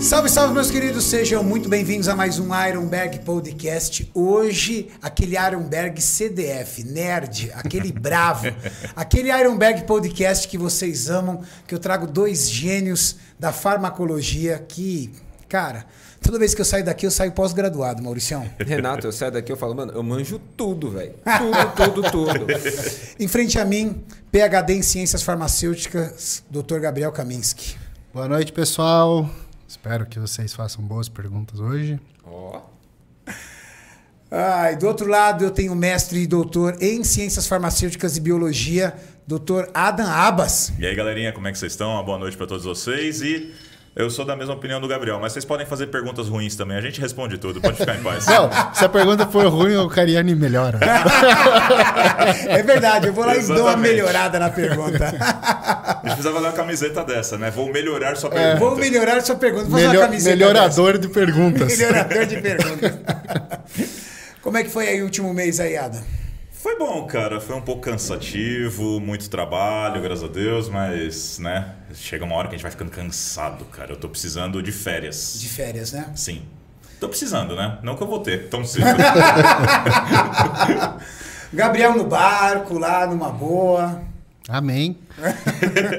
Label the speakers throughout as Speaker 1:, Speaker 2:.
Speaker 1: Salve, salve, meus queridos! Sejam muito bem-vindos a mais um Ironberg Podcast. Hoje, aquele Ironberg CDF, nerd, aquele bravo, aquele Ironberg Podcast que vocês amam, que eu trago dois gênios da farmacologia que, cara, toda vez que eu saio daqui, eu saio pós-graduado, Mauricião.
Speaker 2: Renato, eu saio daqui eu falo, mano, eu manjo tudo, velho. Tudo, tudo, tudo.
Speaker 1: Em frente a mim, PHD em Ciências Farmacêuticas, Dr. Gabriel Kaminski.
Speaker 3: Boa noite, pessoal. Espero que vocês façam boas perguntas hoje.
Speaker 2: Ó.
Speaker 1: Ai, do outro lado, eu tenho mestre e doutor em Ciências Farmacêuticas e Biologia, Dr. Adam Abbas.
Speaker 4: E aí, galerinha, como é que vocês estão? Uma boa noite pra todos vocês e eu sou da mesma opinião do Gabriel, mas vocês podem fazer perguntas ruins também, a gente responde tudo, pode ficar em paz.
Speaker 3: Não, se a pergunta for ruim, o Cariani melhora.
Speaker 1: É verdade, eu vou lá e dou uma
Speaker 4: Exatamente.
Speaker 1: melhorada na pergunta.
Speaker 4: A gente precisava dar uma camiseta dessa, né? Vou melhorar sua
Speaker 3: É.
Speaker 4: pergunta.
Speaker 1: Vou melhorar sua pergunta. Vou fazer uma
Speaker 3: Melho-
Speaker 1: camiseta
Speaker 3: melhorador de
Speaker 1: dessa.
Speaker 3: perguntas.
Speaker 1: Melhorador de perguntas. Como é que foi aí o último mês aí, Adam?
Speaker 4: Foi bom, cara. Foi um pouco cansativo, muito trabalho, graças a Deus, mas, né? Chega uma hora que a gente vai ficando cansado, cara. Eu tô precisando de férias.
Speaker 1: De férias, né?
Speaker 4: Sim. Tô precisando, né? Não que eu vou ter tão cedo.
Speaker 1: Gabriel no barco, lá numa boa.
Speaker 3: Amém.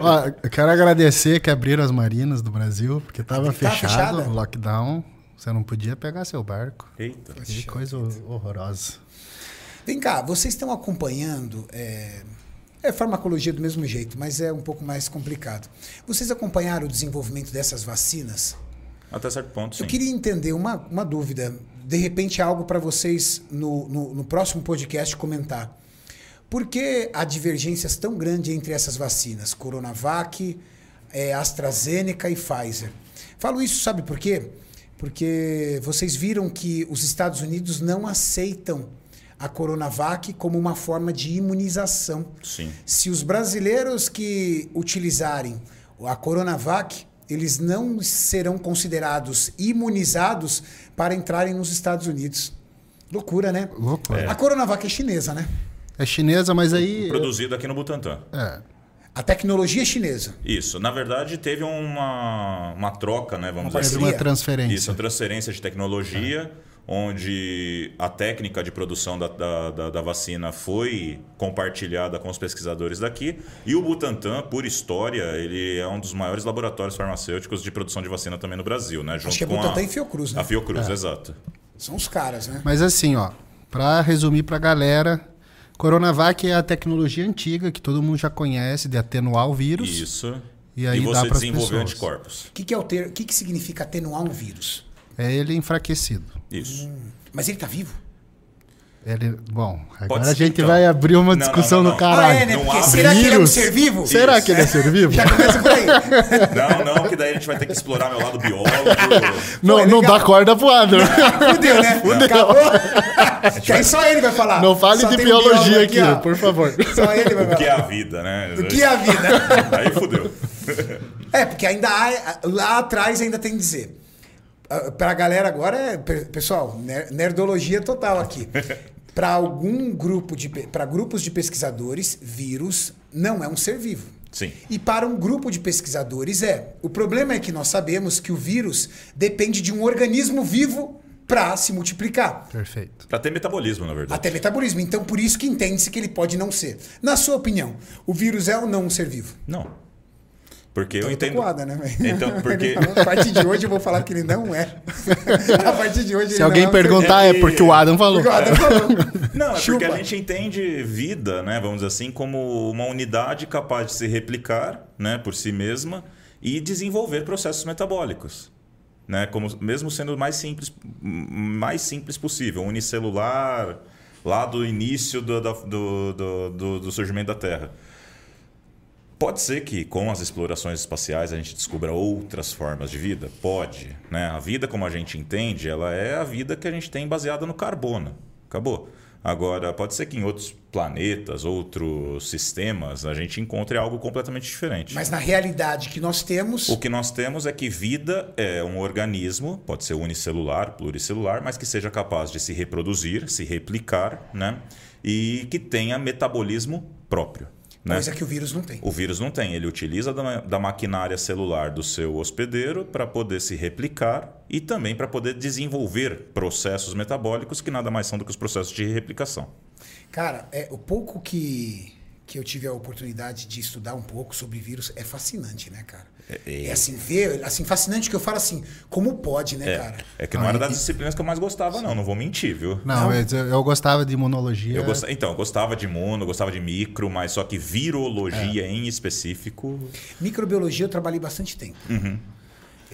Speaker 3: Ó, eu quero agradecer que abriram as marinas do Brasil, porque estava
Speaker 1: Tava
Speaker 3: fechado
Speaker 1: Tá fechada?
Speaker 3: o lockdown. Você não podia pegar seu barco.
Speaker 4: Eita.
Speaker 3: Que coisa horrorosa.
Speaker 1: Vem cá, vocês estão acompanhando. É... é farmacologia do mesmo jeito, mas é um pouco mais complicado. Vocês acompanharam o desenvolvimento dessas vacinas?
Speaker 4: Até certo ponto, sim.
Speaker 1: Eu queria entender uma, uma dúvida. De repente, é algo para vocês no, no, no próximo podcast comentar. Por que há divergências tão grandes entre essas vacinas? Coronavac, eh, AstraZeneca e Pfizer. Falo isso, sabe por quê? Porque vocês viram que os Estados Unidos não aceitam a Coronavac como uma forma de imunização.
Speaker 4: Sim.
Speaker 1: Se os brasileiros que utilizarem a Coronavac, eles não serão considerados imunizados para entrarem nos Estados Unidos. Loucura, né?
Speaker 3: Loucura.
Speaker 1: A Coronavac é chinesa, né?
Speaker 3: É chinesa, mas aí.
Speaker 4: Produzido aqui no Butantan.
Speaker 3: É,
Speaker 1: A tecnologia é chinesa.
Speaker 4: Isso. Na verdade, teve uma, uma troca, né? Vamos
Speaker 1: Uma
Speaker 4: dizer
Speaker 3: teve
Speaker 4: assim.
Speaker 3: uma
Speaker 1: Seria.
Speaker 3: transferência.
Speaker 4: Isso, a transferência de tecnologia, onde a técnica de produção da, da, da- da vacina foi compartilhada com os pesquisadores daqui. E o Butantan, por história, ele é um dos maiores laboratórios farmacêuticos de produção de vacina também no Brasil, né? Junto
Speaker 1: Acho que é
Speaker 4: com
Speaker 1: Butantan
Speaker 4: a,
Speaker 1: e Fiocruz, né?
Speaker 4: a
Speaker 3: É.
Speaker 4: Fiocruz, exato.
Speaker 1: São os caras, né?
Speaker 3: Mas assim, ó, para resumir para a galera, Coronavac é a tecnologia antiga que todo mundo já conhece de atenuar o vírus.
Speaker 4: Isso.
Speaker 3: E aí dá
Speaker 4: você
Speaker 3: pras pessoas.
Speaker 4: desenvolveu anticorpos.
Speaker 1: O que, que, é o ter... o que, que significa atenuar um vírus?
Speaker 3: É ele enfraquecido.
Speaker 4: Isso.
Speaker 3: Hum.
Speaker 1: Mas ele tá vivo?
Speaker 3: Ele, bom, agora
Speaker 4: ser,
Speaker 3: a gente
Speaker 4: então.
Speaker 3: vai abrir uma
Speaker 4: Não,
Speaker 3: discussão
Speaker 4: não, não,
Speaker 3: no
Speaker 4: não.
Speaker 3: caralho.
Speaker 1: Ah, é, né?
Speaker 4: não
Speaker 1: Porque
Speaker 4: há
Speaker 1: será que ele é um
Speaker 3: Vírus?
Speaker 1: ser vivo?
Speaker 3: Será
Speaker 4: Isso.
Speaker 3: que ele é ser vivo?
Speaker 1: Já começa por aí.
Speaker 4: Não, não, que daí a gente vai ter que explorar meu lado biólogo.
Speaker 1: Pô, é
Speaker 3: não, não
Speaker 1: legal.
Speaker 3: dá corda pro Adam.
Speaker 1: Fudeu, né? Acabou. Que aí só ele vai falar.
Speaker 3: Não fale
Speaker 1: Só
Speaker 3: de
Speaker 1: tem um biólogo
Speaker 3: biologia aqui,
Speaker 1: ó.
Speaker 3: por favor.
Speaker 1: Só ele vai
Speaker 4: O que é
Speaker 1: falar.
Speaker 4: a vida, né?
Speaker 1: O que é a vida?
Speaker 4: Aí fudeu.
Speaker 1: É, porque ainda há, lá atrás ainda tem que dizer. Ah, Pra galera agora, é, pe- pessoal, ner- nerdologia total aqui. Para algum grupo de para grupos de pesquisadores, vírus não é um ser vivo.
Speaker 4: Sim.
Speaker 1: E para um grupo de pesquisadores é. O problema é que nós sabemos que o vírus depende de um organismo vivo para se multiplicar.
Speaker 3: Perfeito.
Speaker 4: Pra ter metabolismo, na verdade.
Speaker 1: Até metabolismo. Então, por isso que entende-se que ele pode não ser. Na sua opinião, o vírus é ou não um ser vivo?
Speaker 4: Não. Porque eu
Speaker 1: Eu tô
Speaker 4: entendo.
Speaker 1: coada, né, velho?
Speaker 4: Então, porque.
Speaker 1: A partir de hoje eu vou falar que ele não é. A partir de hoje
Speaker 3: Se alguém perguntar,
Speaker 4: é
Speaker 3: é
Speaker 4: que-
Speaker 3: porque o Adam falou.
Speaker 1: Obrigado,
Speaker 4: Não, é porque
Speaker 1: Chupa.
Speaker 4: a gente entende vida, né? Vamos dizer assim, como uma unidade capaz de se replicar, né, por si mesma e desenvolver processos metabólicos. Né? Como, mesmo sendo o mais simples, mais simples possível, unicelular, lá do início do, da- do, do, do- do surgimento da Terra. Pode ser que com as explorações espaciais a gente descubra outras formas de vida? Pode. Né? A vida, como a gente entende, ela é a vida que a gente tem baseada no carbono. Acabou. Agora, pode ser que em outros planetas, outros sistemas, a gente encontre algo completamente diferente.
Speaker 1: Mas na realidade que nós temos,
Speaker 4: O que nós temos é que vida é um organismo, pode ser unicelular, pluricelular, mas que seja capaz de se reproduzir, se replicar, né? E que tenha metabolismo próprio. né?
Speaker 1: Coisa que o vírus não tem.
Speaker 4: O vírus não tem, ele utiliza da, ma- da maquinária celular do seu hospedeiro para poder se replicar e também para poder desenvolver processos metabólicos que nada mais são do que os processos de replicação.
Speaker 1: Cara, é, o pouco que, que eu tive a oportunidade de estudar um pouco sobre vírus é fascinante, né, cara? É, assim, ver, assim, fascinante que eu falo assim, como pode, né, cara?
Speaker 4: É que não
Speaker 3: Ah,
Speaker 4: era
Speaker 3: e-
Speaker 4: das disciplinas que eu mais gostava, não, não vou mentir, viu?
Speaker 3: Não, mas Eu, eu gostava de imunologia.
Speaker 4: Eu
Speaker 1: é.
Speaker 4: gosta- Então, eu gostava de imuno, eu gostava de micro, mas só que virologia
Speaker 1: É.
Speaker 4: em específico.
Speaker 1: Microbiologia eu trabalhei bastante tempo. Eu
Speaker 4: Uhum.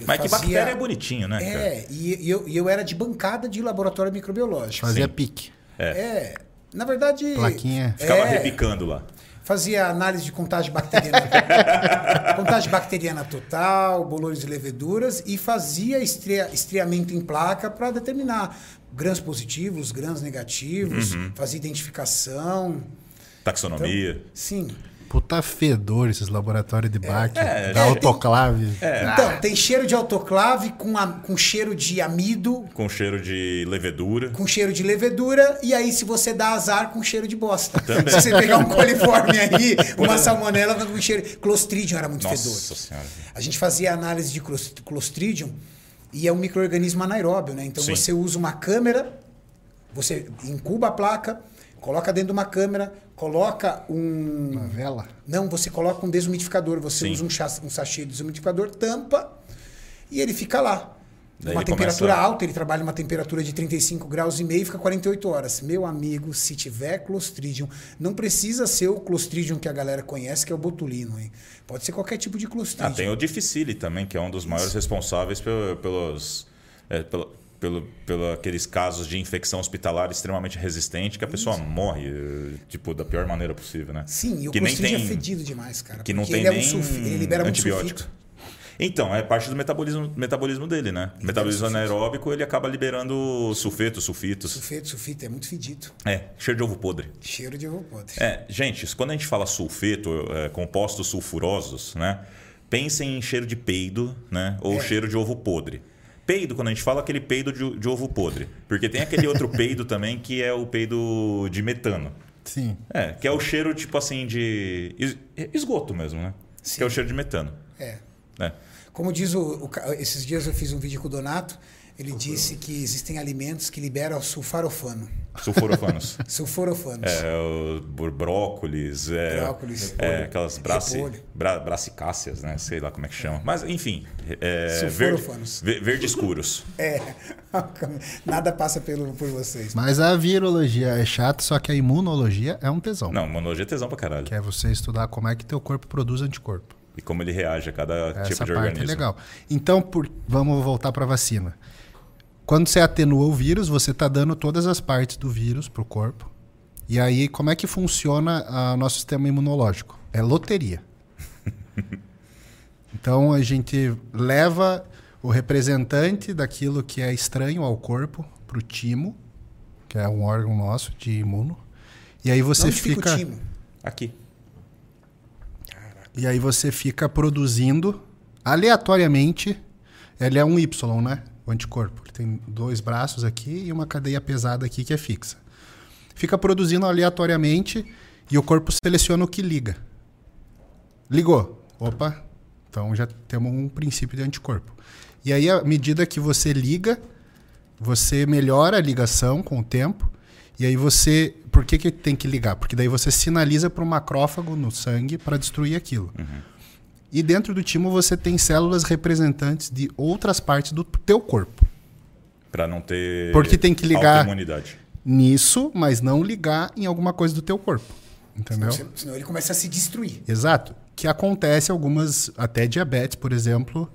Speaker 4: mas que
Speaker 1: fazia-
Speaker 4: bactéria é bonitinho, né, cara?
Speaker 1: É, e, e eu, e eu era de bancada de laboratório microbiológico.
Speaker 3: Fazia pique.
Speaker 1: É, na verdade...
Speaker 3: Plaquinha.
Speaker 1: é,
Speaker 4: Ficava repicando lá.
Speaker 1: Fazia análise de contagem bacteriana. contagem bacteriana total, bolores de leveduras e fazia estria, estriamento em placa para determinar grãos positivos, grãos negativos, fazia identificação.
Speaker 4: Taxonomia.
Speaker 1: Sim.
Speaker 3: Puta fedor esses laboratórios de baque.
Speaker 4: é,
Speaker 3: da
Speaker 4: é,
Speaker 3: autoclave.
Speaker 1: Então, tem cheiro de autoclave com, a- com cheiro de amido,
Speaker 4: com cheiro de levedura.
Speaker 1: com cheiro de levedura, e aí se você dá azar, com cheiro de bosta. Se você pegar um coliforme aí, uma salmonela com cheiro... Clostridium era muito
Speaker 4: Nossa
Speaker 1: fedor.
Speaker 4: senhora.
Speaker 1: A gente fazia análise de clos- Clostridium e é um microorganismo anaeróbio, né? Então
Speaker 4: Sim.
Speaker 1: você usa uma câmera, você incuba a placa, coloca dentro de uma câmera, coloca um.
Speaker 3: Uma vela.
Speaker 1: Não, você coloca um desumidificador, você
Speaker 4: Sim.
Speaker 1: usa um, chá- um sachê de desumidificador, tampa e ele fica lá.
Speaker 4: Daí
Speaker 1: uma
Speaker 4: ele
Speaker 1: temperatura
Speaker 4: começa-
Speaker 1: alta, ele trabalha uma temperatura de 35 graus e meio e fica 48 horas. Meu amigo, se tiver clostridium, não precisa ser o clostridium que a galera conhece, que é o botulino, hein? Pode ser qualquer tipo de
Speaker 4: Ah,
Speaker 1: clostridium.
Speaker 4: tem o Difficile também, que é um dos maiores responsáveis pe- pelos. É, pelo, pelo, pelo aqueles casos de infecção hospitalar extremamente resistente que a pessoa morre eh, tipo da pior maneira possível, né?
Speaker 1: Sim, e o
Speaker 4: que nem
Speaker 1: clostridium é
Speaker 4: tem-
Speaker 1: fedido demais, cara.
Speaker 4: que não
Speaker 1: porque
Speaker 4: tem
Speaker 1: ele é um
Speaker 4: nem
Speaker 1: sulfi- ele libera muito
Speaker 4: antibiótico.
Speaker 1: sulfito.
Speaker 4: Então, é parte do metabolismo, metabolismo dele, né? Metabolismo anaeróbico, ele acaba liberando sulfeto, sulfitos.
Speaker 1: Sulfeto, sulfito, é muito fedido.
Speaker 4: É, cheiro de ovo podre.
Speaker 1: Cheiro de ovo podre.
Speaker 4: É, gente, isso- quando a gente fala sulfeto, é, compostos sulfurosos, né? Pensem em cheiro de peido, né? Ou cheiro de ovo podre. Peido, quando a gente fala é aquele peido de, de ovo podre. Porque tem aquele outro peido também que é o peido de metano.
Speaker 3: Sim.
Speaker 4: É, que é o cheiro, tipo assim, de. es- esgoto mesmo, né? Que é o cheiro de metano.
Speaker 1: É.
Speaker 4: né?
Speaker 1: Como diz o, o ca- Esses dias eu fiz um vídeo com o Donato, ele disse que existem alimentos que liberam sulfarofano.
Speaker 4: Sulfurofanos.
Speaker 1: Sulforofanos.
Speaker 4: É, o br- brócolis, é,
Speaker 1: Brócolis.
Speaker 4: é, aquelas braci,
Speaker 1: Repolho.
Speaker 4: bra, bracicáceas, né? Sei lá como é que chama. Mas, enfim, é, verde,
Speaker 1: Sulfurofanos.
Speaker 4: ve- verdes escuros.
Speaker 1: É. Nada passa pelo, por vocês.
Speaker 3: Mas a virologia é chata, só que a imunologia é um tesão.
Speaker 4: Não, monologia é tesão pra caralho.
Speaker 3: Que é você estudar como é que teu corpo produz anticorpo.
Speaker 4: E como ele reage a cada
Speaker 3: Essa
Speaker 4: tipo de
Speaker 3: parte
Speaker 4: organismo.
Speaker 3: é legal. Então, por- vamos voltar para vacina. Quando você atenua o vírus, você está dando todas as partes do vírus para o corpo. E aí, como é que funciona ah, o nosso sistema imunológico? É loteria. então, a gente leva o representante daquilo que é estranho ao corpo para o timo, que é um órgão nosso de imuno. E aí você
Speaker 1: Onde fica, o
Speaker 3: fica
Speaker 1: timo?
Speaker 4: Aqui.
Speaker 3: e aí você fica produzindo aleatoriamente. Ele é um Y, né? O anticorpo. Ele tem dois braços aqui e uma cadeia pesada aqui que é fixa. Fica produzindo aleatoriamente e o corpo seleciona o que liga. Ligou. Opa, então já temos um princípio de anticorpo. E aí, à medida que você liga, você melhora a ligação com o tempo. E aí você. Por que, que tem que ligar? Porque daí você sinaliza para o macrófago no sangue para destruir aquilo. E dentro do timo você tem células representantes de outras partes do teu corpo.
Speaker 4: Pra não ter.
Speaker 3: Porque tem que ligar-
Speaker 4: autoimunidade.
Speaker 3: Nisso, mas não ligar em alguma coisa do teu corpo. Entendeu?
Speaker 1: Senão- Senão ele começa a se destruir.
Speaker 3: Exato. Que acontece algumas, até diabetes, por exemplo,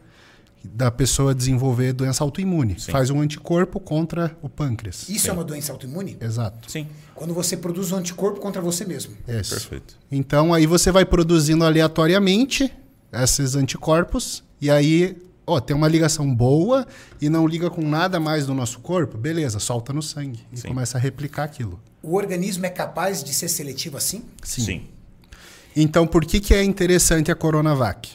Speaker 3: da pessoa desenvolver doença autoimune. Faz um anticorpo contra o pâncreas.
Speaker 1: Isso é uma doença autoimune?
Speaker 3: Exato.
Speaker 4: Sim.
Speaker 1: Quando você produz um anticorpo contra você mesmo.
Speaker 3: Isso.
Speaker 4: Perfeito.
Speaker 3: Então aí você vai produzindo aleatoriamente esses anticorpos e aí, ó, tem uma ligação boa e não liga com nada mais do nosso corpo, beleza, solta no sangue e começa a replicar aquilo.
Speaker 1: O organismo é capaz de ser seletivo assim?
Speaker 4: Sim.
Speaker 3: Então por que que é interessante a Coronavac?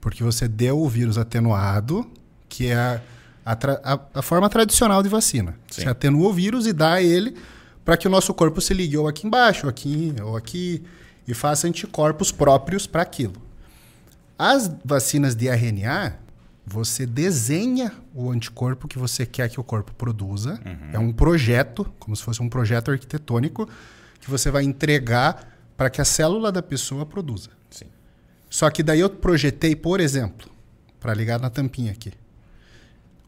Speaker 3: Porque você deu o vírus atenuado, que é a, a tra- a- a forma tradicional de vacina. Você atenua o vírus e dá ele para que o nosso corpo se ligue ou aqui embaixo, ou aqui ou aqui. e faça anticorpos próprios para aquilo. As vacinas de RNA, você desenha o anticorpo que você quer que o corpo produza. É um projeto, como se fosse um projeto arquitetônico, que você vai entregar para que a célula da pessoa produza.
Speaker 4: Sim.
Speaker 3: Só que daí eu projetei, por exemplo, para ligar na tampinha aqui.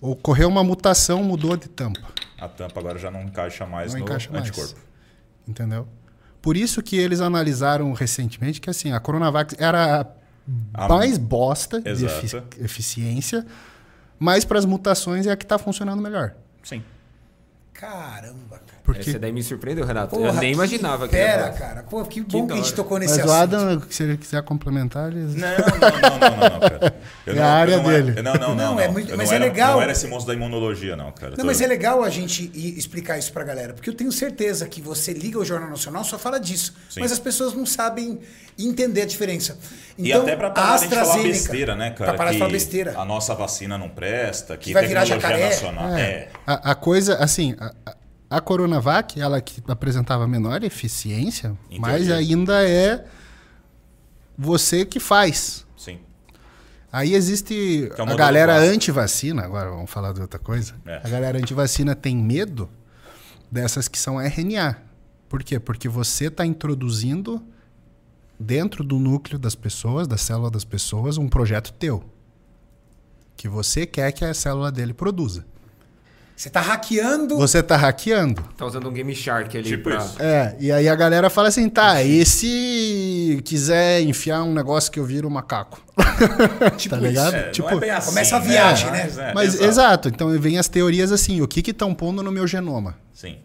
Speaker 3: Ocorreu uma mutação, mudou de tampa.
Speaker 4: A tampa agora já não encaixa mais
Speaker 3: Não
Speaker 4: no
Speaker 3: encaixa mais.
Speaker 4: anticorpo.
Speaker 3: Entendeu? Por isso que eles analisaram recentemente que assim, a Coronavac era a
Speaker 4: A-
Speaker 3: mais bosta de
Speaker 4: Exato.
Speaker 3: efici- eficiência, mas para as mutações é a que está funcionando melhor.
Speaker 4: Sim.
Speaker 1: Caramba, cara.
Speaker 3: Porque
Speaker 2: Essa daí me surpreendeu, Renato.
Speaker 1: Porra,
Speaker 2: eu nem
Speaker 1: que
Speaker 2: imaginava que
Speaker 1: Pera,
Speaker 2: era essa.
Speaker 1: cara. Pô, que bom que,
Speaker 2: da
Speaker 1: a gente
Speaker 2: hora.
Speaker 1: tocou nesse
Speaker 3: mas o
Speaker 1: assunto.
Speaker 3: Adam, se ele quiser complementar, eles...
Speaker 4: Não, não, não, não, não, cara. Eu
Speaker 3: É
Speaker 4: não-
Speaker 3: a
Speaker 4: eu
Speaker 3: área
Speaker 4: não era-
Speaker 3: dele.
Speaker 4: Não, não, não.
Speaker 1: Não,
Speaker 4: não.
Speaker 1: é muito-
Speaker 4: Eu
Speaker 1: mas
Speaker 4: não
Speaker 1: é
Speaker 4: era-
Speaker 1: legal.
Speaker 4: Não era esse moço da imunologia, não, cara.
Speaker 1: Não, mas é legal a gente ir explicar isso pra galera, porque eu tenho certeza que você liga o Jornal Nacional só fala disso,
Speaker 4: Sim.
Speaker 1: mas as pessoas não sabem entender a diferença.
Speaker 4: E
Speaker 1: Então,
Speaker 4: até pra
Speaker 1: a
Speaker 4: parar de falar
Speaker 1: AstraZeneca,
Speaker 4: besteira, né, cara?
Speaker 1: Pra parar de
Speaker 4: que
Speaker 1: falar besteira.
Speaker 4: A nossa vacina não presta, que,
Speaker 1: Que vai virar
Speaker 4: tecnologia
Speaker 1: jacaré.
Speaker 4: nacional. É.
Speaker 3: A, a coisa, assim, a, a- a Coronavac, ela que apresentava menor eficiência,
Speaker 4: Entendi.
Speaker 3: mas ainda é você que faz.
Speaker 4: Sim.
Speaker 3: Aí existe
Speaker 4: Que é o
Speaker 3: a
Speaker 4: modelo
Speaker 3: galera
Speaker 4: clássico.
Speaker 3: antivacina, agora vamos falar de outra coisa.
Speaker 4: É.
Speaker 3: A galera antivacina tem medo dessas que são RNA. Por quê? Porque você está introduzindo dentro do núcleo das pessoas, da célula das pessoas, um projeto teu. Que você quer que a célula dele produza.
Speaker 1: Você tá hackeando.
Speaker 3: Você está hackeando.
Speaker 2: Tá usando um Game Shark ali
Speaker 4: Tipo
Speaker 2: pra...
Speaker 4: isso.
Speaker 3: É, e aí a galera fala assim, tá, e se quiser enfiar um negócio que eu viro um macaco? tá ligado?
Speaker 4: É, não é bem assim,
Speaker 1: começa a viagem, né?
Speaker 4: Mas, é,
Speaker 3: Mas, exato. então vem as teorias assim, o que que estão pondo no meu genoma?
Speaker 4: Sim.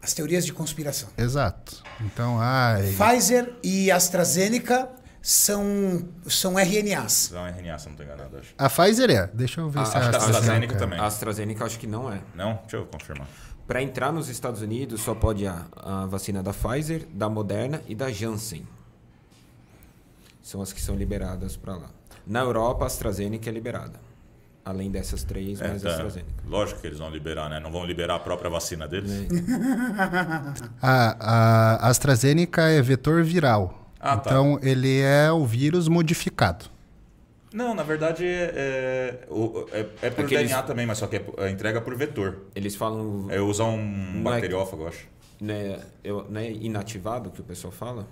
Speaker 1: As teorias de conspiração.
Speaker 3: Exato. Então, ai...
Speaker 1: Pfizer e AstraZeneca são, são RNAs.
Speaker 4: Não, RNA, se eu não tô enganado, acho.
Speaker 3: A Pfizer é, deixa eu ver se é
Speaker 4: acho
Speaker 3: a
Speaker 4: que a AstraZeneca
Speaker 3: AstraZeneca.
Speaker 4: também.
Speaker 2: A AstraZeneca eu acho que não é.
Speaker 4: Não? Deixa eu confirmar.
Speaker 2: Pra entrar nos Estados Unidos só pode a, a vacina da Pfizer, da Moderna e da Janssen. São as que são liberadas pra lá. Na Europa, a AstraZeneca é liberada. Além dessas três,
Speaker 4: É,
Speaker 2: mais a
Speaker 4: tá.
Speaker 2: AstraZeneca.
Speaker 4: Lógico que eles vão liberar, né? Não vão liberar a própria vacina deles?
Speaker 3: A, a AstraZeneca é vetor viral.
Speaker 4: Ah, tá.
Speaker 3: então, ele é o vírus modificado.
Speaker 4: Não, na verdade é, é, o- é, é por
Speaker 2: É que eles-
Speaker 4: DNA também, mas só que é por- é entrega por vetor.
Speaker 2: Eles falam.
Speaker 4: É usar um
Speaker 2: Não é-
Speaker 4: bacteriófago, eu acho.
Speaker 2: Né, eu, não é inativado que o pessoal fala?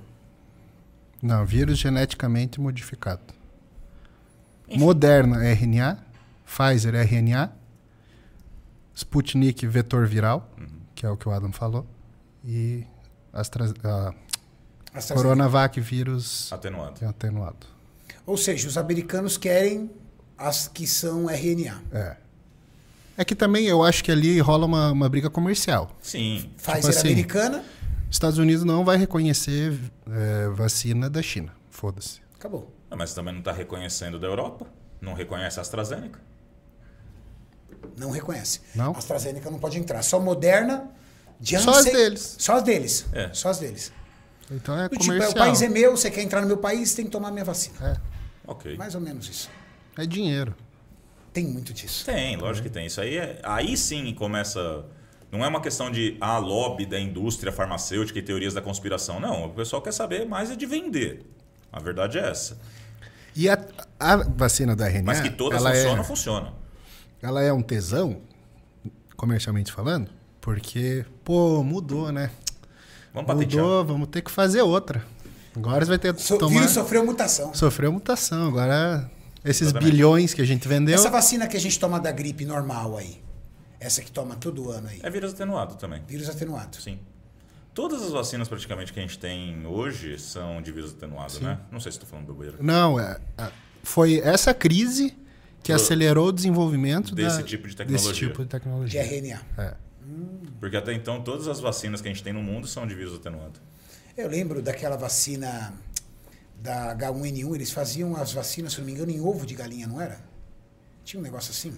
Speaker 3: Não, vírus geneticamente modificado. Moderna é RNA, Pfizer é RNA, Sputnik vetor viral,
Speaker 4: Uhum.
Speaker 3: que é o que o Adam falou, e Astra, a
Speaker 1: AstraZeneca.
Speaker 3: Coronavac vírus
Speaker 4: Atenuado.
Speaker 3: atenuado.
Speaker 1: Ou seja, os americanos querem as que são RNA.
Speaker 3: É. É que também eu acho que ali rola uma, uma briga comercial.
Speaker 4: Sim.
Speaker 1: Pfizer
Speaker 3: assim.
Speaker 1: americana,
Speaker 3: Estados Unidos não vai reconhecer eh, vacina da China. Foda-se.
Speaker 1: acabou.
Speaker 4: Ah, Mas também não está reconhecendo da Europa? Não reconhece a AstraZeneca?
Speaker 1: Não reconhece.
Speaker 3: Não?
Speaker 1: AstraZeneca não pode entrar. Só Moderna, Janssen...
Speaker 3: Só as deles.
Speaker 1: Só as deles.
Speaker 4: É.
Speaker 1: Só as deles.
Speaker 3: Então é
Speaker 1: Do tipo, é,
Speaker 3: comercial.
Speaker 1: o país é meu, você quer entrar no meu país, tem que tomar minha vacina.
Speaker 4: Ok.
Speaker 1: Mais ou menos isso.
Speaker 3: é, é dinheiro.
Speaker 1: Tem muito disso.
Speaker 4: Tem, lógico que tem. Isso aí, é, aí sim começa. Não é uma questão de ah, lobby da indústria farmacêutica e teorias da conspiração. Não, o pessoal quer saber mais é de vender. A verdade é essa.
Speaker 3: E a, a vacina da RNA,
Speaker 4: Mas que todas
Speaker 3: ela,
Speaker 4: funcionam,
Speaker 3: é,
Speaker 4: funciona.
Speaker 3: ela é um tesão, comercialmente falando, porque, pô, mudou,
Speaker 4: É
Speaker 3: né?
Speaker 4: um Vamos patentear.
Speaker 3: Mudou, vamos ter que fazer outra. Agora você vai ter que
Speaker 1: So,
Speaker 3: tomar...
Speaker 1: Vírus sofreu mutação.
Speaker 3: Sofreu mutação, agora esses
Speaker 4: Exatamente.
Speaker 3: bilhões que a gente vendeu...
Speaker 1: Essa vacina que a gente toma da gripe normal aí, essa que toma todo ano aí,
Speaker 4: É vírus atenuado também.
Speaker 1: vírus atenuado.
Speaker 4: Sim. Todas as vacinas praticamente que a gente tem hoje são de vírus atenuado, né? Não sei se estou falando bobeira.
Speaker 3: Não, é- a- foi essa crise que acelerou o desenvolvimento
Speaker 4: Ah. Desse
Speaker 3: da-
Speaker 4: tipo de
Speaker 3: desse
Speaker 4: tecnologia.
Speaker 3: tipo de
Speaker 1: De
Speaker 3: tecnologia.
Speaker 1: RNA.
Speaker 3: É.
Speaker 4: Porque até então todas as vacinas que a gente tem no mundo são de vírus atenuado.
Speaker 1: Eu lembro daquela vacina da H1N1, eles faziam as vacinas, se não me engano, em ovo de galinha, não era? Tinha um negócio assim?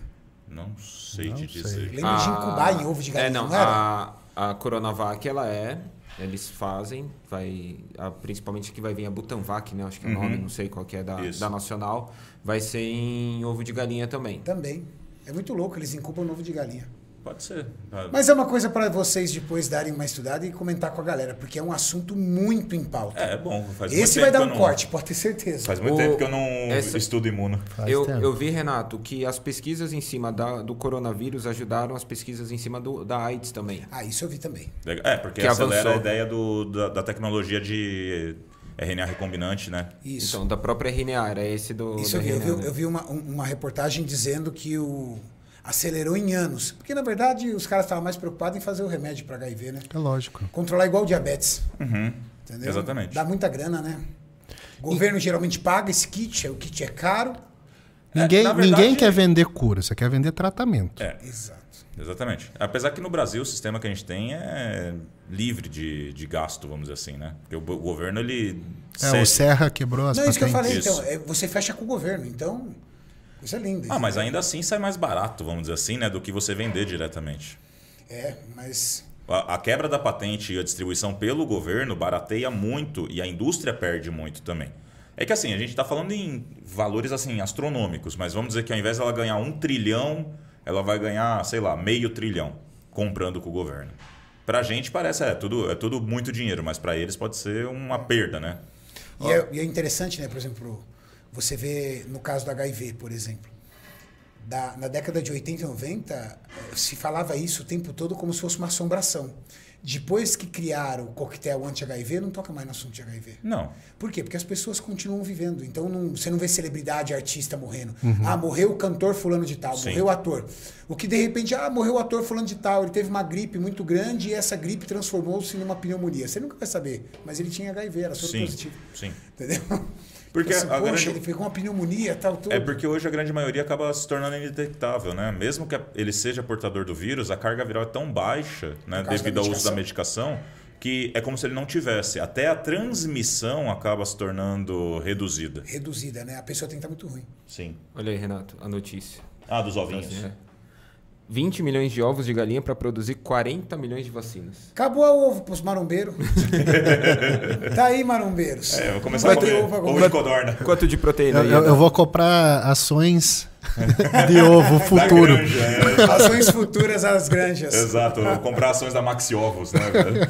Speaker 4: Não sei
Speaker 3: Não
Speaker 4: te
Speaker 3: sei.
Speaker 4: dizer.
Speaker 1: Lembro de incubar em ovo de galinha,
Speaker 2: Ah. É, não.
Speaker 1: não era?
Speaker 2: A, a Coronavac, ela é. Eles fazem, vai. a- principalmente que vai vir a Butanvac, né? Acho que é o
Speaker 1: Uhum.
Speaker 2: nome, não sei qual que é da,
Speaker 4: Isso.
Speaker 2: da Nacional. Vai ser em ovo de galinha também.
Speaker 1: Tá, Também. É muito louco, eles incubam ovo de galinha.
Speaker 4: Pode ser. Ah,
Speaker 1: Mas é uma coisa para vocês depois darem uma estudada e comentar com a galera, porque é um assunto muito em pauta.
Speaker 4: É, é bom. Faz muito
Speaker 1: Esse
Speaker 4: tempo
Speaker 1: vai dar
Speaker 4: que
Speaker 1: um
Speaker 4: eu não-
Speaker 1: corte, pode ter certeza.
Speaker 4: Faz muito
Speaker 2: O-
Speaker 4: tempo que eu não
Speaker 2: essa-
Speaker 4: estudo imuno.
Speaker 1: tá
Speaker 3: Faz
Speaker 2: Eu,
Speaker 3: tempo.
Speaker 2: eu vi, Renato, que as pesquisas em cima da- do coronavírus ajudaram as pesquisas em cima do- da AIDS também.
Speaker 1: Ah, isso eu vi também.
Speaker 4: É, porque
Speaker 2: Que
Speaker 4: acelera
Speaker 2: avançou.
Speaker 4: a ideia do- da, da tecnologia de RNA recombinante, né?
Speaker 1: Isso.
Speaker 2: Então, da própria RNA, era esse do.
Speaker 4: Então,
Speaker 1: Isso
Speaker 2: da
Speaker 1: eu vi, eu
Speaker 2: RNA,
Speaker 1: vi,
Speaker 2: né?
Speaker 1: eu vi uma, um- uma reportagem dizendo que o acelerou em anos. Porque, na verdade, os caras estavam mais preocupados em fazer o remédio para HIV, né?
Speaker 3: É lógico.
Speaker 1: Controlar igual o diabetes. Entendeu?
Speaker 4: Uhum. Exatamente.
Speaker 1: Dá muita grana, né? O governo geralmente paga esse kit, o kit é caro.
Speaker 3: Ninguém,
Speaker 4: na verdade-
Speaker 3: ninguém quer vender cura, você quer vender tratamento.
Speaker 4: É,
Speaker 1: Exato.
Speaker 4: exatamente. Apesar que no Brasil o sistema que a gente tem é livre de, de gasto, vamos dizer assim, né? Porque o, bo- o governo, ele...
Speaker 3: É, o
Speaker 4: cede.
Speaker 3: Serra quebrou as
Speaker 1: Não, é isso que eu
Speaker 3: patentes.
Speaker 1: falei, então.
Speaker 4: Isso.
Speaker 1: é, você fecha com o governo, então. Coisa linda.
Speaker 4: Ah, mas ainda assim sai mais barato, vamos dizer assim, né? Do que você vender diretamente.
Speaker 1: É, mas.
Speaker 4: A, a quebra da patente e a distribuição pelo governo barateia muito e a indústria perde muito também. É que assim, a gente está falando em valores assim astronômicos, mas vamos dizer que ao invés dela ganhar um trilhão, ela vai ganhar, sei lá, meio trilhão comprando com o governo. Pra gente parece, é tudo, é tudo muito dinheiro, mas pra eles pode ser uma perda, né?
Speaker 1: E é, e é interessante, né? Por exemplo, você vê no caso do HIV, por exemplo. Da- na década de 80 e 90, eh, se falava isso o tempo todo como se fosse uma assombração. Depois que criaram o coquetel anti-HIV, não toca mais no assunto de HIV.
Speaker 4: Não.
Speaker 1: Por quê? Porque as pessoas continuam vivendo. Então não- você não vê celebridade, artista morrendo. Ah, morreu o cantor fulano de tal,
Speaker 4: Uhum. Sim.
Speaker 1: morreu o ator. O que de repente, ah, morreu o ator fulano de tal, ele teve uma gripe muito grande e essa gripe transformou-se numa pneumonia. Você nunca vai saber, mas ele tinha HIV, era soro
Speaker 4: Sim.
Speaker 1: positivo.
Speaker 4: Sim.
Speaker 1: Entendeu?
Speaker 4: Porque
Speaker 1: Assim,
Speaker 4: a
Speaker 1: poxa,
Speaker 4: grande-
Speaker 1: ele pegou uma pneumonia tal, tudo.
Speaker 4: É porque hoje a grande maioria acaba se tornando indetectável, né? Mesmo que ele seja portador do vírus, a carga viral é tão baixa, né,
Speaker 1: causa da
Speaker 4: devido ao uso da medicação, que é como se ele não tivesse. Até a transmissão acaba se tornando reduzida.
Speaker 1: Reduzida, né? A pessoa tem que estar muito ruim.
Speaker 4: Sim.
Speaker 2: Olha aí, Renato, a notícia.
Speaker 4: Ah, dos ovinhos.
Speaker 2: É. 20 milhões de ovos de galinha para produzir 40 milhões de vacinas.
Speaker 1: Acabou o ovo pros marombeiros. tá aí, marombeiros.
Speaker 4: É, eu vou começar a
Speaker 1: Vai ter
Speaker 4: comer
Speaker 1: ovo agora.
Speaker 4: ovo de codorna.
Speaker 2: Quanto de proteína?
Speaker 3: Eu, eu- eu vou comprar ações de ovo
Speaker 4: É. Da
Speaker 3: futuro.
Speaker 4: granja, é.
Speaker 1: Ações futuras às granjas.
Speaker 4: Exato, eu vou comprar ações da Maxi Ovos, né? velho?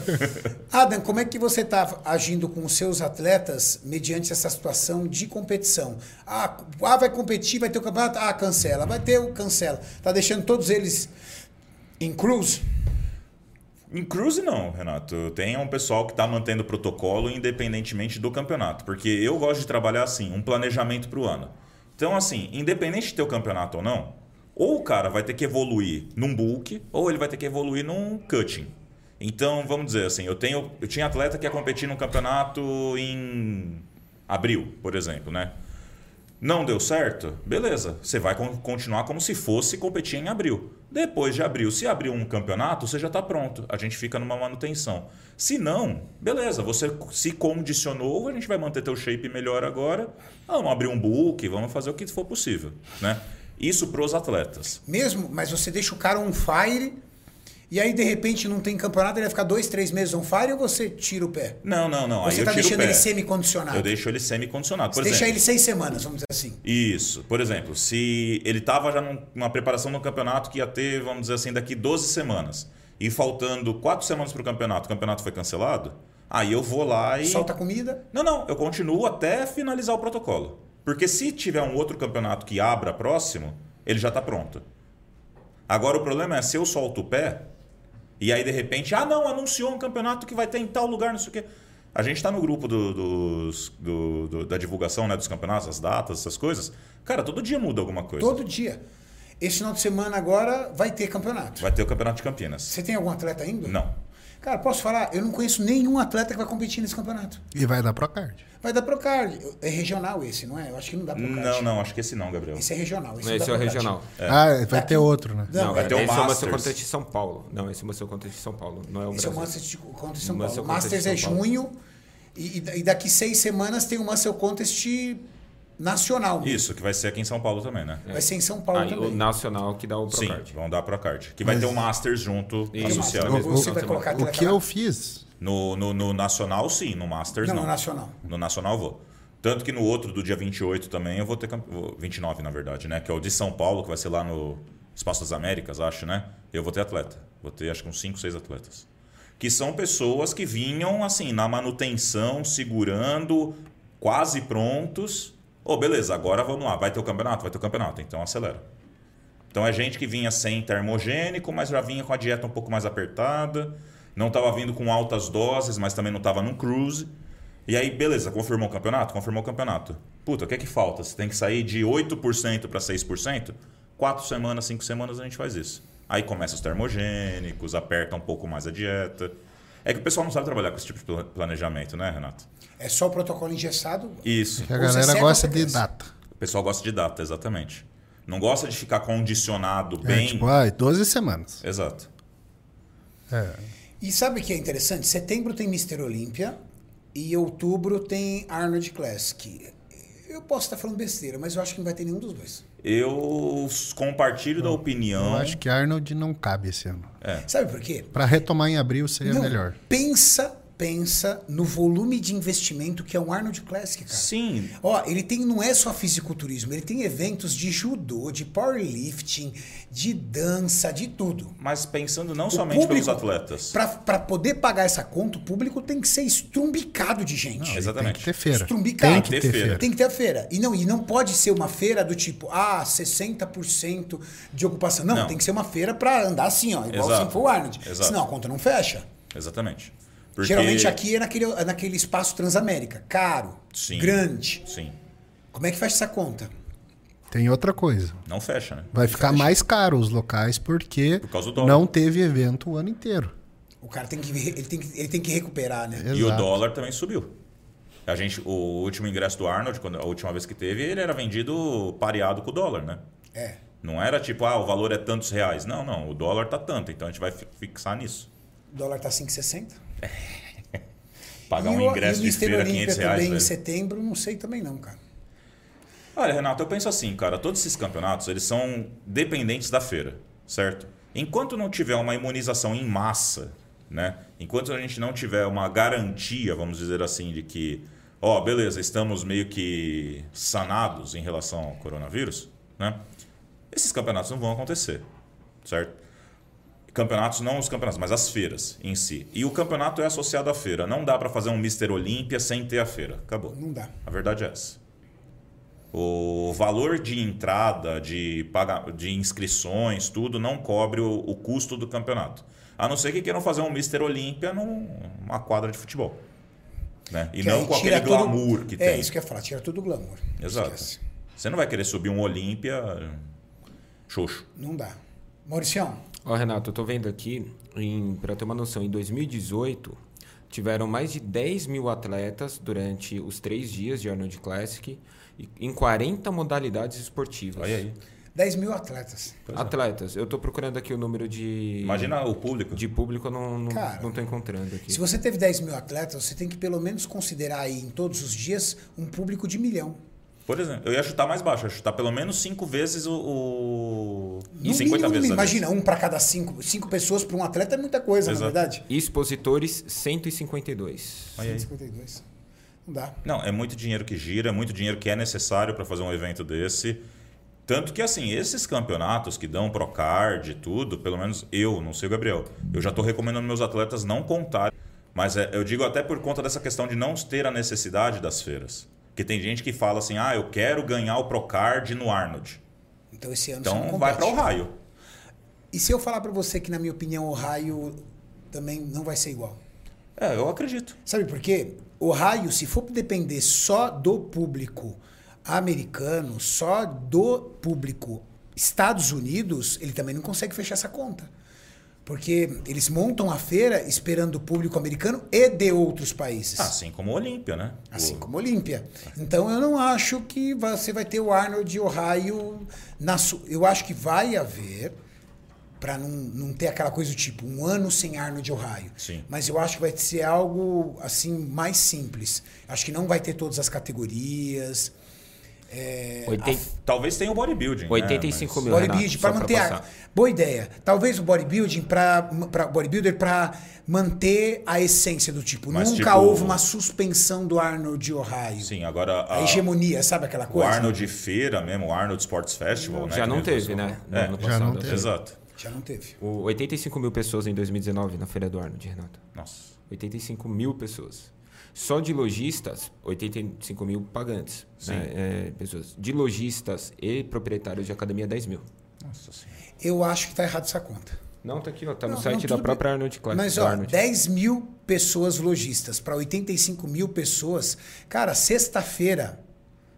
Speaker 1: Adam, como é que você está agindo com os seus atletas mediante essa situação de competição? Ah, ah, vai competir, vai ter o campeonato? Ah, cancela. Vai ter o cancela. Tá deixando todos eles em cruz?
Speaker 4: Em cruze não, Renato. Tem um pessoal que está mantendo o protocolo independentemente do campeonato. Porque eu gosto de trabalhar assim, um planejamento para o ano. Então, assim, independente de ter o campeonato ou não, ou o cara vai ter que evoluir num bulk, ou ele vai ter que evoluir num cutting. Então, vamos dizer assim, eu, tenho, eu tinha atleta que ia competir num campeonato em abril, por exemplo, né? Não deu certo? Beleza, você vai con- continuar como se fosse competir em abril. Depois de abril, se abrir um campeonato, você já está pronto. A gente fica numa manutenção. Se não, beleza, você se condicionou, a gente vai manter teu shape melhor agora. Vamos abrir um book, vamos fazer o que for possível, né? Isso pros atletas.
Speaker 1: Mesmo, mas você deixa o cara on fire e aí de repente não tem campeonato, ele vai ficar dois, três meses on fire ou você tira o pé?
Speaker 4: Não, não, não. Aí
Speaker 1: Você
Speaker 4: eu
Speaker 1: está
Speaker 4: tiro o
Speaker 1: deixando
Speaker 4: pé.
Speaker 1: ele semi-condicionado.
Speaker 4: Eu é. deixo ele semi-condicionado. Por
Speaker 1: Deixa
Speaker 4: exemplo,
Speaker 1: ele seis semanas, vamos dizer assim.
Speaker 4: Isso. Por exemplo, se ele estava já num- numa preparação no campeonato que ia ter, vamos dizer assim, daqui 12 semanas, e faltando quatro semanas para o campeonato, o campeonato foi cancelado, aí eu vou lá e.
Speaker 1: Solta a comida.
Speaker 4: Não, não, eu continuo até finalizar o protocolo. Porque se tiver um outro campeonato que abra próximo, ele já está pronto. Agora o problema é se eu solto o pé e aí de repente, ah não, anunciou um campeonato que vai ter em tal lugar, não sei o quê. A gente está no grupo do- dos- do- do- da divulgação né, dos campeonatos, as datas, essas coisas. Cara, todo dia muda alguma coisa.
Speaker 1: Todo dia. Esse final de semana agora vai ter campeonato.
Speaker 4: Vai ter o campeonato de Campinas.
Speaker 1: Você tem algum atleta ainda?
Speaker 4: Não.
Speaker 1: Cara, posso falar? Eu não conheço nenhum atleta que vai competir nesse campeonato.
Speaker 3: E vai dar Procard.
Speaker 1: Vai dar Procard. É regional esse, não é? Eu acho que não dá Procard.
Speaker 4: Não, não, acho que esse não, Gabriel.
Speaker 1: Esse é regional. Esse, não
Speaker 2: Esse,
Speaker 1: dá
Speaker 2: é o
Speaker 1: Procard.
Speaker 2: regional.
Speaker 3: Ah, vai
Speaker 1: Aqui-
Speaker 3: ter outro, né?
Speaker 1: Não,
Speaker 4: vai ter o
Speaker 2: esse é o Master
Speaker 4: Masters.
Speaker 2: contra de São Paulo. Não, esse é o Master contra de São Paulo. Não é o
Speaker 1: Esse é o
Speaker 2: Brasil.
Speaker 1: Master de- contra São Paulo.
Speaker 2: Master
Speaker 1: O
Speaker 2: contra
Speaker 1: Masters
Speaker 2: São
Speaker 1: é
Speaker 2: Paulo.
Speaker 1: junho e, e- e daqui seis semanas tem o Master Contest nacional.
Speaker 4: Isso, que vai ser aqui em São Paulo também, né?
Speaker 1: Vai ser em São Paulo
Speaker 2: Aí, o
Speaker 1: também.
Speaker 2: nacional que dá o
Speaker 4: Sim,
Speaker 2: Procard.
Speaker 4: vão dar pro card. Que vai ter o Masters junto
Speaker 2: Isso.
Speaker 4: associado.
Speaker 1: Você
Speaker 2: Mas-
Speaker 1: vai colocar
Speaker 3: O
Speaker 1: atleta
Speaker 3: que
Speaker 1: lá?
Speaker 3: eu fiz?
Speaker 4: No, no, no Nacional, sim. No Masters,
Speaker 1: Não,
Speaker 4: não.
Speaker 1: no Nacional.
Speaker 4: No Nacional, eu vou. Tanto que no outro, do dia 28 também, eu vou ter... campe- vou- 29, na verdade, né? Que é o de São Paulo, que vai ser lá no Espaço das Américas, acho, né? Eu vou ter atleta. Vou ter, acho que uns 5, 6 atletas. Que são pessoas que vinham, assim, na manutenção, segurando, quase prontos. Ô, beleza, agora vamos lá. Vai ter o campeonato? Vai ter o campeonato. Então acelera. Então é gente que vinha sem termogênico, mas já vinha com a dieta um pouco mais apertada. Não estava vindo com altas doses, mas também não estava num cruise. E aí, beleza, confirmou o campeonato? Confirmou o campeonato. Puta, o que é que falta? Você tem que sair de 8% para 6%? Quatro semanas, cinco semanas a gente faz isso. Aí começa os termogênicos, aperta um pouco mais a dieta. É que o pessoal não sabe trabalhar com esse tipo de pla- planejamento, né, Renato?
Speaker 1: É só o protocolo engessado?
Speaker 4: Isso.
Speaker 3: É Que a
Speaker 1: Ou você
Speaker 3: galera
Speaker 1: segue
Speaker 3: gosta
Speaker 1: ou
Speaker 3: de
Speaker 1: você cresce?
Speaker 3: data.
Speaker 4: O pessoal gosta de data, exatamente. Não gosta de ficar condicionado
Speaker 3: É,
Speaker 4: bem.
Speaker 3: tipo, ai, 12 semanas.
Speaker 4: Exato.
Speaker 3: É.
Speaker 1: E sabe o que é interessante? Setembro tem Mister Olímpia e outubro tem Arnold Classic. Eu posso estar falando besteira, mas eu acho que não vai ter nenhum dos dois.
Speaker 4: Eu s- compartilho da opinião.
Speaker 3: Eu acho que Arnold não cabe esse ano.
Speaker 4: É.
Speaker 1: Sabe por quê?
Speaker 3: Pra retomar em abril seria
Speaker 1: Não,
Speaker 3: é melhor.
Speaker 1: Pensa, pensa no volume de investimento que é um Arnold Classic, cara.
Speaker 4: Sim.
Speaker 1: Ó, ele tem não é só fisiculturismo, ele tem eventos de judô, de powerlifting, de dança, de tudo.
Speaker 4: Mas pensando não
Speaker 1: O
Speaker 4: somente pelos atletas.
Speaker 1: Pra, pra poder pagar essa conta, o público tem que ser estrumbicado de gente.
Speaker 4: Não, Exatamente. Ah,
Speaker 3: Tem que ter feira.
Speaker 1: Estrumbicado.
Speaker 3: Tem que ter feira.
Speaker 1: Tem que ter a feira. E não, e não pode ser uma feira do tipo, ah, 60% de ocupação. Não,
Speaker 4: Não.
Speaker 1: tem que ser uma feira pra andar assim, ó, igual
Speaker 4: Exato.
Speaker 1: sempre foi o Arnold.
Speaker 4: Exato.
Speaker 1: Senão a conta não fecha.
Speaker 4: Exatamente. Porque-
Speaker 1: Geralmente aqui é naquele, é naquele espaço Transamérica. Caro,
Speaker 4: Sim.
Speaker 1: grande.
Speaker 4: Sim.
Speaker 1: Como é que fecha essa conta?
Speaker 3: Tem outra coisa.
Speaker 4: Não fecha, né?
Speaker 3: Vai ficar mais caro os locais porque
Speaker 4: Por causa do dólar.
Speaker 3: não teve evento o ano inteiro.
Speaker 1: O cara tem que, re- ele tem que, ele tem que recuperar, né?
Speaker 4: E o
Speaker 3: Exato.
Speaker 4: dólar também subiu. A gente, o último ingresso do Arnold, quando, a última vez que teve, ele era vendido pareado com o dólar, né?
Speaker 1: É.
Speaker 4: Não era tipo, ah, o valor é tantos reais. Não, não, o dólar tá tanto, então a gente vai fi- fixar nisso.
Speaker 1: O dólar tá 5,60.
Speaker 4: Pagar
Speaker 1: E
Speaker 4: um
Speaker 1: o-
Speaker 4: ingresso
Speaker 1: e o
Speaker 4: de
Speaker 1: Mister
Speaker 4: feira
Speaker 1: Olímpia
Speaker 4: 500
Speaker 1: também
Speaker 4: reais,
Speaker 1: em
Speaker 4: velho.
Speaker 1: setembro, não sei também não, cara.
Speaker 4: Olha, Renato, eu penso assim, cara, todos esses campeonatos, eles são dependentes da feira, certo? Enquanto não tiver uma imunização em massa, né? Enquanto a gente não tiver uma garantia, vamos dizer assim, de que, ó, beleza, estamos meio que sanados em relação ao coronavírus, né? Esses campeonatos não vão acontecer, certo? Campeonatos, não os campeonatos, mas as feiras em si. E o campeonato é associado à feira. Não dá pra fazer um Mister Olímpia sem ter a feira. Acabou.
Speaker 1: Não dá.
Speaker 4: A verdade é essa. O valor de entrada, de, paga... de inscrições, tudo, não cobre o, o custo do campeonato. A não ser que queiram fazer um Mister Olímpia numa quadra de futebol. Né? E
Speaker 1: Que
Speaker 4: não
Speaker 1: aí
Speaker 4: com
Speaker 1: tira
Speaker 4: aquele
Speaker 1: todo-
Speaker 4: glamour que tem.
Speaker 1: É, isso que eu ia falar, tira todo o glamour.
Speaker 4: Exato.
Speaker 1: Esquece.
Speaker 4: Você não vai querer subir um Olímpia hum, xoxo.
Speaker 1: Não dá. Mauricião,
Speaker 2: Ó, Renato, eu tô vendo aqui, para ter uma noção, em 2018 tiveram mais de 10 mil atletas durante os três dias de Arnold Classic e- em 40 modalidades esportivas.
Speaker 4: Olha aí. é.
Speaker 1: 10 mil atletas.
Speaker 2: Atletas, eu tô procurando aqui o número de.
Speaker 4: Imagina o público.
Speaker 2: De público eu não, não,
Speaker 1: Cara,
Speaker 2: não tô encontrando aqui.
Speaker 1: Se você teve 10 mil atletas, você tem que pelo menos considerar aí em todos os dias um público de milhão.
Speaker 4: Por exemplo, eu ia chutar mais baixo, eu ia chutar pelo menos 5 vezes o. o...
Speaker 1: No
Speaker 4: 50
Speaker 1: mínimo,
Speaker 4: vezes. a
Speaker 1: Imagina, um para cada cinco. Cinco pessoas para um atleta é muita coisa,
Speaker 4: Exato.
Speaker 1: na verdade.
Speaker 2: Expositores 152.
Speaker 4: Olha aí.
Speaker 1: 152. Não dá.
Speaker 4: Não, é muito dinheiro que gira, é muito dinheiro que é necessário para fazer um evento desse. Tanto que, assim, esses campeonatos que dão Procard e tudo, pelo menos eu, não sei o Gabriel, eu já estou recomendando meus atletas não contarem. Mas é, eu digo até por conta dessa questão de não ter a necessidade das feiras. Porque tem gente que fala assim, ah, eu quero ganhar o Procard no Arnold.
Speaker 1: Então esse ano você
Speaker 4: Então
Speaker 1: não
Speaker 4: vai para
Speaker 1: compete.
Speaker 4: o raio.
Speaker 1: E se eu falar para você que, na minha opinião, o raio também não vai ser igual?
Speaker 4: É, eu acredito.
Speaker 1: Sabe por quê? O raio, se for depender só do público americano, só do público Estados Unidos, ele também não consegue fechar essa conta. Porque eles montam a feira esperando o público americano e de outros países.
Speaker 4: Assim como o Olímpia, né?
Speaker 1: Assim
Speaker 4: O-
Speaker 1: como Olímpia. Então eu não acho que você vai ter o Arnold e o Raio na su... Eu acho que vai haver, para não, não ter aquela coisa do tipo, um ano sem Arnold e o Raio.
Speaker 4: Sim.
Speaker 1: Mas eu acho que vai ser algo assim mais simples. Acho que não vai ter todas as categorias.
Speaker 2: Oitenta-
Speaker 4: Talvez tenha o bodybuilding.
Speaker 2: 85
Speaker 4: né?
Speaker 2: mil.
Speaker 1: Bodybuilding
Speaker 2: Renato,
Speaker 1: para
Speaker 2: só pra
Speaker 1: manter a...
Speaker 2: passar.
Speaker 1: Boa ideia. Talvez o bodybuilding para bodybuilder para manter a essência do tipo.
Speaker 4: Mas,
Speaker 1: Nunca
Speaker 4: tipo,
Speaker 1: houve uma suspensão do Arnold de Ohio.
Speaker 4: Sim, agora a-
Speaker 1: A hegemonia, sabe aquela
Speaker 4: o
Speaker 1: coisa?
Speaker 4: Arnold de feira mesmo, o Arnold Sports Festival, né?
Speaker 2: Já
Speaker 4: que
Speaker 2: não
Speaker 4: eles
Speaker 2: teve,
Speaker 4: usam.
Speaker 2: né? No
Speaker 4: É,
Speaker 2: ano
Speaker 3: já
Speaker 2: passado.
Speaker 3: não teve.
Speaker 4: Exato.
Speaker 1: Já não teve.
Speaker 2: O 85 mil pessoas em 2019 na Feira do Arnold, Renato.
Speaker 4: Nossa.
Speaker 2: 85 mil pessoas. Só de lojistas, 85 mil pagantes. né? É, pessoas. De lojistas e proprietários de academia, 10 mil.
Speaker 4: Nossa senhora.
Speaker 1: Eu acho que tá errado essa conta.
Speaker 2: Não, tá aqui, ó. Tá no
Speaker 1: Não, não,
Speaker 2: site
Speaker 1: tudo
Speaker 2: da
Speaker 1: bem.
Speaker 2: própria Arnold Classic.
Speaker 1: Mas,
Speaker 2: do
Speaker 1: ó,
Speaker 2: Arnold.
Speaker 1: 10 mil pessoas lojistas para 85 mil pessoas. Cara, sexta-feira,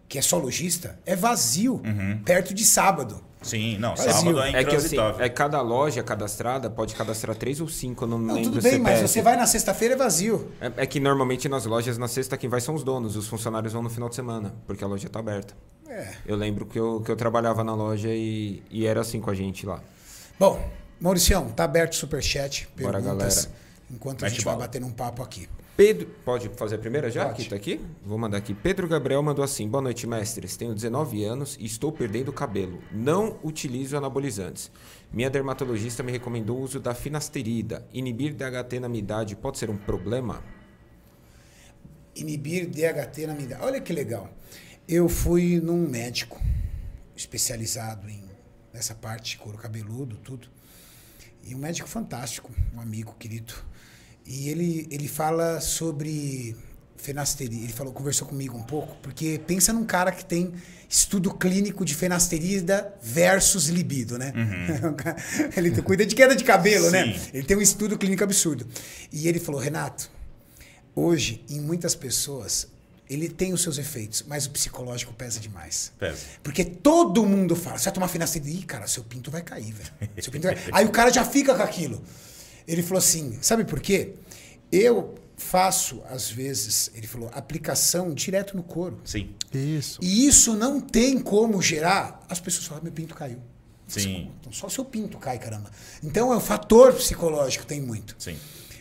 Speaker 1: que é só lojista, é vazio.
Speaker 2: Uhum.
Speaker 1: Perto de sábado.
Speaker 4: Sim, não,
Speaker 1: Vazio.
Speaker 4: sábado é
Speaker 2: É que assim,
Speaker 4: intransitável.
Speaker 2: é cada loja cadastrada pode cadastrar três ou cinco, eu não,
Speaker 1: Não,
Speaker 2: lembro
Speaker 1: tudo
Speaker 2: o
Speaker 1: bem, mas
Speaker 2: CPF.
Speaker 1: você vai na sexta-feira é vazio.
Speaker 2: É, é que normalmente nas lojas, na sexta, quem vai são os donos, os funcionários vão no final de semana, porque a loja tá aberta.
Speaker 1: É.
Speaker 2: Eu lembro que eu, que eu trabalhava na loja e, e era assim com a gente lá.
Speaker 1: Bom, Mauricião, tá aberto o superchat.
Speaker 2: Bora,
Speaker 1: Perguntas.
Speaker 2: galera.
Speaker 1: Enquanto a
Speaker 4: Mete
Speaker 1: gente
Speaker 4: bala.
Speaker 1: vai bater um papo aqui.
Speaker 2: Pedro, pode fazer a primeira já?
Speaker 1: Pode.
Speaker 2: Que tá aqui? Vou mandar aqui. Pedro Gabriel mandou assim: Boa noite, mestres. Tenho 19 anos e estou perdendo cabelo. Não utilizo anabolizantes. Minha dermatologista me recomendou o uso da finasterida. Inibir DHT na minha idade pode ser um problema?
Speaker 1: Inibir DHT na minha idade. Olha que legal. Eu fui num médico especializado em nessa parte, couro cabeludo, tudo. E um médico fantástico, um amigo querido. E ele, ele fala sobre fenasteria. Ele falou, conversou comigo um pouco, porque pensa num cara que tem estudo clínico de fenasterida versus libido, né? ele cuida de queda de cabelo, né?
Speaker 4: Sim.
Speaker 1: Ele tem um estudo clínico absurdo. E ele falou, Renato, hoje, em muitas pessoas, ele tem os seus efeitos, mas o psicológico pesa demais.
Speaker 4: Pesa.
Speaker 1: Porque todo mundo fala, você vai tomar finasterida, ih, cara, seu pinto vai cair, velho. Seu pinto vai... Aí o cara já fica com aquilo. Ele falou assim, sabe por quê? Eu faço, às vezes, ele falou, aplicação direto no couro.
Speaker 4: Sim,
Speaker 3: Isso.
Speaker 1: E isso não tem como gerar. As pessoas falam, meu pinto caiu.
Speaker 4: sim,
Speaker 1: Então, só seu pinto cai, caramba. Então, é um fator psicológico, tem muito.
Speaker 4: sim.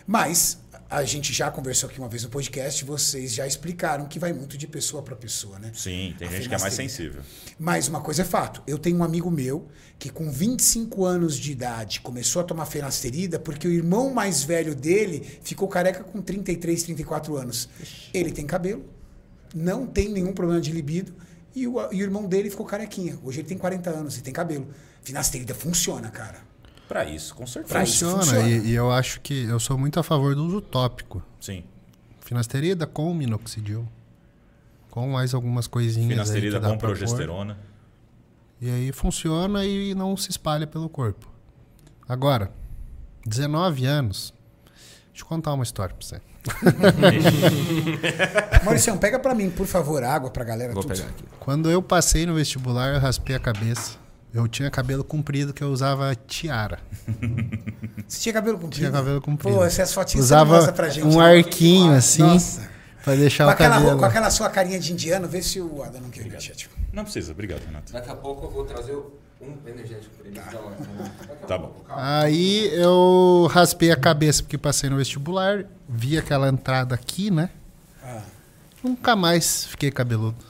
Speaker 1: Mas a gente já conversou aqui uma vez no podcast, vocês já explicaram que vai muito de pessoa para pessoa, né?
Speaker 4: Sim, tem
Speaker 1: A
Speaker 4: gente que é mais
Speaker 1: finasterida.
Speaker 4: sensível.
Speaker 1: Mas uma coisa é fato. Eu tenho um amigo meu que com 25 anos de idade começou a tomar fenasterida porque o irmão mais velho dele ficou careca com 33, 34 anos. Ele tem cabelo, não tem nenhum problema de libido e o, e o irmão dele ficou carequinha. Hoje ele tem 40 anos e tem cabelo. Finasterida funciona, cara.
Speaker 4: Pra isso, com certeza.
Speaker 1: Pra isso.
Speaker 3: Funciona,
Speaker 1: funciona.
Speaker 3: E, e eu acho que eu sou muito a favor do uso tópico.
Speaker 4: Sim.
Speaker 3: Finasterida com minoxidil. Com mais algumas coisinhas.
Speaker 4: Finasterida
Speaker 3: aí que dá
Speaker 4: com
Speaker 3: pra pôr.
Speaker 4: progesterona.
Speaker 3: E aí funciona e não se espalha pelo corpo. Agora, 19 anos. Deixa eu contar uma história pra você.
Speaker 1: Mauricião, pega para mim, por favor, água pra galera.
Speaker 2: Vou
Speaker 1: tudo.
Speaker 2: pegar aqui.
Speaker 3: Quando eu passei no vestibular, eu raspei a cabeça. Eu tinha cabelo comprido que eu usava tiara.
Speaker 1: Você tinha cabelo comprido?
Speaker 3: Tinha cabelo comprido.
Speaker 1: Pô, essas fotinhas você não
Speaker 3: usava
Speaker 1: mostra pra gente.
Speaker 3: um
Speaker 1: né?
Speaker 3: arquinho assim
Speaker 1: Nossa.
Speaker 3: pra
Speaker 1: Com
Speaker 3: deixar o
Speaker 1: aquela,
Speaker 3: cabelo.
Speaker 1: roupa, com aquela sua carinha de indiano, vê se o Adam não quer tipo. energético.
Speaker 4: Não precisa, obrigado, Renato.
Speaker 2: Daqui a pouco eu vou trazer um energético pra ele. Tá.
Speaker 4: Tá bom.
Speaker 3: Aí eu raspei a cabeça porque passei no vestibular, vi aquela entrada aqui, né?
Speaker 1: Ah.
Speaker 3: Nunca mais fiquei cabeludo.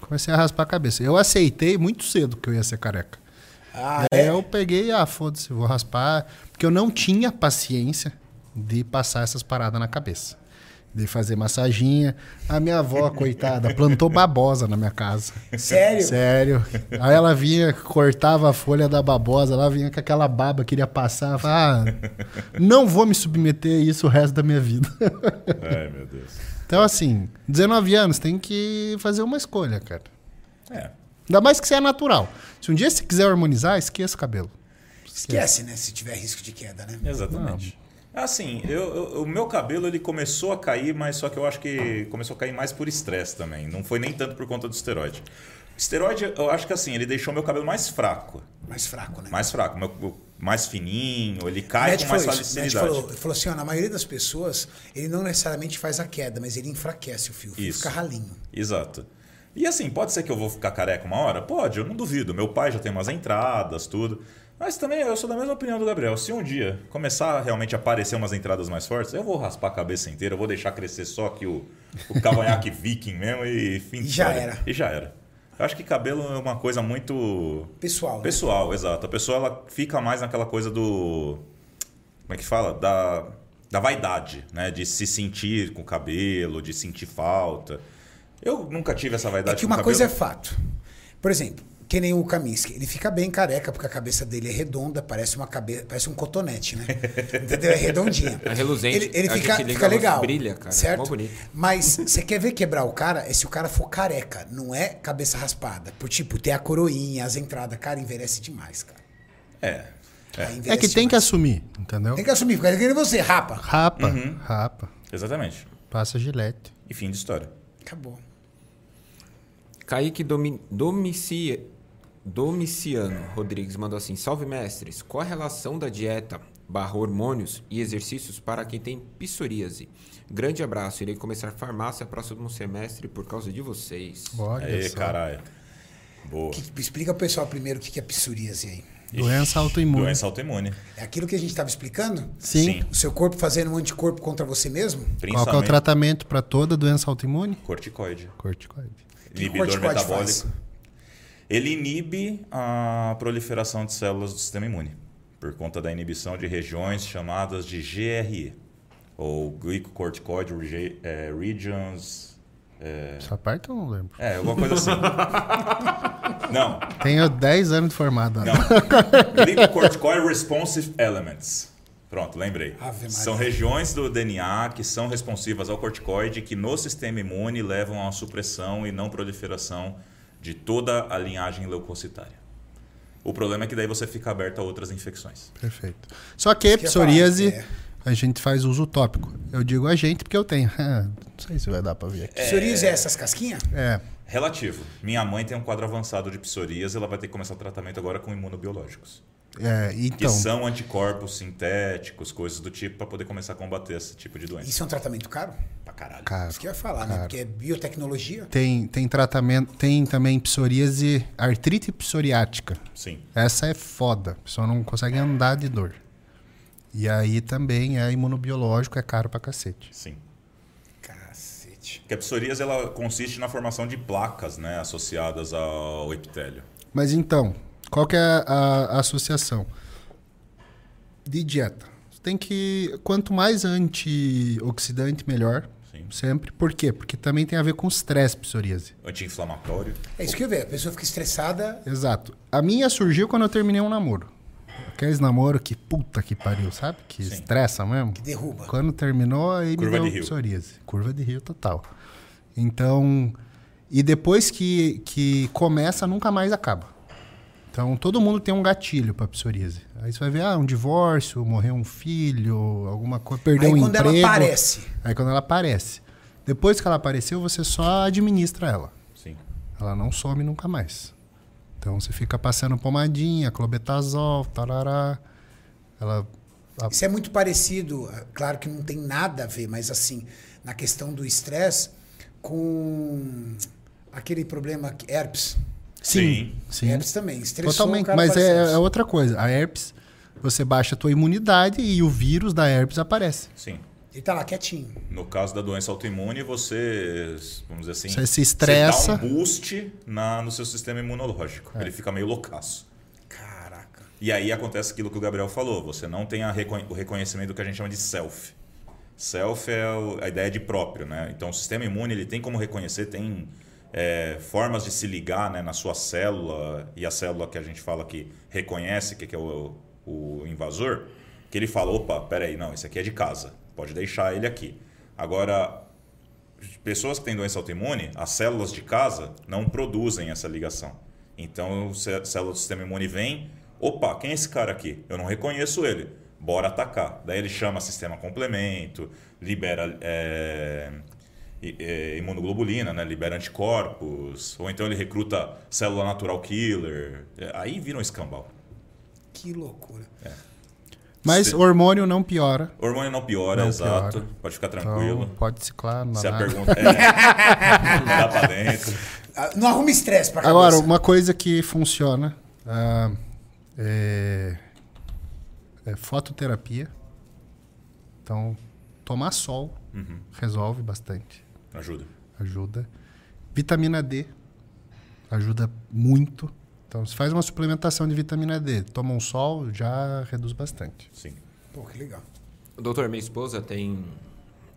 Speaker 3: Comecei a raspar a cabeça. Eu aceitei muito cedo que eu ia ser careca.
Speaker 1: Ah,
Speaker 3: Aí eu peguei, ah, foda-se, vou raspar. Porque eu não tinha paciência de passar essas paradas na cabeça. De fazer massaginha. A minha avó, coitada, plantou babosa na minha casa.
Speaker 1: Sério?
Speaker 3: Sério. Aí ela vinha, cortava a folha da babosa, ela vinha com aquela baba, queria passar. Eu falava, ah, não vou me submeter a isso o resto da minha vida.
Speaker 4: Ai, meu Deus.
Speaker 3: Então, assim, 19 anos, tem que fazer uma escolha, cara.
Speaker 4: É.
Speaker 3: Ainda mais que você é natural. Se um dia você quiser harmonizar, esqueça o cabelo.
Speaker 1: Esquece, né? Se tiver risco de queda, né?
Speaker 4: Exatamente. Assim, eu, eu- o meu cabelo ele começou a cair, mas só que eu acho que começou a cair mais por estresse também. Não foi nem tanto por conta do esteroide. Esteroide, eu acho que assim, ele deixou meu cabelo mais fraco.
Speaker 1: Mais fraco, né?
Speaker 4: Mais fraco, meu- meu- mais fininho, ele
Speaker 1: O
Speaker 4: cai
Speaker 1: médico
Speaker 4: com mais
Speaker 1: falou isso. O médico
Speaker 4: facilidade.
Speaker 1: falou, falou assim, ó, na maioria das pessoas, ele não necessariamente faz a queda, mas ele enfraquece o fio. O fio
Speaker 4: Isso.
Speaker 1: fica ralinho.
Speaker 4: Exato. E assim, pode ser que eu vou ficar careca uma hora? Pode, eu não duvido. Meu pai já tem umas entradas, tudo. Mas também eu sou da mesma opinião do Gabriel. Se um dia começar realmente a aparecer umas entradas mais fortes, eu vou raspar a cabeça inteira, eu vou deixar crescer só aqui o, o cavanhaque viking mesmo e fim de
Speaker 1: E já
Speaker 4: história.
Speaker 1: era.
Speaker 4: E já era. Eu acho que cabelo é uma coisa muito
Speaker 1: Pessoal. né?
Speaker 4: pessoal, exato. A pessoa ela fica mais naquela coisa do. Como é que fala? Da, da vaidade, né? De se sentir com o cabelo, de sentir falta. Eu nunca tive essa
Speaker 1: É
Speaker 4: vaidade
Speaker 1: que
Speaker 4: com o
Speaker 1: uma
Speaker 4: um cabelo.
Speaker 1: coisa é fato. Por exemplo, que nem o Kaminsky. Ele fica bem careca porque a cabeça dele é redonda, parece uma cabeça, parece um cotonete, né? Entendeu? É redondinha.
Speaker 2: É reluzente.
Speaker 1: Ele, ele
Speaker 2: É
Speaker 1: fica,
Speaker 2: aquele
Speaker 1: fica
Speaker 2: negócio
Speaker 1: legal.
Speaker 2: que brilha, cara.
Speaker 1: Certo?
Speaker 2: Mó bonito.
Speaker 1: Mas você quer ver quebrar o cara? É se o cara for careca, não é cabeça raspada. Por tipo, ter a coroinha, as entradas. Cara, envelhece demais, cara.
Speaker 4: É.
Speaker 1: Aí
Speaker 3: É
Speaker 1: envelhece
Speaker 3: que tem que
Speaker 1: demais.
Speaker 3: assumir, entendeu?
Speaker 1: Tem que assumir, fica que nem você, rapa.
Speaker 3: Rapa,
Speaker 4: Uhum.
Speaker 3: rapa.
Speaker 4: Exatamente.
Speaker 3: Passa gilete.
Speaker 4: E fim de história.
Speaker 1: Acabou.
Speaker 2: Kaique Domi- Domici- Domiciano Rodrigues mandou assim: Salve mestres, qual a relação da dieta barra hormônios e exercícios para quem tem psoríase? Grande abraço, irei começar farmácia próximo semestre por causa de vocês.
Speaker 3: Olha
Speaker 4: Aê,
Speaker 3: só.
Speaker 4: caralho. Boa.
Speaker 1: Que- explica pro pessoal primeiro o que que é psoríase aí.
Speaker 3: Doença autoimune.
Speaker 4: Doença autoimune.
Speaker 1: É aquilo que a gente estava explicando?
Speaker 3: Sim.
Speaker 1: O seu corpo fazendo um anticorpo contra você mesmo?
Speaker 3: Qual
Speaker 4: Principalmente
Speaker 3: que é o tratamento para toda doença autoimune?
Speaker 4: corticoide.
Speaker 3: Corticoide.
Speaker 1: que o
Speaker 4: Inibidor
Speaker 1: corticoide
Speaker 4: metabólico.
Speaker 1: faz?
Speaker 4: Ele inibe a proliferação de células do sistema imune por conta da inibição de regiões chamadas de GRE, ou glicocorticoid rege- eh, regions.
Speaker 3: Essa parte eu não lembro.
Speaker 4: É, alguma coisa assim. não,
Speaker 3: Tenho 10 anos de formado. né?
Speaker 4: não. Glicocorticoid responsive elements. Pronto, lembrei.
Speaker 1: Ave Maria.
Speaker 4: São regiões do DNA que são responsivas ao corticoide que no sistema imune levam à supressão e não proliferação de toda a linhagem leucocitária. O problema é que daí você fica aberto a outras infecções.
Speaker 3: Perfeito. Só que
Speaker 1: que eu ia
Speaker 3: psoríase,
Speaker 1: falar, é.
Speaker 3: a gente faz uso tópico. Eu digo a gente porque eu tenho. não sei se vai dar pra ver aqui.
Speaker 1: Psoríase é essas casquinhas?
Speaker 3: É.
Speaker 4: Relativo. Minha mãe tem um quadro avançado de psorias, ela vai ter que começar o tratamento agora com imunobiológicos.
Speaker 3: é,
Speaker 4: Que
Speaker 3: então,
Speaker 4: são anticorpos sintéticos, coisas do tipo, para poder começar a combater esse tipo de doença.
Speaker 1: Isso é um tratamento caro?
Speaker 4: Pra caralho.
Speaker 3: cara,
Speaker 1: Isso que eu ia falar, né? Porque é biotecnologia.
Speaker 3: tem, tem tratamento, tem também psoríase, artrite psoriática.
Speaker 4: Sim.
Speaker 3: Essa é foda. A pessoa não consegue andar de dor. E aí também é imunobiológico, é caro pra cacete.
Speaker 4: Sim.
Speaker 1: Cacete.
Speaker 4: Porque a psoríase ela consiste na formação de placas né, associadas ao epitélio.
Speaker 3: Mas então, qual que é a, a associação? De dieta. Você tem que. Quanto mais antioxidante, melhor.
Speaker 4: Sim.
Speaker 3: Sempre. Por quê? Porque também tem a ver com estresse, psoríase.
Speaker 4: Anti-inflamatório.
Speaker 1: É isso que eu vejo. A pessoa fica estressada.
Speaker 3: Exato. A minha surgiu quando eu terminei um namoro. Aqueles namoro que puta que pariu, sabe? Que estressa mesmo. Que
Speaker 1: derruba.
Speaker 3: Quando terminou, aí
Speaker 4: Curva
Speaker 3: me deu um
Speaker 4: de rio.
Speaker 3: psoríase. Curva de rio total. Então. E depois que, que começa, nunca mais acaba. Então, todo mundo tem um gatilho pra psoríase. Aí você vai ver, ah, um divórcio, morreu um filho, alguma coisa, perdeu
Speaker 1: Aí
Speaker 3: um
Speaker 1: quando ela
Speaker 3: emprego.
Speaker 1: aparece.
Speaker 3: Aí quando ela aparece. Depois que ela apareceu, você só administra ela.
Speaker 4: Sim.
Speaker 3: Ela não some nunca mais. Então, você fica passando pomadinha, clobetazol, tarará. Ela... a-
Speaker 1: Isso é muito parecido, ah, claro que não tem nada a ver, mas assim, na questão do estresse, com aquele problema que herpes.
Speaker 4: Sim.
Speaker 3: Sim.
Speaker 1: Herpes também. Estressou, o
Speaker 3: Totalmente,
Speaker 1: cara assim,
Speaker 3: mas
Speaker 1: aparece
Speaker 3: é,
Speaker 1: herpes.
Speaker 3: é outra coisa. A herpes, você baixa a tua imunidade e o vírus da herpes aparece.
Speaker 4: Sim.
Speaker 1: Ele tá lá quietinho.
Speaker 4: No caso da doença autoimune, você, vamos dizer assim,
Speaker 3: Você se estressa. É.
Speaker 4: você dá um boost na, no seu sistema imunológico. Ele fica meio loucaço.
Speaker 1: Caraca.
Speaker 4: E aí acontece aquilo que o Gabriel falou, você não tem a recon- o reconhecimento do que a gente chama de self. Self é o- a ideia de próprio, né? Então o sistema imune ele tem como reconhecer, tem é, formas de se ligar né, na sua célula, e a célula que a gente fala que reconhece que, que é o, o invasor, que ele fala, opa, peraí, não, esse aqui é de casa, pode deixar ele aqui. Agora, pessoas que têm doença autoimune, as células de casa não produzem essa ligação. Então, o cé- célula do sistema imune vem, opa, quem é esse cara aqui? Eu não reconheço ele, bora atacar. Daí ele chama sistema complemento, libera é, i- é, imunoglobulina, né? libera anticorpos, ou então ele recruta célula natural killer. É, Aí vira um escambau.
Speaker 1: Que loucura.
Speaker 3: Mas
Speaker 4: Sim.
Speaker 3: hormônio não piora.
Speaker 4: O hormônio não piora,
Speaker 3: Não
Speaker 4: exato,
Speaker 3: piora.
Speaker 4: pode ficar tranquilo.
Speaker 3: Então, pode ciclar. Não
Speaker 4: Se
Speaker 3: dá
Speaker 4: a
Speaker 3: nada.
Speaker 4: pergunta é, dá pra dentro.
Speaker 1: Ah, Não arruma estresse
Speaker 4: é
Speaker 1: pra cabeça.
Speaker 3: Agora, uma coisa que funciona ah, é, é fototerapia. Então, tomar sol
Speaker 4: Uhum.
Speaker 3: resolve bastante.
Speaker 4: Ajuda.
Speaker 3: Ajuda. Vitamina D ajuda muito. Então, se faz uma suplementação de vitamina D, toma um sol, já reduz bastante.
Speaker 4: Sim.
Speaker 1: Pô, que legal.
Speaker 2: Doutor, minha esposa tem.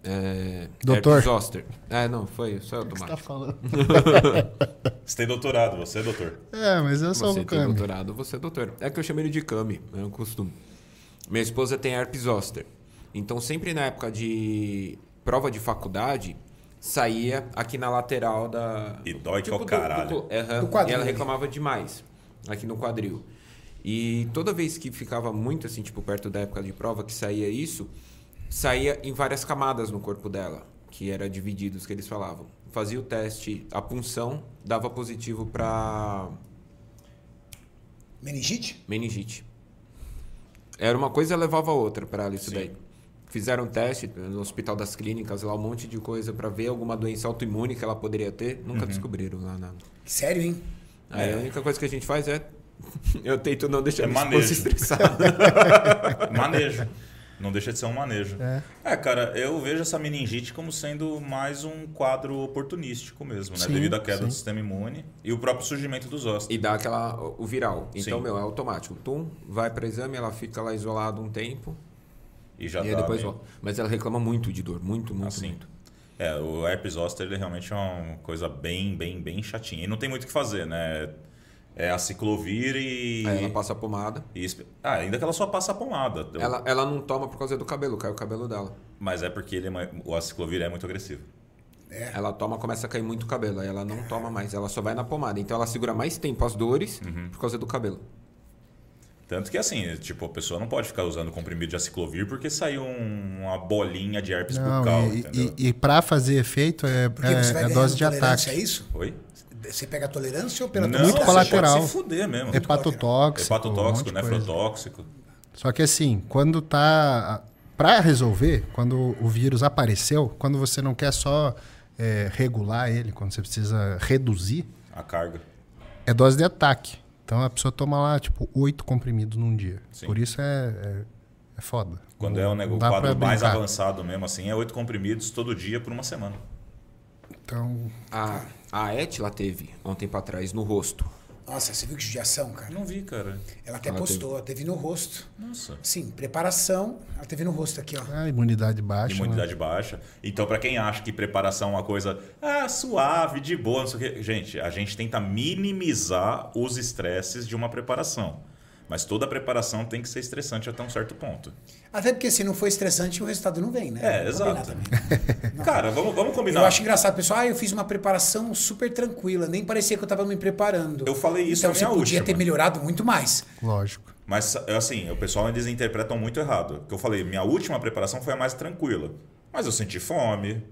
Speaker 2: É,
Speaker 3: Doutor.
Speaker 2: herpes zoster. É, não, foi, só automático.
Speaker 3: falando?
Speaker 4: Você tem doutorado, você é doutor.
Speaker 3: É, mas
Speaker 4: Tipo
Speaker 3: eu sou
Speaker 4: assim,
Speaker 2: Você
Speaker 3: o
Speaker 2: tem
Speaker 3: Kami.
Speaker 2: doutorado, você é doutor. É que eu chamei ele de Kami, é um costume. Minha esposa tem herpes zoster. Então, sempre na época de prova de faculdade, saía aqui na lateral da... Tipo
Speaker 4: E dói que é o
Speaker 2: do- do-
Speaker 4: caralho.
Speaker 2: aham,
Speaker 1: Do quadril,
Speaker 2: E ela
Speaker 1: né?
Speaker 2: reclamava demais, aqui no quadril. E toda vez que ficava muito, assim, tipo, perto da época de prova, que saía isso, saía em várias camadas no corpo dela, que era divididos, que eles falavam. Fazia o teste, a punção, dava positivo para
Speaker 1: Meningite?
Speaker 2: meningite. Era uma coisa levava a outra para ela isso daí. Fizeram um teste no Hospital das Clínicas, lá um monte de coisa para ver alguma doença autoimune que ela poderia ter. Nunca
Speaker 4: Uhum.
Speaker 2: descobriram lá nada.
Speaker 1: Sério, hein?
Speaker 2: Aí a única coisa que a gente faz é. Eu tento não deixar
Speaker 4: É
Speaker 2: é minha
Speaker 4: manejo.
Speaker 2: esposa estressada.
Speaker 4: Manejo. Não deixa de ser um manejo.
Speaker 3: É.
Speaker 4: cara, eu vejo essa meningite como sendo mais um quadro oportunístico mesmo, né?
Speaker 3: Sim,
Speaker 4: Devido à queda
Speaker 3: sim.
Speaker 4: do sistema imune e o próprio surgimento dos ossos.
Speaker 2: e dá aquela. o viral. Então,
Speaker 4: Sim.
Speaker 2: meu, é automático. Tum, vai para exame, ela fica lá isolada um tempo.
Speaker 4: E já
Speaker 2: e aí
Speaker 4: tá
Speaker 2: depois
Speaker 4: meio-
Speaker 2: volta. Mas ela reclama muito de dor, muito, muito,
Speaker 4: Assim.
Speaker 2: muito.
Speaker 4: É, o herpes zoster ele realmente é uma coisa bem, bem, bem chatinha. E não tem muito o que fazer, né? É a ciclovir e...
Speaker 2: Aí ela passa a pomada.
Speaker 4: e espe- Ah, ainda que ela só passa a pomada. Eu-
Speaker 2: Ela, ela não toma por causa do cabelo, cai o cabelo dela.
Speaker 4: Mas é porque ele é... ma- o aciclovir é muito agressivo.
Speaker 2: É. Ela toma, começa a cair muito o cabelo. Aí ela não toma mais, ela só vai na pomada. Então ela segura mais tempo as dores por causa do cabelo.
Speaker 4: Tanto que assim, tipo, a pessoa não pode ficar usando comprimido de aciclovir porque saiu um- uma bolinha de herpes bucal,
Speaker 3: Não, e,
Speaker 4: tipo entendeu?
Speaker 3: e, para fazer efeito é,
Speaker 1: Porque você vai
Speaker 3: é, é
Speaker 1: ganhando
Speaker 3: dose de
Speaker 1: tolerância,
Speaker 3: ataque.
Speaker 1: É isso?
Speaker 4: Oi?
Speaker 1: Você pega a tolerância ou pela
Speaker 4: Não,
Speaker 1: tolerância?
Speaker 3: tá
Speaker 4: você
Speaker 3: colateral.
Speaker 4: pode se fuder mesmo.
Speaker 3: É Hepatotóxico.
Speaker 4: Hepatotóxico, né,
Speaker 3: um monte de coisa.
Speaker 4: nefrotóxico.
Speaker 3: Só que assim, quando tá. Pra resolver, quando o vírus apareceu, quando você não quer só é, regular ele, quando você precisa reduzir,
Speaker 4: A carga.
Speaker 3: é dose de ataque. Então a pessoa toma lá, tipo, oito comprimidos num dia.
Speaker 4: Sim.
Speaker 3: Por isso é, é, é foda.
Speaker 4: Quando
Speaker 3: Não-
Speaker 4: é um
Speaker 3: não
Speaker 4: negócio
Speaker 3: dá pra
Speaker 4: quadro mais
Speaker 3: brincar.
Speaker 4: avançado mesmo, assim, é oito comprimidos todo dia por uma semana.
Speaker 3: Então,
Speaker 2: A, a Et, ela teve há um tempo atrás no rosto.
Speaker 1: Nossa, você viu que judiação, cara?
Speaker 4: Não vi, cara.
Speaker 1: Ela até
Speaker 2: Ela
Speaker 1: postou, ela teve no rosto.
Speaker 4: Nossa.
Speaker 1: Sim, preparação, ela teve no rosto aqui, ó.
Speaker 3: a é imunidade baixa.
Speaker 4: Imunidade baixa. Então, pra quem acha que preparação é uma coisa ah, suave, de boa, não sei o quê. Gente, a gente tenta minimizar os estresses de uma preparação. Mas toda preparação tem que ser estressante até um certo ponto.
Speaker 1: Até porque se não for estressante, o resultado não vem, né?
Speaker 4: É,
Speaker 1: Vamos
Speaker 4: exato.
Speaker 1: combinar também.
Speaker 4: Cara, vamos, vamos combinar.
Speaker 1: Eu acho engraçado, pessoal. Ah, eu fiz uma preparação super tranquila, nem parecia que eu estava me preparando.
Speaker 4: Eu falei isso
Speaker 1: Então
Speaker 4: na
Speaker 1: você
Speaker 4: minha
Speaker 1: podia
Speaker 4: última.
Speaker 1: ter melhorado muito mais.
Speaker 3: Né? Lógico.
Speaker 4: Mas, assim, o pessoal eles interpretam muito errado. Que eu falei, minha última preparação foi a mais tranquila. Mas eu senti fome.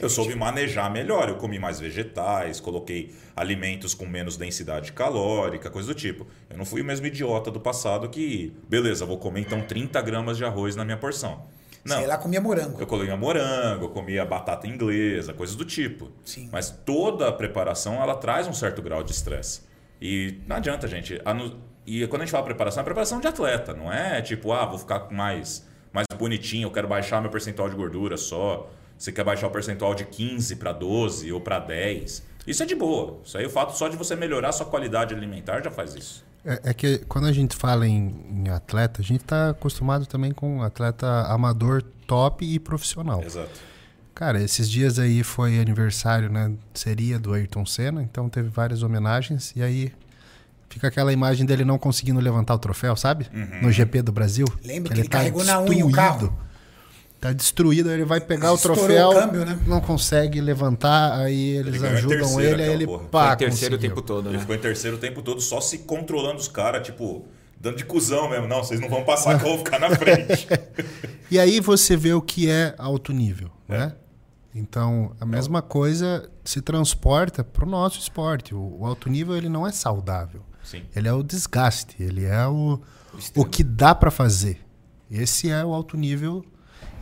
Speaker 4: Eu soube manejar melhor. Eu comi mais vegetais, coloquei alimentos com menos densidade calórica, coisa do tipo. Eu não fui o mesmo idiota do passado que, beleza, vou comer então 30 gramas de arroz na minha porção. Não.
Speaker 1: Sei lá, comia morango.
Speaker 4: Eu comia morango, eu comia batata inglesa, coisas do tipo.
Speaker 1: Sim.
Speaker 4: Mas toda a preparação, ela traz um certo grau de estresse. E não adianta, gente. A no- E quando a gente fala preparação, é preparação de atleta. Não é tipo, ah, vou ficar com mais, mais bonitinho, eu quero baixar meu percentual de gordura só. Você quer baixar o percentual de 15 para 12 ou para 10. Isso é de boa. Isso aí, o fato só de você melhorar sua qualidade alimentar já faz isso.
Speaker 3: É, é que quando a gente fala em, em atleta, a gente está acostumado também com atleta amador top e profissional.
Speaker 4: Exato.
Speaker 3: Cara, esses dias aí foi aniversário, né? Seria do Ayrton Senna, então teve várias homenagens. E aí fica aquela imagem dele não conseguindo levantar o troféu, sabe? No GP do Brasil.
Speaker 1: Uhum. Lembra que ele carregou na unha o carro?
Speaker 3: Tá destruído, aí ele vai pegar o
Speaker 1: Estourou
Speaker 3: troféu,
Speaker 1: o câmbio, né?
Speaker 3: não consegue levantar, aí eles
Speaker 4: Ele ganhou em
Speaker 3: ajudam
Speaker 4: terceiro
Speaker 3: ele, aí
Speaker 4: aquela
Speaker 3: ele
Speaker 4: porra.
Speaker 3: pá,
Speaker 2: Foi terceiro o
Speaker 3: Ah, conseguiu.
Speaker 2: tempo todo,
Speaker 4: Ele
Speaker 2: né?
Speaker 4: ficou em terceiro o tempo todo só se controlando os caras, tipo, dando de cuzão mesmo. Não, vocês não vão passar que eu vou ficar na frente.
Speaker 3: E aí você vê o que é alto nível, né? Então, a mesma coisa se transporta para o nosso esporte. O, o alto nível ele não é saudável.
Speaker 4: Sim.
Speaker 3: Ele é o desgaste, ele é o, o que dá para fazer. Esse é o alto nível.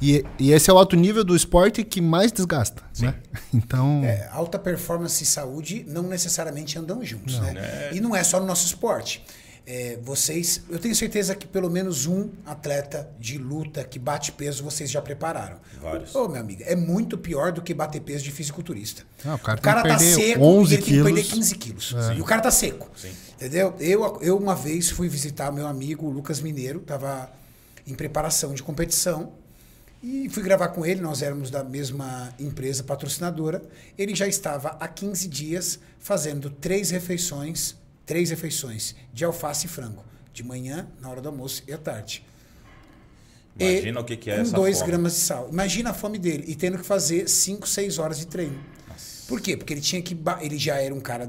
Speaker 3: E, e esse é o alto nível do esporte que mais desgasta, né? Então,
Speaker 1: É, alta performance e saúde não necessariamente andam juntos, né? E não é só no nosso esporte. É, vocês, eu tenho certeza que pelo menos um atleta de luta que bate peso vocês já prepararam.
Speaker 4: Vários.
Speaker 1: Ô, minha amiga, é muito pior do que bater peso de fisiculturista.
Speaker 3: Ah, o cara tem que
Speaker 1: tá
Speaker 3: perder
Speaker 1: seco
Speaker 3: 11
Speaker 1: e ele tem que perder
Speaker 3: quilos.
Speaker 1: 15
Speaker 3: é.
Speaker 1: quilos. E o cara tá seco. Entendeu? Eu, eu uma vez fui visitar meu amigo Lucas Mineiro, tava em preparação de competição. E fui gravar com ele, nós éramos da mesma empresa patrocinadora. Ele já estava há 15 dias fazendo três refeições, três refeições de alface e frango. De manhã, na hora do almoço e à tarde.
Speaker 4: Imagina
Speaker 1: E
Speaker 4: o que, que é
Speaker 1: um,
Speaker 4: essa
Speaker 1: dois
Speaker 4: fome.
Speaker 1: gramas de sal. Imagina a fome dele e tendo que fazer 5, 6 horas de treino. Por quê? Porque ele tinha que. ba- Ele já era um cara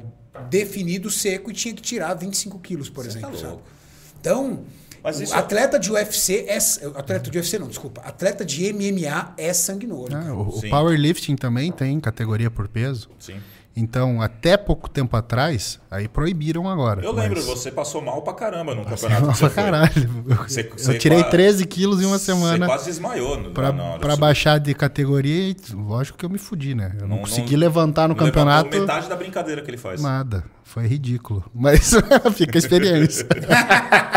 Speaker 1: definido, seco, e tinha que tirar 25 quilos, por exemplo.
Speaker 4: tá
Speaker 1: sabe?
Speaker 4: louco.
Speaker 1: Então,
Speaker 4: Mas
Speaker 1: o
Speaker 4: isso é-
Speaker 1: atleta de UFC é. s- Atleta de UFC não, desculpa. Atleta de MMA é sanguinoso.
Speaker 3: Ah,
Speaker 1: cara.
Speaker 3: o, o
Speaker 4: Sim.
Speaker 3: powerlifting também tem categoria por peso.
Speaker 4: Sim.
Speaker 3: Então, até pouco tempo atrás, aí proibiram agora.
Speaker 4: Eu lembro,
Speaker 3: mas-
Speaker 4: você passou mal pra caramba num campeonato.
Speaker 3: Não,
Speaker 4: que você
Speaker 3: pra
Speaker 4: foi.
Speaker 3: caralho. Eu,
Speaker 4: Você-
Speaker 3: eu
Speaker 4: você
Speaker 3: tirei
Speaker 4: qua-
Speaker 3: 13 quilos em uma semana
Speaker 4: Você quase desmaiou no,
Speaker 3: pra,
Speaker 4: na hora.
Speaker 3: pra
Speaker 4: Você
Speaker 3: baixar de categoria e lógico que eu me fudi, né? Eu não,
Speaker 4: Não-
Speaker 3: consegui
Speaker 4: não-
Speaker 3: levantar no
Speaker 4: levantou
Speaker 3: campeonato
Speaker 4: metade da brincadeira que ele faz.
Speaker 3: nada. Foi ridículo. Mas fica a experiência.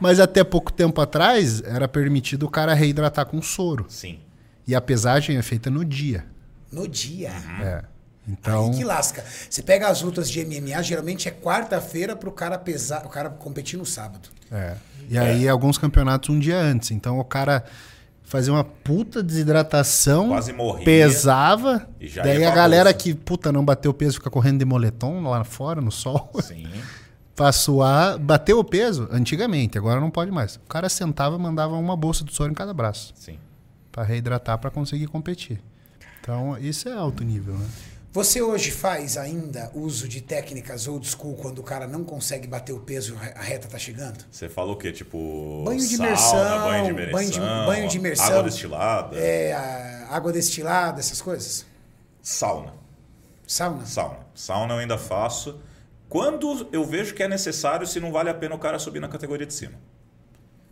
Speaker 3: Mas até pouco tempo atrás, era permitido o cara reidratar com soro.
Speaker 4: Sim.
Speaker 3: E a pesagem é feita no dia.
Speaker 1: No dia.
Speaker 3: É. Então,
Speaker 1: Aí que lasca. Você pega as lutas de MMA, geralmente é quarta-feira pro cara pesar, o cara competir no sábado.
Speaker 3: É. E aí, alguns campeonatos um dia antes. Então, o cara fazia uma puta desidratação.
Speaker 4: Quase morria.
Speaker 3: Pesava.
Speaker 4: E já
Speaker 3: daí,
Speaker 4: ia
Speaker 3: a
Speaker 4: pra
Speaker 3: galera
Speaker 4: bolsa.
Speaker 3: que, puta, não bateu o peso, fica correndo de moletom lá fora, no sol.
Speaker 4: Sim.
Speaker 3: pra suar. Bateu o peso? Antigamente, agora não pode mais. O cara sentava e mandava uma bolsa de soro em cada braço.
Speaker 4: Sim.
Speaker 3: Pra reidratar, pra conseguir competir. Então, isso é alto nível, né?
Speaker 1: Você hoje faz ainda uso de técnicas old school quando o cara não consegue bater o peso, a reta tá chegando?
Speaker 4: Você falou o quê? Tipo.
Speaker 1: Banho de
Speaker 4: sauna,
Speaker 1: imersão,
Speaker 4: banho de
Speaker 1: banho de-
Speaker 4: imersão.
Speaker 1: banho de imersão.
Speaker 4: Água destilada.
Speaker 1: É, a água destilada, essas coisas?
Speaker 4: Sauna.
Speaker 1: Sauna?
Speaker 4: Sauna. Sauna eu ainda faço. Quando eu vejo que é necessário, se não vale a pena o cara subir na categoria de cima.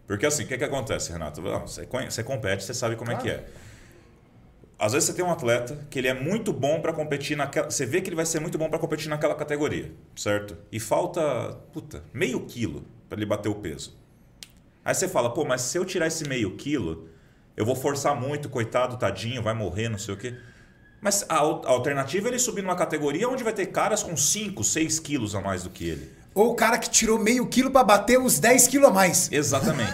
Speaker 4: Porque assim, o que, que acontece, Renato? Não, você, conhe- você compete, você sabe como é que é. Às vezes você tem um atleta que ele é muito bom para competir naquela. Você vê que ele vai ser muito bom para competir naquela categoria, certo? E falta, puta, meio quilo para ele bater o peso. Aí você fala, pô, mas se eu tirar esse meio quilo, eu vou forçar muito, coitado, tadinho, vai morrer, não sei o quê. Mas a, al- a alternativa é ele subir numa categoria onde vai ter caras com 5, 6 quilos a mais do que ele.
Speaker 1: Ou o cara que tirou meio quilo pra bater uns 10 quilos a mais.
Speaker 4: Exatamente.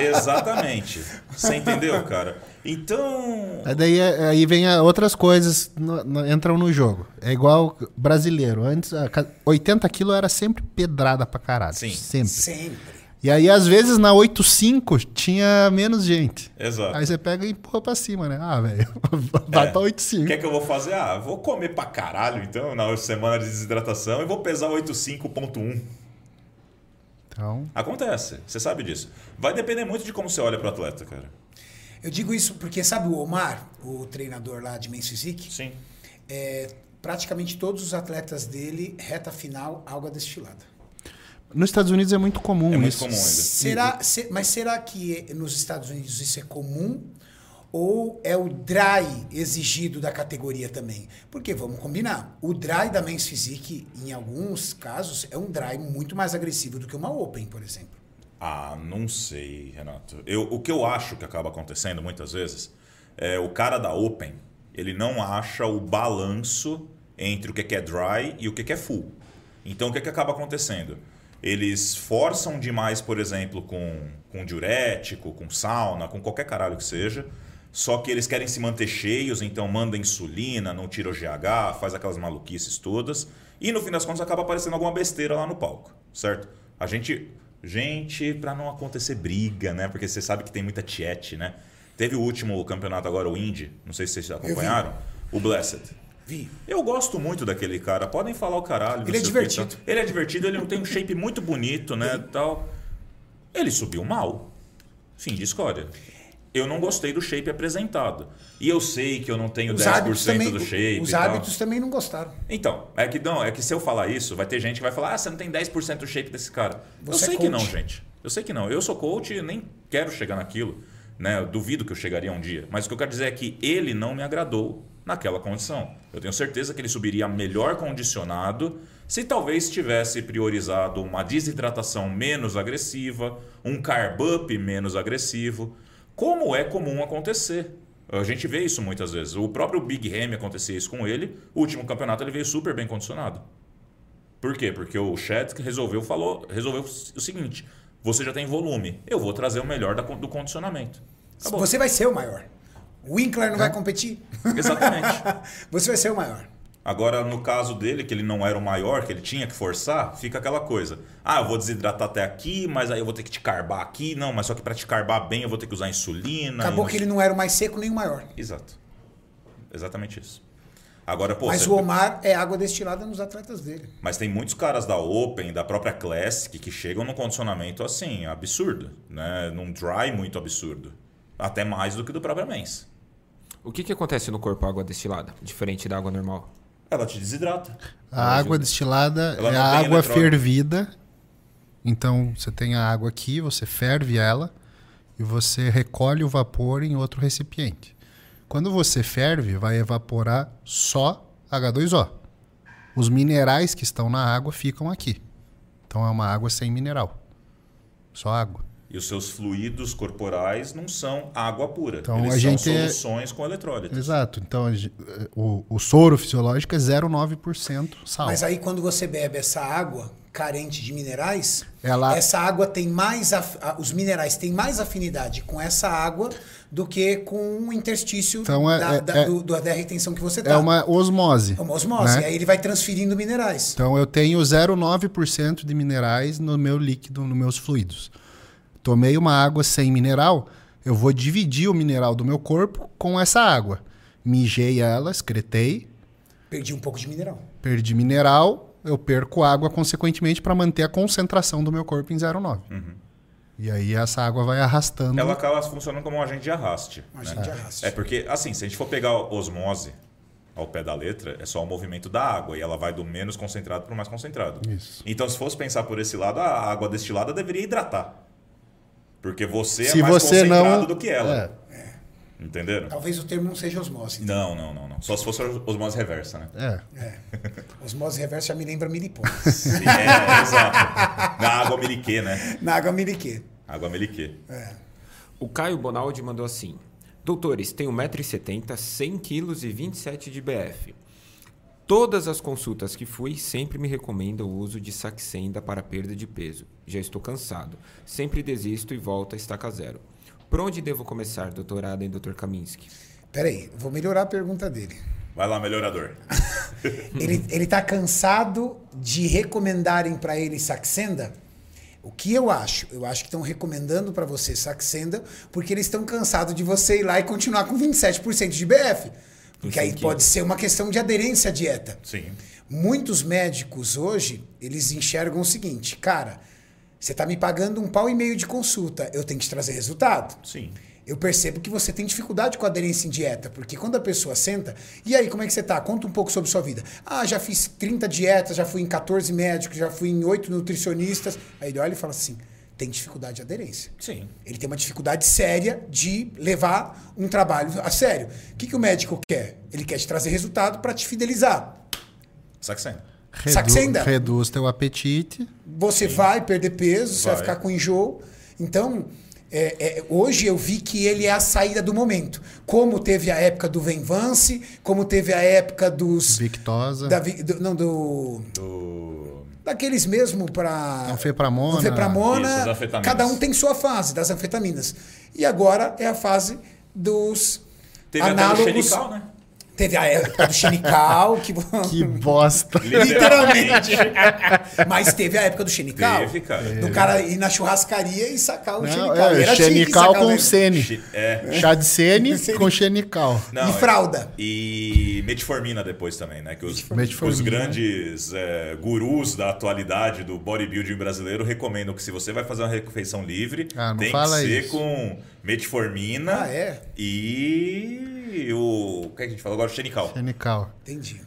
Speaker 4: Exatamente. Você entendeu, cara? Então.
Speaker 3: Aí, daí, é, aí vem a- outras coisas no- no- entram no jogo. É igual brasileiro. Antes, a ca- 80 quilos era sempre pedrada pra caralho.
Speaker 4: Sim.
Speaker 3: Sempre.
Speaker 1: Sempre.
Speaker 3: E aí, às vezes, na 8.5 tinha menos gente.
Speaker 4: Exato.
Speaker 3: Aí você pega e empurra pra cima, né? Ah, velho, vai pra
Speaker 4: O que é
Speaker 3: 8.5.
Speaker 4: que eu vou fazer? Ah, vou comer pra caralho, então, na semana de desidratação e vou pesar 85.1.
Speaker 3: Então,
Speaker 4: Acontece, você sabe disso. Vai depender muito de como você olha pro atleta, cara.
Speaker 1: Eu digo isso porque, sabe o Omar, o treinador lá de Men's Physique?
Speaker 4: Sim.
Speaker 1: É, praticamente todos os atletas dele, reta final, água destilada.
Speaker 3: nos Estados Unidos é muito comum
Speaker 4: É muito
Speaker 3: isso.
Speaker 4: comum ainda.
Speaker 1: Será, se- mas será que é nos Estados Unidos isso é comum? Ou é o dry exigido da categoria também? Porque vamos combinar, o dry da Men's Physique, em alguns casos, é um dry muito mais agressivo do que uma Open, por exemplo.
Speaker 4: Ah, não sei, Renato. Eu, o que eu acho que acaba acontecendo muitas vezes é o cara da Open, ele não acha o balanço entre o que que é dry e o que que é full. Então o que que acaba acontecendo? Eles forçam demais, por exemplo, com, com diurético, com sauna, com qualquer caralho que seja. Só que eles querem se manter cheios, então manda insulina, não tira o GH, faz aquelas maluquices todas. E no fim das contas acaba aparecendo alguma besteira lá no palco, certo? A gente. Gente, pra não acontecer briga, né? Porque você sabe que tem muita tiete, né? Teve o último campeonato agora, o Indy, não sei se vocês acompanharam, o Blessed.
Speaker 1: Vi.
Speaker 4: Eu gosto muito daquele cara. Podem falar o caralho. não
Speaker 1: Ele é
Speaker 4: sei o que e
Speaker 1: divertido.
Speaker 4: tal. Ele é divertido, ele não tem um shape muito bonito, né? Tal. Ele subiu mal. Fim de escória. Eu não gostei do shape apresentado. E eu sei que eu não tenho 10% do shape.
Speaker 1: os
Speaker 4: e tal.
Speaker 1: árbitros também não gostaram.
Speaker 4: Então, é que não, é que se eu falar isso, vai ter gente que vai falar: "Ah, você não tem 10% do shape desse cara".
Speaker 1: Você
Speaker 4: eu sei
Speaker 1: é
Speaker 4: que não,
Speaker 1: coach.
Speaker 4: gente. Eu sei que não. Eu sou coach e nem quero chegar naquilo, né? Eu duvido que eu chegaria um dia, mas o que eu quero dizer é que ele não me agradou naquela condição. Eu tenho certeza que ele subiria melhor condicionado se talvez tivesse priorizado uma desidratação menos agressiva, um carb up menos agressivo, como é comum acontecer. A gente vê isso muitas vezes. O próprio Big Ham acontecia isso com ele. O último campeonato ele veio super bem condicionado. Por quê? Porque o Chet resolveu, falou, resolveu o seguinte: você já tem volume, eu vou trazer o melhor da- do condicionamento. Acabou.
Speaker 1: Você vai ser o maior. O Winkler não vai competir.
Speaker 4: Exatamente.
Speaker 1: Você vai ser o maior.
Speaker 4: Agora, no caso dele, que ele não era o maior, que ele tinha que forçar, fica aquela coisa. Ah, eu vou desidratar até aqui, mas aí eu vou ter que te carbar aqui. Não, mas só que para te carbar bem eu vou ter que usar insulina.
Speaker 1: Acabou
Speaker 4: e-
Speaker 1: que ele não era o mais seco nem o maior.
Speaker 4: Exato. Exatamente isso. Agora, pô,
Speaker 1: Mas
Speaker 4: você-
Speaker 1: o Omar é água destilada nos atletas dele.
Speaker 4: mas tem muitos caras da Open, da própria Classic, que chegam num condicionamento assim, absurdo, né? Num dry muito absurdo. Até mais do que do próprio Men's.
Speaker 2: O que, que acontece no corpo água destilada, diferente da água normal?
Speaker 4: Ela te desidrata.
Speaker 3: A água destilada
Speaker 4: Ela
Speaker 3: é
Speaker 4: não
Speaker 3: a
Speaker 4: tem
Speaker 3: água
Speaker 4: eletrólito.
Speaker 3: fervida. Então você tem a água aqui, você ferve ela e você recolhe o vapor em outro recipiente. Quando você ferve, vai evaporar só H2O. Os minerais que estão na água ficam aqui. Então é uma água sem mineral. Só água.
Speaker 4: E os seus fluidos corporais não são água pura.
Speaker 3: Então,
Speaker 4: Eles
Speaker 3: a
Speaker 4: são
Speaker 3: gente é-
Speaker 4: soluções com eletrólito.
Speaker 3: Exato. Então a gen- o, o soro fisiológico é 0,9% sal.
Speaker 1: Mas aí quando você bebe essa água carente de minerais,
Speaker 3: Ela-
Speaker 1: essa água tem mais af- a- os minerais têm mais afinidade com essa água do que com o interstício
Speaker 3: Então é-
Speaker 1: da,
Speaker 3: é-
Speaker 1: da,
Speaker 3: é-
Speaker 1: do- do- da retenção que você tá.
Speaker 3: É uma osmose.
Speaker 1: É uma osmose.
Speaker 3: né?
Speaker 1: Aí ele vai transferindo minerais.
Speaker 3: Então eu tenho 0,9% de minerais no meu líquido, nos meus fluidos. Tomei uma água sem mineral, eu vou dividir o mineral do meu corpo com essa água. Mijei ela, excretei, Então
Speaker 1: Perdi um pouco de mineral.
Speaker 3: perdi mineral, eu perco água consequentemente para manter a concentração do meu corpo em 0,9. E aí essa água vai arrastando.
Speaker 4: Uhum. Ela acaba funcionando como um agente de arraste.
Speaker 1: Um
Speaker 4: né?
Speaker 1: agente de arraste.
Speaker 4: É porque, assim, se a gente for pegar a osmose ao pé da letra, é só o movimento da água e ela vai do menos concentrado para o mais concentrado.
Speaker 3: Isso.
Speaker 4: Então, se fosse pensar por esse lado, a água destilada deveria hidratar. Porque você
Speaker 3: Se
Speaker 4: é mais
Speaker 3: você
Speaker 4: concentrado
Speaker 3: não
Speaker 4: do que ela.
Speaker 3: É.
Speaker 4: Entenderam?
Speaker 1: Talvez o termo não seja osmose.
Speaker 4: Não, não, não, não. Só se fosse a osmose reversa, né?
Speaker 3: É.
Speaker 1: É. Osmose reversa já me lembra miliponas.
Speaker 4: Sim, é, exato. Na água meliquê, né?
Speaker 1: Na água miliquê. É.
Speaker 4: Água meliquê.
Speaker 2: O Caio Bonaldi mandou assim: Doutores, tenho 1,70m, 100 kg e 27 de BF. Todas as consultas que fui sempre me recomendam o uso de Saxenda para perda de peso. Já estou cansado. Sempre desisto e volto a estaca zero. Por onde devo começar, doutorado em Dr. Kaminski?
Speaker 1: Peraí, vou melhorar a pergunta dele.
Speaker 4: Vai lá, melhorador.
Speaker 1: Ele, ele tá cansado de recomendarem para ele Saxenda? O que eu acho? Eu acho que estão recomendando para você Saxenda porque eles estão cansados de você ir lá e continuar com 27% de BF. Porque aí
Speaker 2: sentido.
Speaker 1: pode ser uma questão de aderência à dieta.
Speaker 4: Sim.
Speaker 1: Muitos médicos hoje, eles enxergam o seguinte, cara, você tá me pagando um pau e meio de consulta, eu tenho que te trazer resultado.
Speaker 4: Sim.
Speaker 1: Eu percebo que você tem dificuldade com aderência em dieta, porque quando a pessoa senta, e aí, como é que você tá? Conta um pouco sobre sua vida. Ah, já fiz 30 dietas, já fui em 14 médicos, já fui em 8 nutricionistas. Aí ele olha e fala assim: tem dificuldade de aderência.
Speaker 4: Sim.
Speaker 1: Ele tem uma dificuldade séria de levar um trabalho a sério. O que, que o médico quer? Ele quer te trazer resultado para te fidelizar.
Speaker 4: Saxena.
Speaker 3: Redu-
Speaker 1: Saxenda.
Speaker 3: reduz teu apetite.
Speaker 1: Você vai perder peso, você vai
Speaker 4: Vai.
Speaker 1: ficar com enjoo. Então, é, é, hoje eu vi que ele é a saída do momento. Como teve a época do Venvance, como teve a época dos.
Speaker 3: Victosa.
Speaker 1: da vi- do- não, do.
Speaker 4: Do...
Speaker 1: Daqueles mesmo para.
Speaker 3: Anfepramona.
Speaker 1: Anfepramona.
Speaker 4: Isso, as anfetaminas.
Speaker 1: cada um tem sua fase das anfetaminas. E agora é a fase dos.
Speaker 4: Teve
Speaker 1: análogos.
Speaker 4: até do xerical, né?
Speaker 1: Teve a época do xenical, que.
Speaker 3: Que bosta.
Speaker 1: Literalmente. Mas teve a época do xenical.
Speaker 4: Teve, cara.
Speaker 3: É.
Speaker 1: Do cara ir na churrascaria e sacar o
Speaker 3: Não,
Speaker 1: xenical.
Speaker 3: é,
Speaker 1: Era chique
Speaker 3: xenical
Speaker 1: sacar o
Speaker 3: com
Speaker 1: negócio.
Speaker 3: sene.
Speaker 4: É.
Speaker 3: Chá de sene com xenical.
Speaker 4: Não,
Speaker 1: E fralda.
Speaker 4: E metformina depois também, né? Que os,
Speaker 3: Metformina.
Speaker 4: os grandes é, gurus da atualidade do bodybuilding brasileiro recomendam que se você vai fazer uma refeição livre,
Speaker 3: Ah, não
Speaker 4: tem
Speaker 3: fala
Speaker 4: que ser
Speaker 3: isso.
Speaker 4: com metformina
Speaker 1: Ah, é?
Speaker 4: e o... O que, é que a gente falou agora? Xenical.
Speaker 3: Xenical.
Speaker 1: Entendi.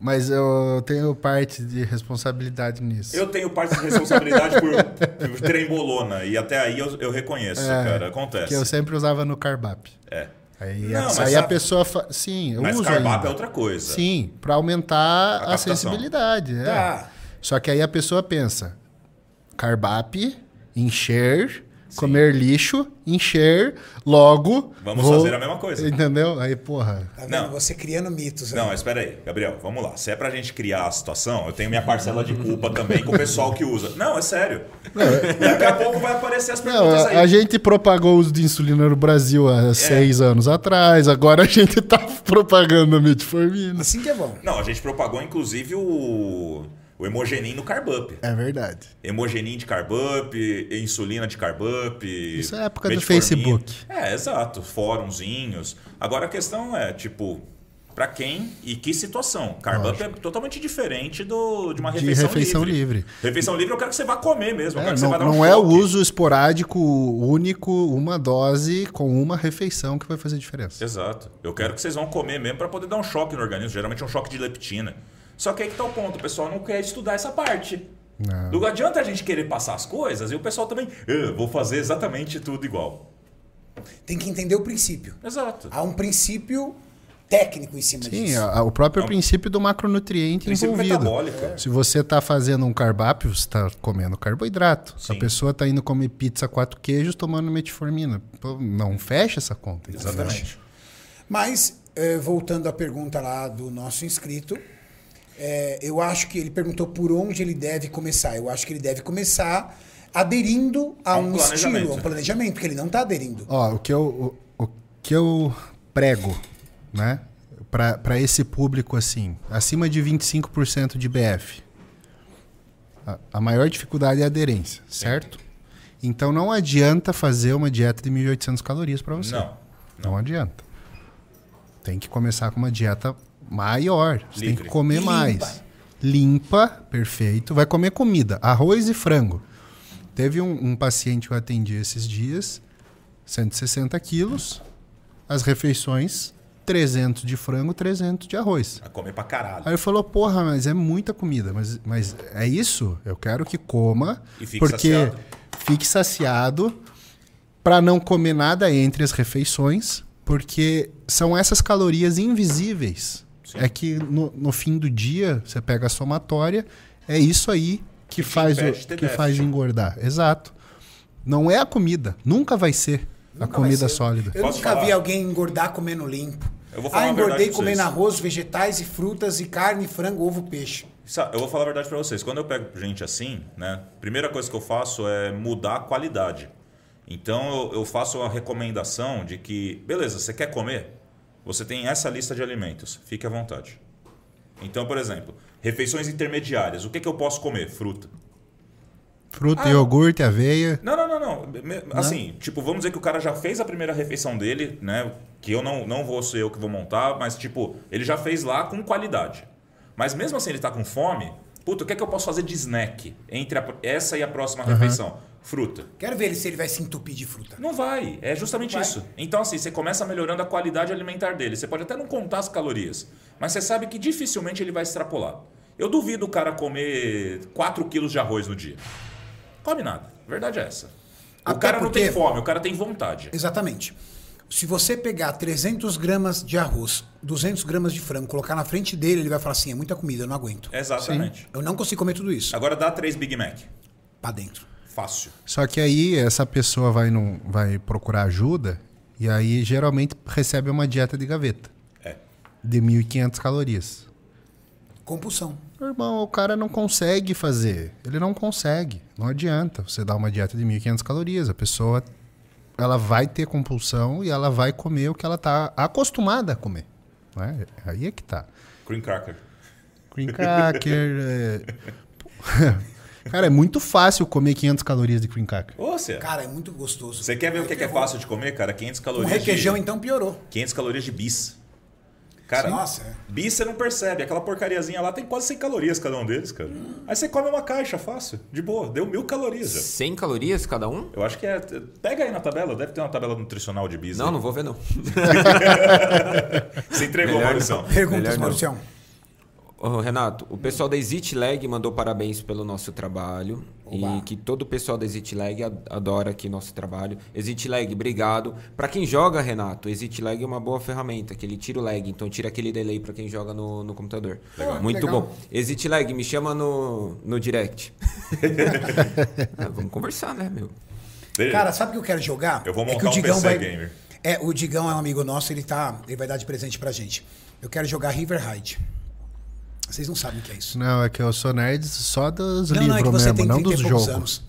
Speaker 3: Mas eu tenho parte de responsabilidade nisso.
Speaker 4: Eu tenho parte de responsabilidade por, por
Speaker 3: É.
Speaker 4: trembolona e até aí eu, eu reconheço, cara. Acontece.
Speaker 3: Que eu sempre usava no carbap.
Speaker 4: É.
Speaker 3: Aí,
Speaker 4: Não,
Speaker 3: a,
Speaker 4: mas
Speaker 3: aí a
Speaker 4: sabe-
Speaker 3: pessoa. fa- Sim, eu
Speaker 4: Mas
Speaker 3: uso.
Speaker 4: carbapo
Speaker 3: ainda.
Speaker 4: é outra coisa.
Speaker 3: Sim, para aumentar
Speaker 4: A
Speaker 3: a,
Speaker 4: captação.
Speaker 3: sensibilidade. é.
Speaker 1: Tá.
Speaker 3: Só que aí a pessoa pensa: carbap, encher, comer lixo, encher, logo.
Speaker 4: Vamos fazer a mesma coisa.
Speaker 3: Entendeu? Aí, porra.
Speaker 1: Tá vendo?
Speaker 4: Não.
Speaker 1: Você criando mitos. né?
Speaker 4: Não, mas espera aí, Gabriel, vamos lá. Se é pra gente criar a situação, eu tenho minha parcela de culpa também com o pessoal que usa. Não, é sério. Daqui a pouco vai aparecer as
Speaker 3: é- Não,
Speaker 4: perguntas
Speaker 3: a,
Speaker 4: aí.
Speaker 3: a gente propagou o uso de insulina no Brasil há
Speaker 4: É.
Speaker 3: seis anos atrás, agora a gente tá propagando a metformina.
Speaker 1: Assim que é bom.
Speaker 4: Não, a gente propagou inclusive o, o hemogenin no carbup.
Speaker 3: É verdade.
Speaker 4: Hemogenin de carbup, insulina de carbup. Isso
Speaker 3: é a época do Facebook.
Speaker 4: É, exato. Fórumzinhos. Agora a questão é, tipo, pra quem e que situação? Carbup é totalmente diferente do, de uma
Speaker 3: De
Speaker 4: refeição,
Speaker 3: refeição
Speaker 4: livre.
Speaker 3: livre.
Speaker 4: Refeição livre eu quero que você vá comer mesmo. eu
Speaker 3: É,
Speaker 4: quero que você
Speaker 3: não
Speaker 4: vá dar um
Speaker 3: não é o
Speaker 4: choque.
Speaker 3: uso esporádico único, uma dose com uma refeição que vai fazer diferença.
Speaker 4: Exato. Eu quero que vocês vão comer mesmo pra poder dar um choque no organismo. Geralmente é um choque de leptina. Só que aí que tá o ponto. O pessoal não quer estudar essa parte.
Speaker 3: Não.
Speaker 4: Não adianta a gente querer passar as coisas e o pessoal também... "Ah, vou fazer exatamente tudo igual.
Speaker 1: Tem que entender o princípio.
Speaker 4: Exato.
Speaker 1: Há um princípio técnico em cima
Speaker 3: Sim,
Speaker 1: disso.
Speaker 3: a- a- o próprio princípio do macronutriente
Speaker 4: É um Princípio
Speaker 3: envolvido.
Speaker 4: metabólico. É.
Speaker 3: Se você está fazendo um cardápio, você está comendo carboidrato. Se a
Speaker 4: Sim.
Speaker 3: pessoa está indo comer pizza quatro queijos tomando metformina, pô, não fecha essa conta. entendeu?
Speaker 4: Exatamente.
Speaker 1: Mas, eh, voltando à pergunta lá do nosso inscrito, eh, eu acho que ele perguntou por onde ele deve começar. Eu acho que ele deve começar aderindo a,
Speaker 4: A um
Speaker 1: um,
Speaker 4: planejamento.
Speaker 1: estilo, a um planejamento, porque ele não está aderindo.
Speaker 3: Ó, o que eu, o, o que eu prego, né? Para esse público, assim, acima de 25% de BF, a, a maior dificuldade é a aderência, certo? Então não adianta fazer uma dieta de 1.800 calorias para você.
Speaker 4: Não.
Speaker 3: Não. adianta. Tem que começar com uma dieta maior. Você tem
Speaker 4: Livre.
Speaker 3: que comer mais. Limpa, perfeito. Vai comer comida, arroz e frango. Teve um, um paciente que eu atendi esses dias, 160 quilos, as refeições, 300 de frango, 300 de arroz.
Speaker 4: Vai comer pra caralho.
Speaker 3: Aí ele falou, porra, mas é muita comida, mas, mas é isso? Eu quero que coma,
Speaker 4: E fique
Speaker 3: porque
Speaker 4: saciado.
Speaker 3: fique saciado, para não comer nada entre as refeições, porque são essas calorias invisíveis.
Speaker 4: Sim.
Speaker 3: É que no, no fim do dia, você pega a somatória, é isso aí que,
Speaker 4: te
Speaker 3: faz, o,
Speaker 4: impede de ter
Speaker 3: que faz
Speaker 4: déficit.
Speaker 3: engordar. Exato. Não é a comida, nunca vai ser a
Speaker 1: Nunca vai ser.
Speaker 3: comida sólida.
Speaker 1: Eu
Speaker 4: Posso
Speaker 1: nunca
Speaker 4: falar?
Speaker 1: vi alguém engordar comendo limpo.
Speaker 4: Eu vou falar
Speaker 1: ah,
Speaker 4: uma verdade
Speaker 1: engordei
Speaker 4: pra vocês.
Speaker 1: comendo arroz, vegetais e frutas e carne, frango, ovo, peixe.
Speaker 4: Sa- Eu vou falar a verdade pra vocês. Quando eu pego gente assim, né? Primeira coisa que eu faço é mudar a qualidade. Então eu, eu faço a recomendação de que, beleza, você quer comer? Você tem essa lista de alimentos. Fique à vontade. Então, por exemplo, refeições intermediárias. O que, que eu posso comer? Fruta.
Speaker 3: Fruta,
Speaker 4: Ah,
Speaker 3: iogurte, aveia.
Speaker 4: Não, não, não, não. Me- Assim, tipo, vamos dizer que o cara já fez a primeira refeição dele, né? Que eu não, não vou ser eu que vou montar, mas, tipo, ele já fez lá com qualidade. Mas mesmo assim ele tá com fome, puta, o que é que eu posso fazer de snack entre a- essa e a próxima refeição? Fruta.
Speaker 1: Quero ver ele se ele vai se entupir de fruta.
Speaker 4: Não vai, é justamente
Speaker 1: Vai.
Speaker 4: isso. Então, assim, você começa melhorando a qualidade alimentar dele. Você pode até não contar as calorias, mas você sabe que dificilmente ele vai extrapolar. Eu duvido o cara comer 4 quilos de arroz no dia. Come nada, a verdade é essa. O
Speaker 1: Até
Speaker 4: cara não tem
Speaker 1: porque-
Speaker 4: fome, o cara tem vontade.
Speaker 1: Exatamente. Se você pegar 300 gramas de arroz, 200 gramas de frango, colocar na frente dele, ele vai falar assim: é muita comida, eu não aguento.
Speaker 4: Exatamente.
Speaker 1: Eu não consigo comer tudo isso.
Speaker 4: Agora dá 3 Big Mac.
Speaker 1: Pra dentro.
Speaker 4: Fácil.
Speaker 3: Só que aí essa pessoa vai, num, vai procurar ajuda e aí geralmente recebe uma dieta de gaveta.
Speaker 4: É.
Speaker 3: De 1.500 calorias.
Speaker 1: Compulsão.
Speaker 3: Meu irmão, o cara não consegue fazer. Ele não consegue. Não adianta você dar uma dieta de 1.500 calorias. A pessoa ela vai ter compulsão e ela vai comer o que ela está acostumada a comer. né? Aí é que tá.
Speaker 4: Cream cracker.
Speaker 3: Cream cracker. é- Cara, é muito fácil comer 500 calorias de cream cracker.
Speaker 4: Ô, você.
Speaker 1: Cara, é muito gostoso.
Speaker 4: Você quer ver o que, que é fácil de comer, cara? 500
Speaker 1: Um
Speaker 4: calorias.
Speaker 1: requeijão,
Speaker 4: de...
Speaker 1: então, piorou.
Speaker 4: 500 calorias de bis. Cara,
Speaker 1: Nossa, é.
Speaker 4: bis você não percebe. Aquela porcariazinha lá tem quase 100 calorias cada um deles, cara.
Speaker 1: Hum.
Speaker 4: Aí você come uma caixa fácil, de boa. Deu mil calorias já.
Speaker 2: 100 calorias cada um?
Speaker 4: Eu acho que é. Pega aí na tabela, deve ter uma tabela nutricional de bis.
Speaker 2: Não,
Speaker 4: aí.
Speaker 2: não vou ver não.
Speaker 4: Você entregou,
Speaker 2: Melhor
Speaker 4: Mauríção.
Speaker 1: Perguntas,
Speaker 2: Melhor não.
Speaker 1: Maurício.
Speaker 2: Ô, Ô, Renato, o pessoal da Exit Lag mandou parabéns pelo nosso trabalho.
Speaker 1: Oba.
Speaker 2: E que todo o pessoal da Exit Lag a- adora aqui nosso trabalho. Exit Lag, obrigado. Pra quem joga, Renato, Exit Lag é uma boa ferramenta, que ele tira o lag, então tira aquele delay pra quem joga no, no computador.
Speaker 1: Legal.
Speaker 2: Muito
Speaker 1: Legal.
Speaker 2: bom. Exit Lag, me chama no, no direct. É, vamos conversar, né, meu?
Speaker 4: Beleza.
Speaker 1: Cara, sabe o que eu quero jogar?
Speaker 4: Eu vou
Speaker 1: É que
Speaker 4: montar
Speaker 1: o
Speaker 4: um
Speaker 1: Digão
Speaker 4: PC
Speaker 1: vai-
Speaker 4: gamer.
Speaker 1: É, o Digão é um amigo nosso, ele, tá, ele vai dar de presente pra gente. Eu quero jogar Riverhide. Vocês não sabem o que é isso.
Speaker 3: Não, é que eu sou nerd só dos
Speaker 1: não, não, é que
Speaker 3: livros
Speaker 1: você
Speaker 3: mesmo,
Speaker 1: tem
Speaker 3: não
Speaker 1: 30 e
Speaker 3: dos
Speaker 1: poucos
Speaker 3: jogos.
Speaker 1: anos.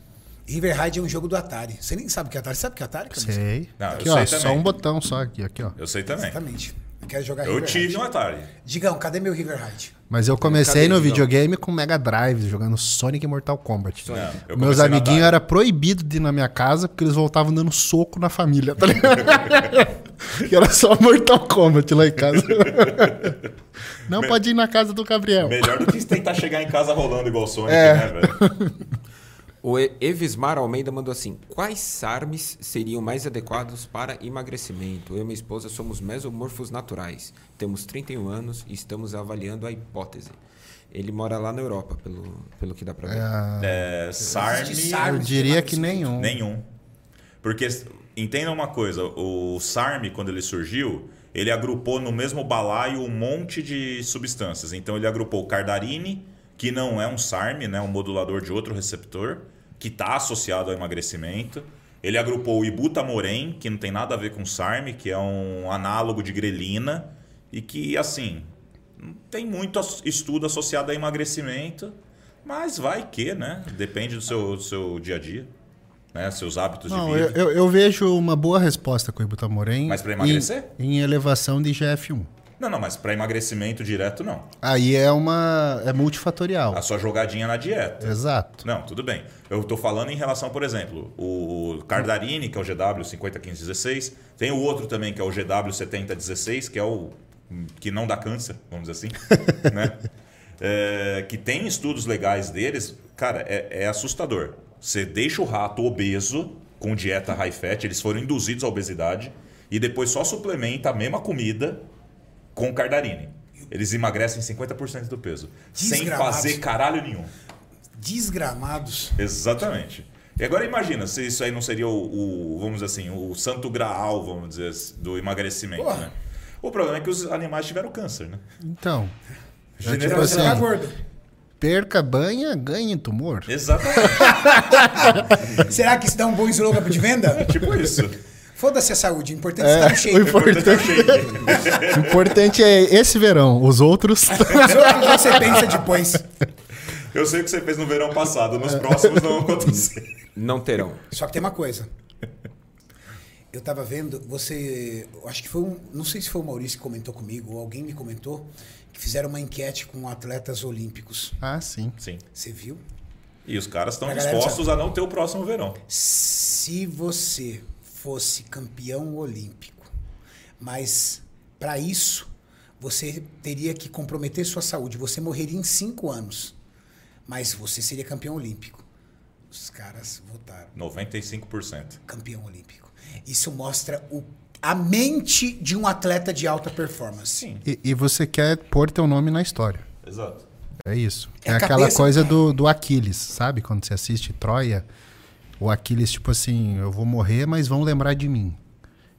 Speaker 1: Riverhide é um jogo do Atari. Você nem sabe o que é Atari. Você sabe o que é Atari? Camisa?
Speaker 3: Sei.
Speaker 4: Não, eu
Speaker 3: aqui,
Speaker 4: sei
Speaker 3: ó,
Speaker 4: também.
Speaker 3: só um botão só aqui, aqui, ó.
Speaker 4: Eu sei também.
Speaker 1: Exatamente. Eu quero jogar
Speaker 4: Eu
Speaker 1: Riverhide.
Speaker 4: tive um Atari.
Speaker 1: Digão, cadê meu Riverhide?
Speaker 3: Mas eu comecei
Speaker 2: Cadê,
Speaker 3: no
Speaker 4: então?
Speaker 2: Digão?
Speaker 3: videogame com Mega Drive, jogando Sonic e Mortal Kombat.
Speaker 4: Não, eu
Speaker 3: Meus
Speaker 4: comecei na
Speaker 3: amiguinhos
Speaker 4: Atari.
Speaker 3: era proibido de ir na minha casa porque eles voltavam dando soco na família, tá ligado? que era só Mortal Kombat lá em casa. Não pode ir na casa do Gabriel.
Speaker 4: Melhor do que tentar chegar em casa rolando igual o Sonic,
Speaker 1: É.
Speaker 4: né, velho?
Speaker 2: O E- Evismar Almeida mandou assim: Quais SARMs seriam mais adequados para emagrecimento? Eu e minha esposa somos mesomorfos naturais, temos 31 anos e estamos avaliando a hipótese. Ele mora lá na Europa, pelo, pelo que dá pra ver.
Speaker 4: É, Sarni,
Speaker 1: Existe
Speaker 3: Eu diria que nenhum.
Speaker 4: nenhum. Porque, entenda uma coisa, o SARM, quando ele surgiu, ele agrupou no mesmo balaio um monte de substâncias. Então, ele agrupou o cardarine, que não é um SARM, né, um modulador de outro receptor, que está associado ao emagrecimento. Ele agrupou o ibutamoren, que não tem nada a ver com SARM, que é um análogo de grelina, e que, assim, não tem muito as- estudo associado a emagrecimento, mas vai que, né? Depende do seu, do seu dia a dia, né? Seus hábitos
Speaker 3: Não,
Speaker 4: de
Speaker 3: eu,
Speaker 4: vida.
Speaker 3: eu- eu vejo uma boa resposta com o Ibutamoren.
Speaker 4: Mas pra
Speaker 3: em-
Speaker 4: emagrecer?
Speaker 3: Em, elevação de GF1.
Speaker 4: Não, não, mas para emagrecimento direto, não.
Speaker 3: Aí é uma. é multifatorial.
Speaker 4: A
Speaker 1: Ah,
Speaker 4: sua jogadinha na dieta.
Speaker 3: Exato.
Speaker 4: Não, tudo bem. Eu tô falando em relação, por exemplo, o Cardarine, que é o GW501516, tem o outro também, que é o GW7016, que é o que não dá câncer, vamos dizer assim, né? É, que tem estudos legais deles, cara, é, é assustador. Você deixa o rato obeso com dieta high fat, eles foram induzidos à obesidade, e depois só suplementa a mesma comida com cardarine. Eles emagrecem 50% do peso, sem
Speaker 1: Desgramados.
Speaker 4: fazer caralho nenhum.
Speaker 1: Desgramados.
Speaker 4: Exatamente. E agora imagina se isso aí não seria o, o, vamos dizer assim, o santo graal, vamos dizer, assim, do emagrecimento,
Speaker 1: Porra.
Speaker 4: né? O problema é que os animais tiveram câncer, né?
Speaker 3: Então,
Speaker 1: Então,
Speaker 4: Generalizado.
Speaker 1: você tá
Speaker 3: assim,
Speaker 1: gordo.
Speaker 3: perca banha, ganha em tumor.
Speaker 1: É.
Speaker 4: Exatamente.
Speaker 1: Será que isso dá um bom slogan de venda?
Speaker 4: tipo isso.
Speaker 1: Foda-se a saúde. O importante é estar no
Speaker 3: O
Speaker 1: shape.
Speaker 3: importante, o importante é esse verão. Os outros. tá?
Speaker 1: Só o que você pensa depois.
Speaker 4: Eu sei o que você fez no verão passado, nos próximos não vai acontecer.
Speaker 2: Não terão.
Speaker 1: Só que tem uma coisa. Eu tava vendo, você. eu Acho que foi um. Não sei se foi o Maurício que comentou comigo, ou alguém me comentou, que fizeram uma enquete com atletas olímpicos.
Speaker 3: ah, sim.
Speaker 4: Sim.
Speaker 1: Você viu?
Speaker 4: E os caras estão
Speaker 1: A galera
Speaker 4: dispostos a não ter o próximo verão.
Speaker 1: Se você fosse campeão olímpico, mas para isso você teria que comprometer sua saúde, você morreria em cinco anos, mas você seria campeão olímpico. Os caras votaram
Speaker 4: 95%.
Speaker 1: campeão olímpico. Isso mostra o- a mente de um atleta de alta performance.
Speaker 4: Sim.
Speaker 3: E, e você quer pôr teu nome na história.
Speaker 4: Exato.
Speaker 3: É isso.
Speaker 1: É
Speaker 3: É,
Speaker 1: a
Speaker 3: aquela
Speaker 1: cabeça-
Speaker 3: coisa do, do Aquiles, sabe? Quando você assiste Troia, o Aquiles, tipo assim, eu vou morrer, mas vão lembrar de mim.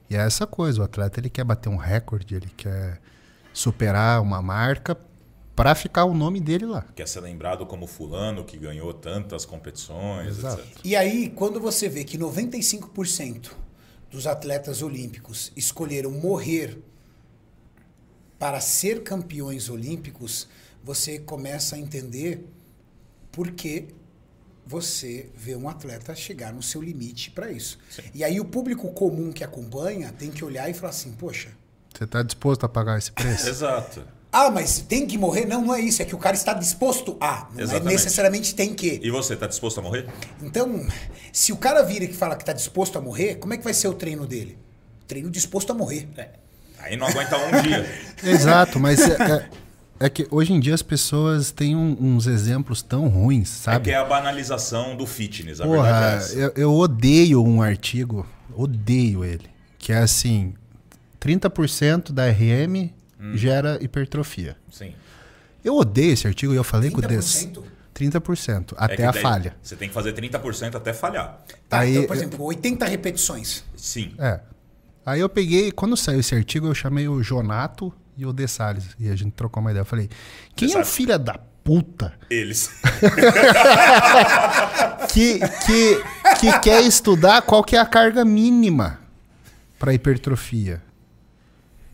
Speaker 3: E é essa coisa, o atleta ele quer bater um recorde, ele quer superar uma marca pra ficar o nome dele lá.
Speaker 4: Quer ser lembrado como fulano que ganhou tantas competições,
Speaker 3: Exato.
Speaker 4: etc.
Speaker 1: E aí, quando você vê que 95% dos atletas olímpicos escolheram morrer para ser campeões olímpicos, você começa a entender por que você vê um atleta chegar no seu limite para isso. E aí o público comum que acompanha tem que olhar e falar assim: "Poxa,
Speaker 3: Você tá disposto a pagar esse preço?
Speaker 4: Exato.
Speaker 1: ah, mas tem que morrer? Não, não é isso. É que o cara está disposto a. Não é
Speaker 4: Exatamente.
Speaker 1: necessariamente tem que.
Speaker 4: E você, tá disposto a morrer?
Speaker 1: Então, se o cara vira e fala que tá disposto a morrer, como é que vai ser o treino dele? Treino disposto a morrer.
Speaker 4: Aí não aguenta um dia.
Speaker 3: Exato, mas é, é- é que hoje em dia as pessoas têm um- uns exemplos tão ruins,
Speaker 4: É
Speaker 3: sabe?
Speaker 4: que é a banalização do fitness, a verdade é
Speaker 3: Porra,
Speaker 4: essa.
Speaker 3: eu, eu odeio um artigo, odeio ele, que é assim,
Speaker 4: Hum.
Speaker 3: 30% da RM gera hipertrofia.
Speaker 4: Sim.
Speaker 3: Eu odeio esse artigo e eu falei com o Des.
Speaker 1: 30%?
Speaker 3: 30%,
Speaker 4: É
Speaker 3: até
Speaker 4: que
Speaker 3: a
Speaker 4: daí Ah,
Speaker 3: falha.
Speaker 4: Você tem que fazer 30% até falhar.
Speaker 1: Tá,
Speaker 3: Aí-
Speaker 1: então, por exemplo, 80 repetições.
Speaker 4: Sim.
Speaker 3: É. Aí eu peguei, quando saiu esse artigo, eu chamei o Jonato e o De Salles. E a gente trocou uma ideia. Eu falei, quem é o
Speaker 4: Salles.
Speaker 3: filho da puta
Speaker 4: Eles.
Speaker 3: que, que, que quer estudar qual que é a carga mínima para hipertrofia?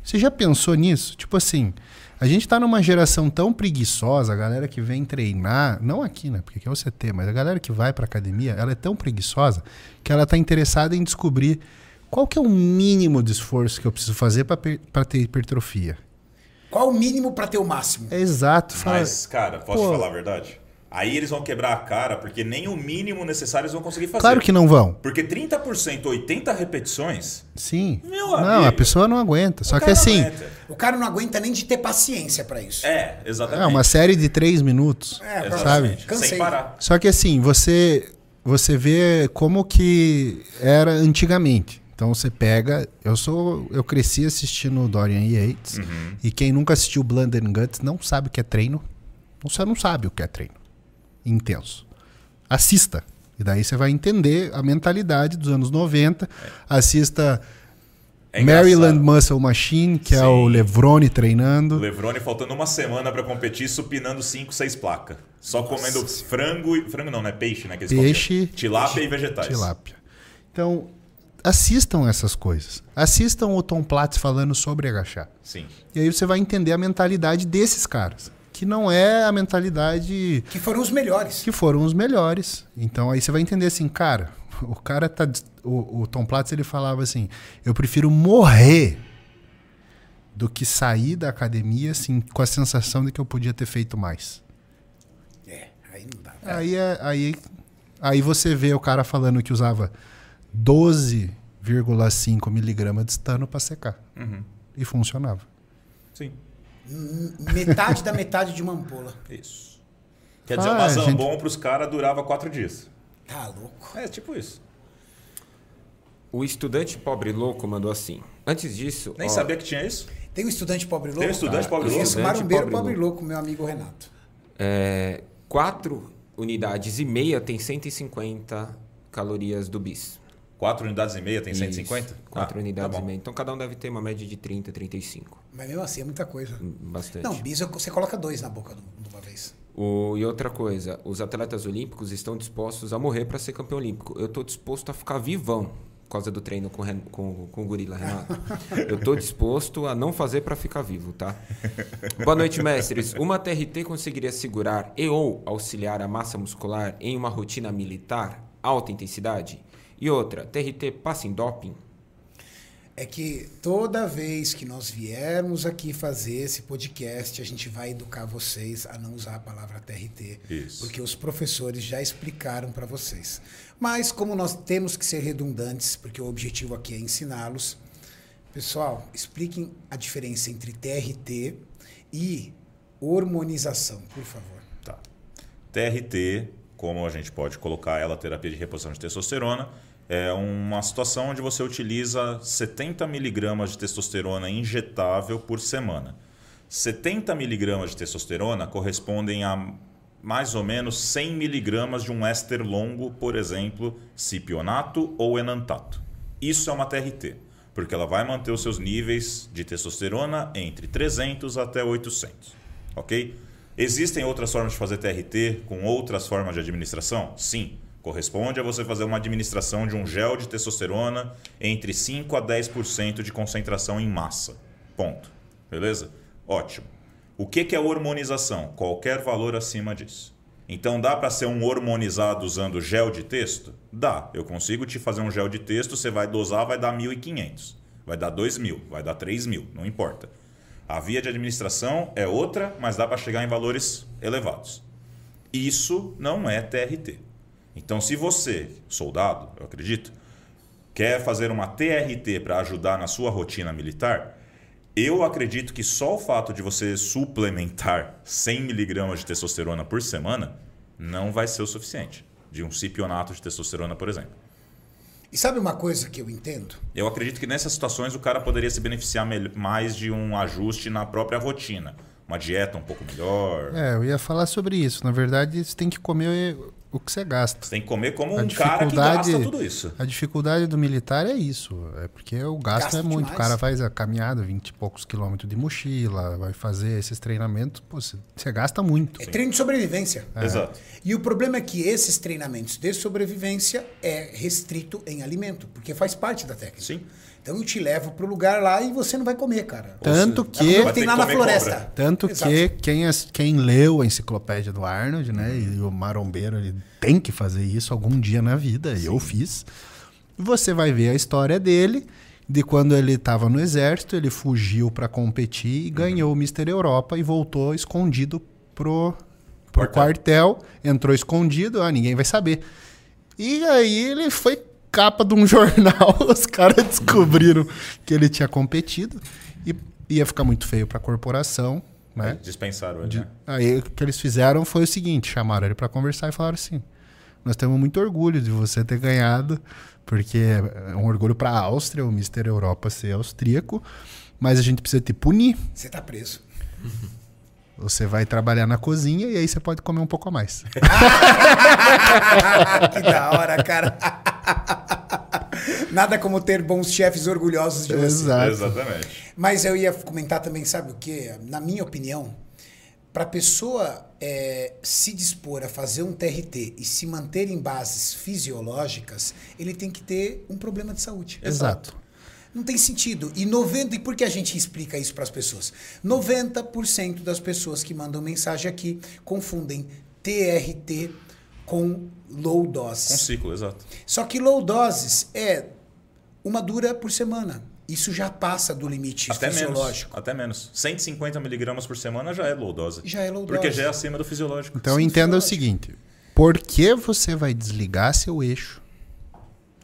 Speaker 3: Você já pensou nisso? Tipo assim, a gente tá numa geração tão preguiçosa, a galera que vem treinar, não aqui, né? Porque aqui é o CT, mas a galera que vai pra academia, ela é tão preguiçosa que ela tá interessada em descobrir qual que é o mínimo de esforço que eu preciso fazer para ter hipertrofia.
Speaker 1: Qual o mínimo para ter o máximo?
Speaker 3: É exato, fala.
Speaker 4: Mas, cara, posso te
Speaker 3: Pô.
Speaker 4: falar a verdade? Aí eles vão quebrar a cara, porque nem o mínimo necessário eles vão conseguir fazer.
Speaker 3: Claro que não vão.
Speaker 4: Porque 30%, 80 repetições,
Speaker 3: Sim.
Speaker 4: Meu
Speaker 3: não,
Speaker 4: amigo.
Speaker 3: a pessoa não aguenta. Só
Speaker 4: o
Speaker 3: que
Speaker 4: cara
Speaker 3: assim,
Speaker 4: não aguenta.
Speaker 1: O cara não aguenta nem de ter paciência para isso.
Speaker 4: É,
Speaker 3: É
Speaker 4: exatamente.
Speaker 3: uma série de três minutos,
Speaker 1: É,
Speaker 3: sabe?
Speaker 1: exatamente. Cansei.
Speaker 4: Sem parar.
Speaker 3: Só que assim, você você vê como que era antigamente. Então você pega, eu sou, eu cresci assistindo o Dorian Yates
Speaker 4: Uhum.
Speaker 3: e quem nunca assistiu Blood and Guts não sabe o que é treino. Você não sabe o que é treino intenso. Assista e daí você vai entender a mentalidade dos anos 90. Assista
Speaker 4: É engraçado.
Speaker 3: Maryland Muscle Machine, que é o
Speaker 4: Sim.
Speaker 3: Levrone
Speaker 4: O
Speaker 3: treinando.
Speaker 4: Levrone faltando uma semana pra competir, supinando 5, 6 placas. Só comendo frango e. Frango não, né? Peixe, né? que eles
Speaker 3: Peixe,
Speaker 4: comiam. Tilápia e vegetais.
Speaker 3: Tilápia. Então, assistam essas coisas. Assistam o Tom Platz falando sobre agachar.
Speaker 4: Sim.
Speaker 3: E aí você vai entender a mentalidade desses caras, que não é a mentalidade
Speaker 1: Que foram os melhores.
Speaker 3: que foram os melhores. Então aí você vai entender assim, cara, o cara tá des- o, o Tom Platz ele falava assim: "Eu prefiro morrer do que sair da academia assim com a sensação de que eu podia ter feito mais".
Speaker 1: É, aí não dá.
Speaker 3: Aí, é- aí, aí você vê o cara falando que usava 12,5 miligramas de estano pra secar.
Speaker 4: Uhum.
Speaker 3: E funcionava.
Speaker 4: Sim.
Speaker 1: Metade da metade de uma ampola.
Speaker 4: Isso. Quer dizer,
Speaker 3: Ah,
Speaker 4: uma
Speaker 3: é, gente.
Speaker 4: zambon pros caras durava 4 dias.
Speaker 1: Tá louco.
Speaker 4: É tipo isso.
Speaker 2: O estudante pobre louco mandou assim. Antes disso.
Speaker 4: Nem
Speaker 2: ó,
Speaker 4: sabia que tinha isso.
Speaker 1: Tem um estudante pobre louco?
Speaker 4: Tem um estudante
Speaker 1: cara?
Speaker 4: pobre
Speaker 1: Conheço
Speaker 2: louco?
Speaker 1: um marombeiro
Speaker 2: Estudante
Speaker 1: pobre
Speaker 2: pobre
Speaker 1: louco, meu amigo Renato.
Speaker 2: É, 4 unidades e meia tem 150 calorias do bis.
Speaker 4: 4 unidades e meia tem 150?
Speaker 2: 4
Speaker 4: Ah,
Speaker 2: unidades
Speaker 4: tá
Speaker 2: e
Speaker 4: bom.
Speaker 2: meia. Então cada um deve ter uma média de 30, 35.
Speaker 1: Mas mesmo assim é muita coisa.
Speaker 2: Bastante.
Speaker 1: Não, bis você coloca dois na boca de uma vez.
Speaker 2: O- e outra coisa, os atletas olímpicos estão dispostos a morrer para ser campeão olímpico. Eu estou disposto a ficar vivão por causa do treino com, o Ren- com, com o gorila, Renato. Eu estou disposto a não fazer para ficar vivo, tá? Boa noite, mestres. Uma TRT conseguiria segurar e ou auxiliar a massa muscular em uma rotina militar alta intensidade? E outra, TRT passa em doping?
Speaker 1: É que toda vez que nós viermos aqui fazer esse podcast, a gente vai educar vocês a não usar a palavra TRT.
Speaker 4: Isso.
Speaker 1: Porque os professores já explicaram para vocês. Mas como nós temos que ser redundantes, porque o objetivo aqui é ensiná-los, pessoal, expliquem a diferença entre TRT e hormonização, por favor.
Speaker 4: Tá. TRT, como a gente pode colocar ela, terapia de reposição de testosterona, é uma situação onde você utiliza 70 miligramas de testosterona injetável por semana. 70 miligramas de testosterona correspondem a mais ou menos 100 miligramas de um éster longo, por exemplo, cipionato ou enantato. Isso é uma TRT, porque ela vai manter os seus níveis de testosterona entre 300 até 800 ok? Existem outras formas de fazer TRT com outras formas de administração? Sim. Corresponde a você fazer uma administração de um gel de testosterona entre 5 a 10% de concentração em massa. Ponto. Beleza? Ótimo. O que que é hormonização? Qualquer valor acima disso. Então dá para ser um hormonizado usando gel de texto? Dá. Eu consigo te fazer um gel de texto, você vai dosar, vai dar 1.500. Vai dar 2.000, vai dar 3.000, não importa. A via de administração é outra, mas dá para chegar em valores elevados. Isso não é TRT. Então, se você, soldado, eu acredito, quer fazer uma TRT para ajudar na sua rotina militar, eu acredito que só o fato de você suplementar 100 miligramas de testosterona por semana não vai ser o suficiente. De um cipionato de testosterona, por exemplo.
Speaker 1: E sabe uma coisa que eu entendo?
Speaker 4: Eu acredito que nessas situações o cara poderia se beneficiar mel- mais de um ajuste na própria rotina. Uma uma dieta um pouco melhor.
Speaker 3: É, eu ia falar sobre isso. Na verdade, você tem que comer o que você gasta.
Speaker 4: Você tem que comer como
Speaker 3: A
Speaker 4: um cara que
Speaker 3: dificuldade-
Speaker 4: gasta tudo isso.
Speaker 3: A dificuldade do militar é isso, é porque o gasto
Speaker 1: Gasta
Speaker 3: é muito.
Speaker 1: demais.
Speaker 3: O cara faz a caminhada, 20 e poucos quilômetros de mochila, vai fazer esses treinamentos, pô, você, você gasta muito.
Speaker 1: É treino de sobrevivência.
Speaker 4: Exato.
Speaker 1: E o problema é que esses treinamentos de sobrevivência é restrito em alimento, porque faz parte da técnica.
Speaker 4: Sim.
Speaker 1: Então eu te levo pro lugar lá e você não vai comer, cara.
Speaker 3: Tanto
Speaker 1: É
Speaker 3: que.
Speaker 1: como
Speaker 4: Vai ter
Speaker 1: tem
Speaker 4: que
Speaker 1: lá na
Speaker 4: comer
Speaker 1: floresta.
Speaker 4: cobra.
Speaker 3: Tanto
Speaker 1: Exato.
Speaker 3: que quem, as- quem leu a enciclopédia do Arnold, né? E o marombeiro, ele tem que fazer isso algum dia na vida, e eu fiz. Você vai ver a história dele, de quando ele estava no exército, ele fugiu para competir e ganhou o Mr. Europa e voltou escondido pro, pro quartel. Entrou escondido, ah, ninguém vai saber. E aí ele foi capa de um jornal, os caras descobriram que ele tinha competido e ia ficar muito feio pra corporação, né?
Speaker 4: Dispensaram ele, né?
Speaker 3: Aí o que eles fizeram foi o seguinte, chamaram ele pra conversar e falaram assim: "Nós temos muito orgulho de você ter ganhado, porque é um orgulho pra Áustria, o Mister Europa ser austríaco, mas a gente precisa te punir.
Speaker 1: Você tá preso.
Speaker 3: Você vai trabalhar na cozinha e aí você pode comer um pouco a mais."
Speaker 1: que da hora, cara. Nada como ter bons chefes orgulhosos de você.
Speaker 3: Exato.
Speaker 4: Exatamente.
Speaker 1: Mas eu ia comentar também, sabe o que? Na minha opinião, para pessoa eh, se dispor a fazer um TRT e se manter em bases fisiológicas, ele tem que ter um problema de saúde.
Speaker 3: Exato.
Speaker 1: Não tem sentido. E 90, e por que a gente explica isso para as pessoas? 90% das pessoas que mandam mensagem aqui confundem TRT com low
Speaker 4: Um
Speaker 1: doses.
Speaker 4: ciclo, exato.
Speaker 1: Só que low doses é uma dura por semana. Isso já passa do limite
Speaker 4: Até menos.
Speaker 1: fisiológico.
Speaker 4: Até menos. 150 miligramas por semana já é low dose.
Speaker 1: Já é low
Speaker 4: Porque
Speaker 1: dose.
Speaker 4: já é acima do fisiológico.
Speaker 3: Então entenda o seguinte: por que você vai desligar seu eixo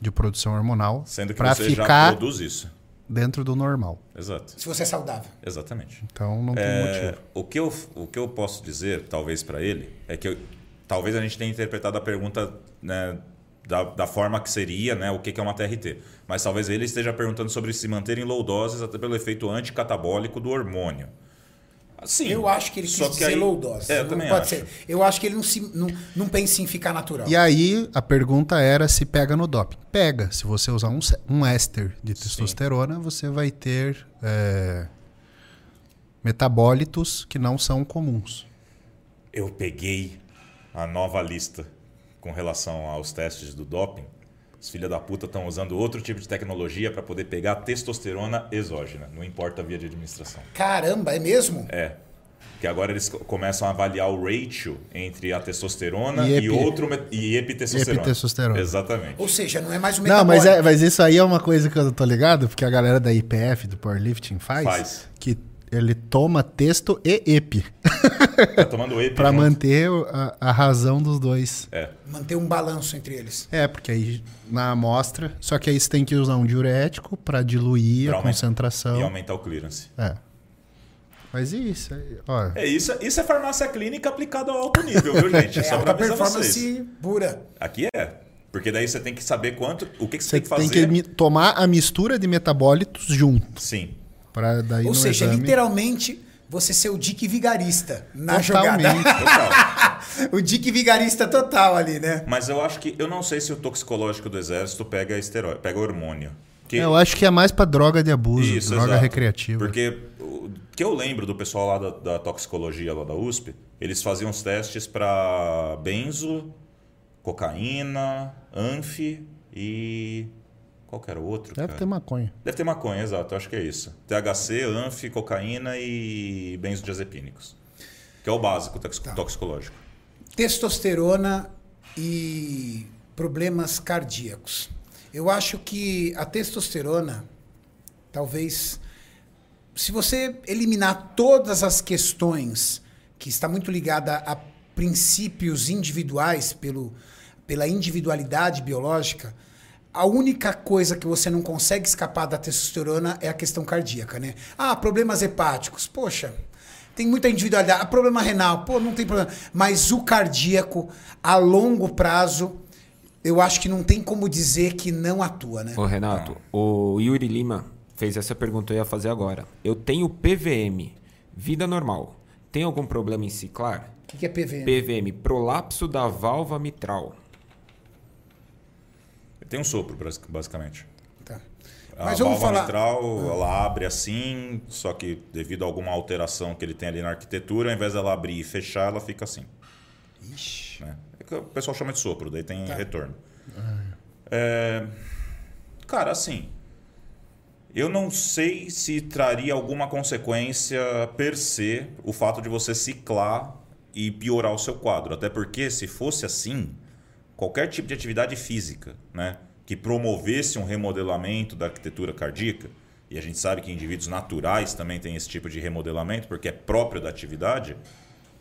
Speaker 3: de produção hormonal
Speaker 4: Sendo que
Speaker 3: para
Speaker 4: você
Speaker 3: ficar
Speaker 4: já produz isso.
Speaker 3: dentro do normal?
Speaker 4: Exato.
Speaker 1: Se você é saudável.
Speaker 4: Exatamente.
Speaker 3: Então não tem
Speaker 4: É,
Speaker 3: motivo.
Speaker 4: o, que eu, o que eu posso dizer, talvez para ele, é que eu- talvez a gente tenha interpretado a pergunta né, da, da forma que seria, né, o que, que é uma TRT. Mas talvez ele esteja perguntando sobre se manter em low doses até pelo efeito anticatabólico do hormônio. Assim,
Speaker 1: Eu acho que ele quis
Speaker 4: só
Speaker 1: dizer
Speaker 4: aí-
Speaker 1: low dose.
Speaker 4: É, eu
Speaker 1: não
Speaker 4: também
Speaker 1: pode
Speaker 4: acho.
Speaker 1: ser. Eu acho que ele não, se, não, não pensa em ficar natural.
Speaker 3: E aí a pergunta era se pega no doping. Pega. Se você usar um, sé- um éster de testosterona, você vai ter é, metabólitos que não são comuns.
Speaker 4: Eu peguei a nova lista com relação aos testes do doping. Os filha da puta estão usando outro tipo de tecnologia para poder pegar testosterona exógena, não importa a via de administração.
Speaker 1: Caramba, é mesmo?
Speaker 4: É. Que agora eles co- começam a avaliar o ratio entre a testosterona
Speaker 3: E
Speaker 4: e,
Speaker 3: epi-
Speaker 4: outro met- e epitestosterona.
Speaker 3: Epitestosterona.
Speaker 4: Exatamente.
Speaker 1: Ou seja, não é mais o
Speaker 3: Não, mas, é-
Speaker 1: metabólico.
Speaker 3: mas isso aí é uma coisa que eu não tô ligado, porque a galera da IPF, do powerlifting, faz,
Speaker 4: Faz.
Speaker 3: que ele toma texto e EP
Speaker 4: Tá tomando epi.
Speaker 3: Pra
Speaker 4: junto.
Speaker 3: manter o- a, a razão dos dois.
Speaker 4: É.
Speaker 1: Manter um balanço entre eles.
Speaker 3: É, porque aí na amostra, só que aí você tem que usar um diurético pra diluir
Speaker 4: Pra
Speaker 3: a
Speaker 4: aumentar- E
Speaker 3: concentração.
Speaker 4: aumentar o clearance.
Speaker 3: É. Mas e isso, aí, ó.
Speaker 4: É isso, isso é farmácia clínica aplicada ao alto nível, viu, gente?
Speaker 1: É,
Speaker 4: Só
Speaker 1: alta
Speaker 4: pra avisar
Speaker 1: performance
Speaker 4: vocês.
Speaker 1: pura.
Speaker 4: Aqui é. Porque daí você tem que saber quanto, o que, que você
Speaker 3: Você
Speaker 4: tem que fazer.
Speaker 3: tem que mi- tomar a mistura de metabólitos junto,
Speaker 4: Sim.
Speaker 3: Pra daí
Speaker 1: Ou
Speaker 3: no
Speaker 4: é
Speaker 1: seja,
Speaker 3: exame.
Speaker 1: literalmente, você ser o Dick Vigarista na
Speaker 3: Totalmente.
Speaker 1: jogada.
Speaker 4: Total.
Speaker 1: o Dick Vigarista total ali, né?
Speaker 4: Mas eu acho que eu não sei se o toxicológico do exército pega esteroide, pega hormônio. Que
Speaker 3: Eu acho que é mais pra droga de abuso, droga
Speaker 4: exato.
Speaker 3: recreativa.
Speaker 4: Porque o que eu lembro do pessoal lá da, da toxicologia lá da USP, eles faziam os testes para benzo, cocaína, anf e qual que era o outro?
Speaker 3: Deve
Speaker 4: cara?
Speaker 3: ter maconha.
Speaker 4: Deve ter maconha, exato, eu acho que é isso. THC, anf, cocaína e benzodiazepínicos. Que é o básico toxic-
Speaker 3: Tá.
Speaker 4: toxicológico.
Speaker 1: Testosterona e problemas cardíacos. Eu acho que a testosterona, talvez, se você eliminar todas as questões que está muito ligada a princípios individuais pelo, pela individualidade biológica, a única coisa que você não consegue escapar da testosterona é a questão cardíaca, né? Ah, problemas hepáticos. Poxa, tem muita individualidade. Ah, problema renal. Pô, não tem problema. Mas o cardíaco, a longo prazo, eu acho que não tem como dizer que não atua, né?
Speaker 2: Ô, Renato, o Yuri Lima fez essa pergunta que eu ia fazer agora. Eu tenho PVM, vida normal. Tem algum problema em ciclar?
Speaker 1: O que, que é PVM?
Speaker 2: PVM, prolapso da válvula mitral.
Speaker 4: Tem um sopro, bras- basicamente.
Speaker 1: Tá.
Speaker 4: A
Speaker 1: Mas
Speaker 4: válvula
Speaker 1: vamos falar.
Speaker 4: mitral, ela abre assim, só que devido a alguma alteração que ele tem ali na arquitetura, ao invés dela abrir e fechar, ela fica assim.
Speaker 1: Ixi.
Speaker 4: né? É que o pessoal chama de sopro, daí tem retorno. É, Cara, assim, eu não sei se traria alguma consequência per se o fato de você ciclar e piorar o seu quadro. Até porque, se fosse assim, qualquer tipo de atividade física né, que promovesse um remodelamento da arquitetura cardíaca, e a gente sabe que indivíduos naturais também têm esse tipo de remodelamento, porque é próprio da atividade,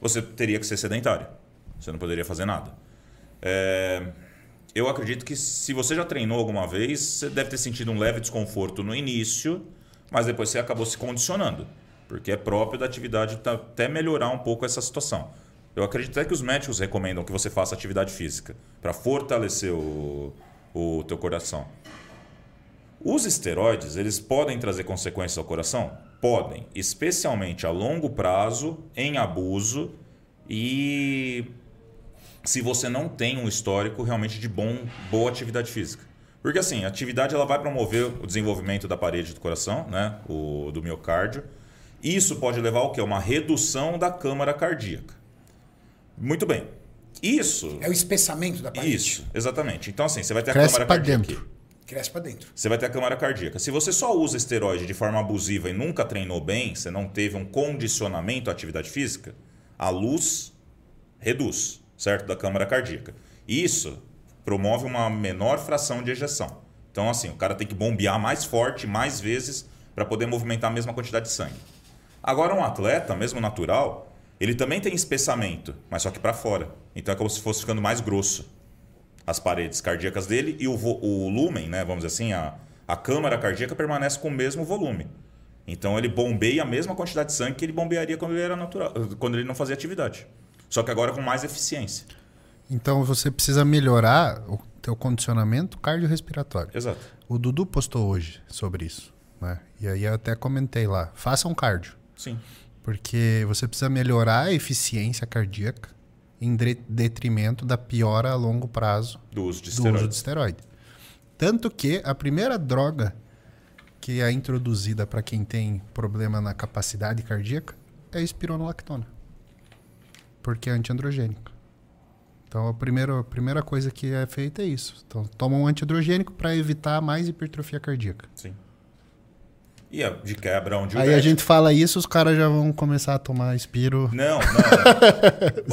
Speaker 4: você teria que ser sedentário. Você não poderia fazer nada. É, eu acredito que se você já treinou alguma vez, você deve ter sentido um leve desconforto no início, mas depois você acabou se condicionando, porque é próprio da atividade ta- até melhorar um pouco essa situação. Eu acredito até que os médicos recomendam que você faça atividade física para fortalecer o, o teu coração. Os esteroides, eles podem trazer consequências ao coração? Podem, especialmente a longo prazo, em abuso e se você não tem um histórico realmente de bom, boa atividade física. Porque assim, a atividade ela vai promover o desenvolvimento da parede do coração, né? O, do miocárdio. Isso pode levar ao quê? Uma redução da câmara cardíaca. Muito bem. Isso.
Speaker 1: É o espessamento da parede.
Speaker 4: Isso, exatamente. Então, assim, você vai ter
Speaker 3: Cresce
Speaker 4: a câmara
Speaker 3: pra
Speaker 4: cardíaca.
Speaker 3: dentro.
Speaker 1: Cresce pra dentro.
Speaker 4: Você vai ter a câmara cardíaca. Se você só usa esteroide de forma abusiva e nunca treinou bem, você não teve um condicionamento à atividade física, a luz reduz, certo? Da câmara cardíaca. Isso promove uma menor fração de ejeção. Então, assim, o cara tem que bombear mais forte, mais vezes, para poder movimentar a mesma quantidade de sangue. Agora, um atleta, mesmo natural, ele também tem espessamento, mas só que para fora. Então é como se fosse ficando mais grosso as paredes cardíacas dele e o, vo- o lumen, né, vamos dizer assim, a, a câmara cardíaca permanece com o mesmo volume. Então ele bombeia a mesma quantidade de sangue que ele bombearia quando ele era natural, quando ele não fazia atividade. Só que agora com mais eficiência.
Speaker 3: Então você precisa melhorar o teu condicionamento cardiorrespiratório.
Speaker 4: Exato.
Speaker 3: O Dudu postou hoje sobre isso, né? E aí eu até comentei lá, faça um cardio,
Speaker 4: Sim.
Speaker 3: porque você precisa melhorar a eficiência cardíaca em dre- detrimento da piora a longo prazo
Speaker 4: Do uso de
Speaker 3: do
Speaker 4: esteroide.
Speaker 3: uso de esteroide. Tanto que a primeira droga que é introduzida para quem tem problema na capacidade cardíaca é a espironolactona, porque é antiandrogênico. Então a primeira, a primeira coisa que é feita é isso. Então toma um antiandrogênico para evitar mais hipertrofia cardíaca.
Speaker 4: Sim. E é de quebra onde
Speaker 3: Aí a gente fala isso, os caras já vão começar a tomar espiro,
Speaker 4: Não, não.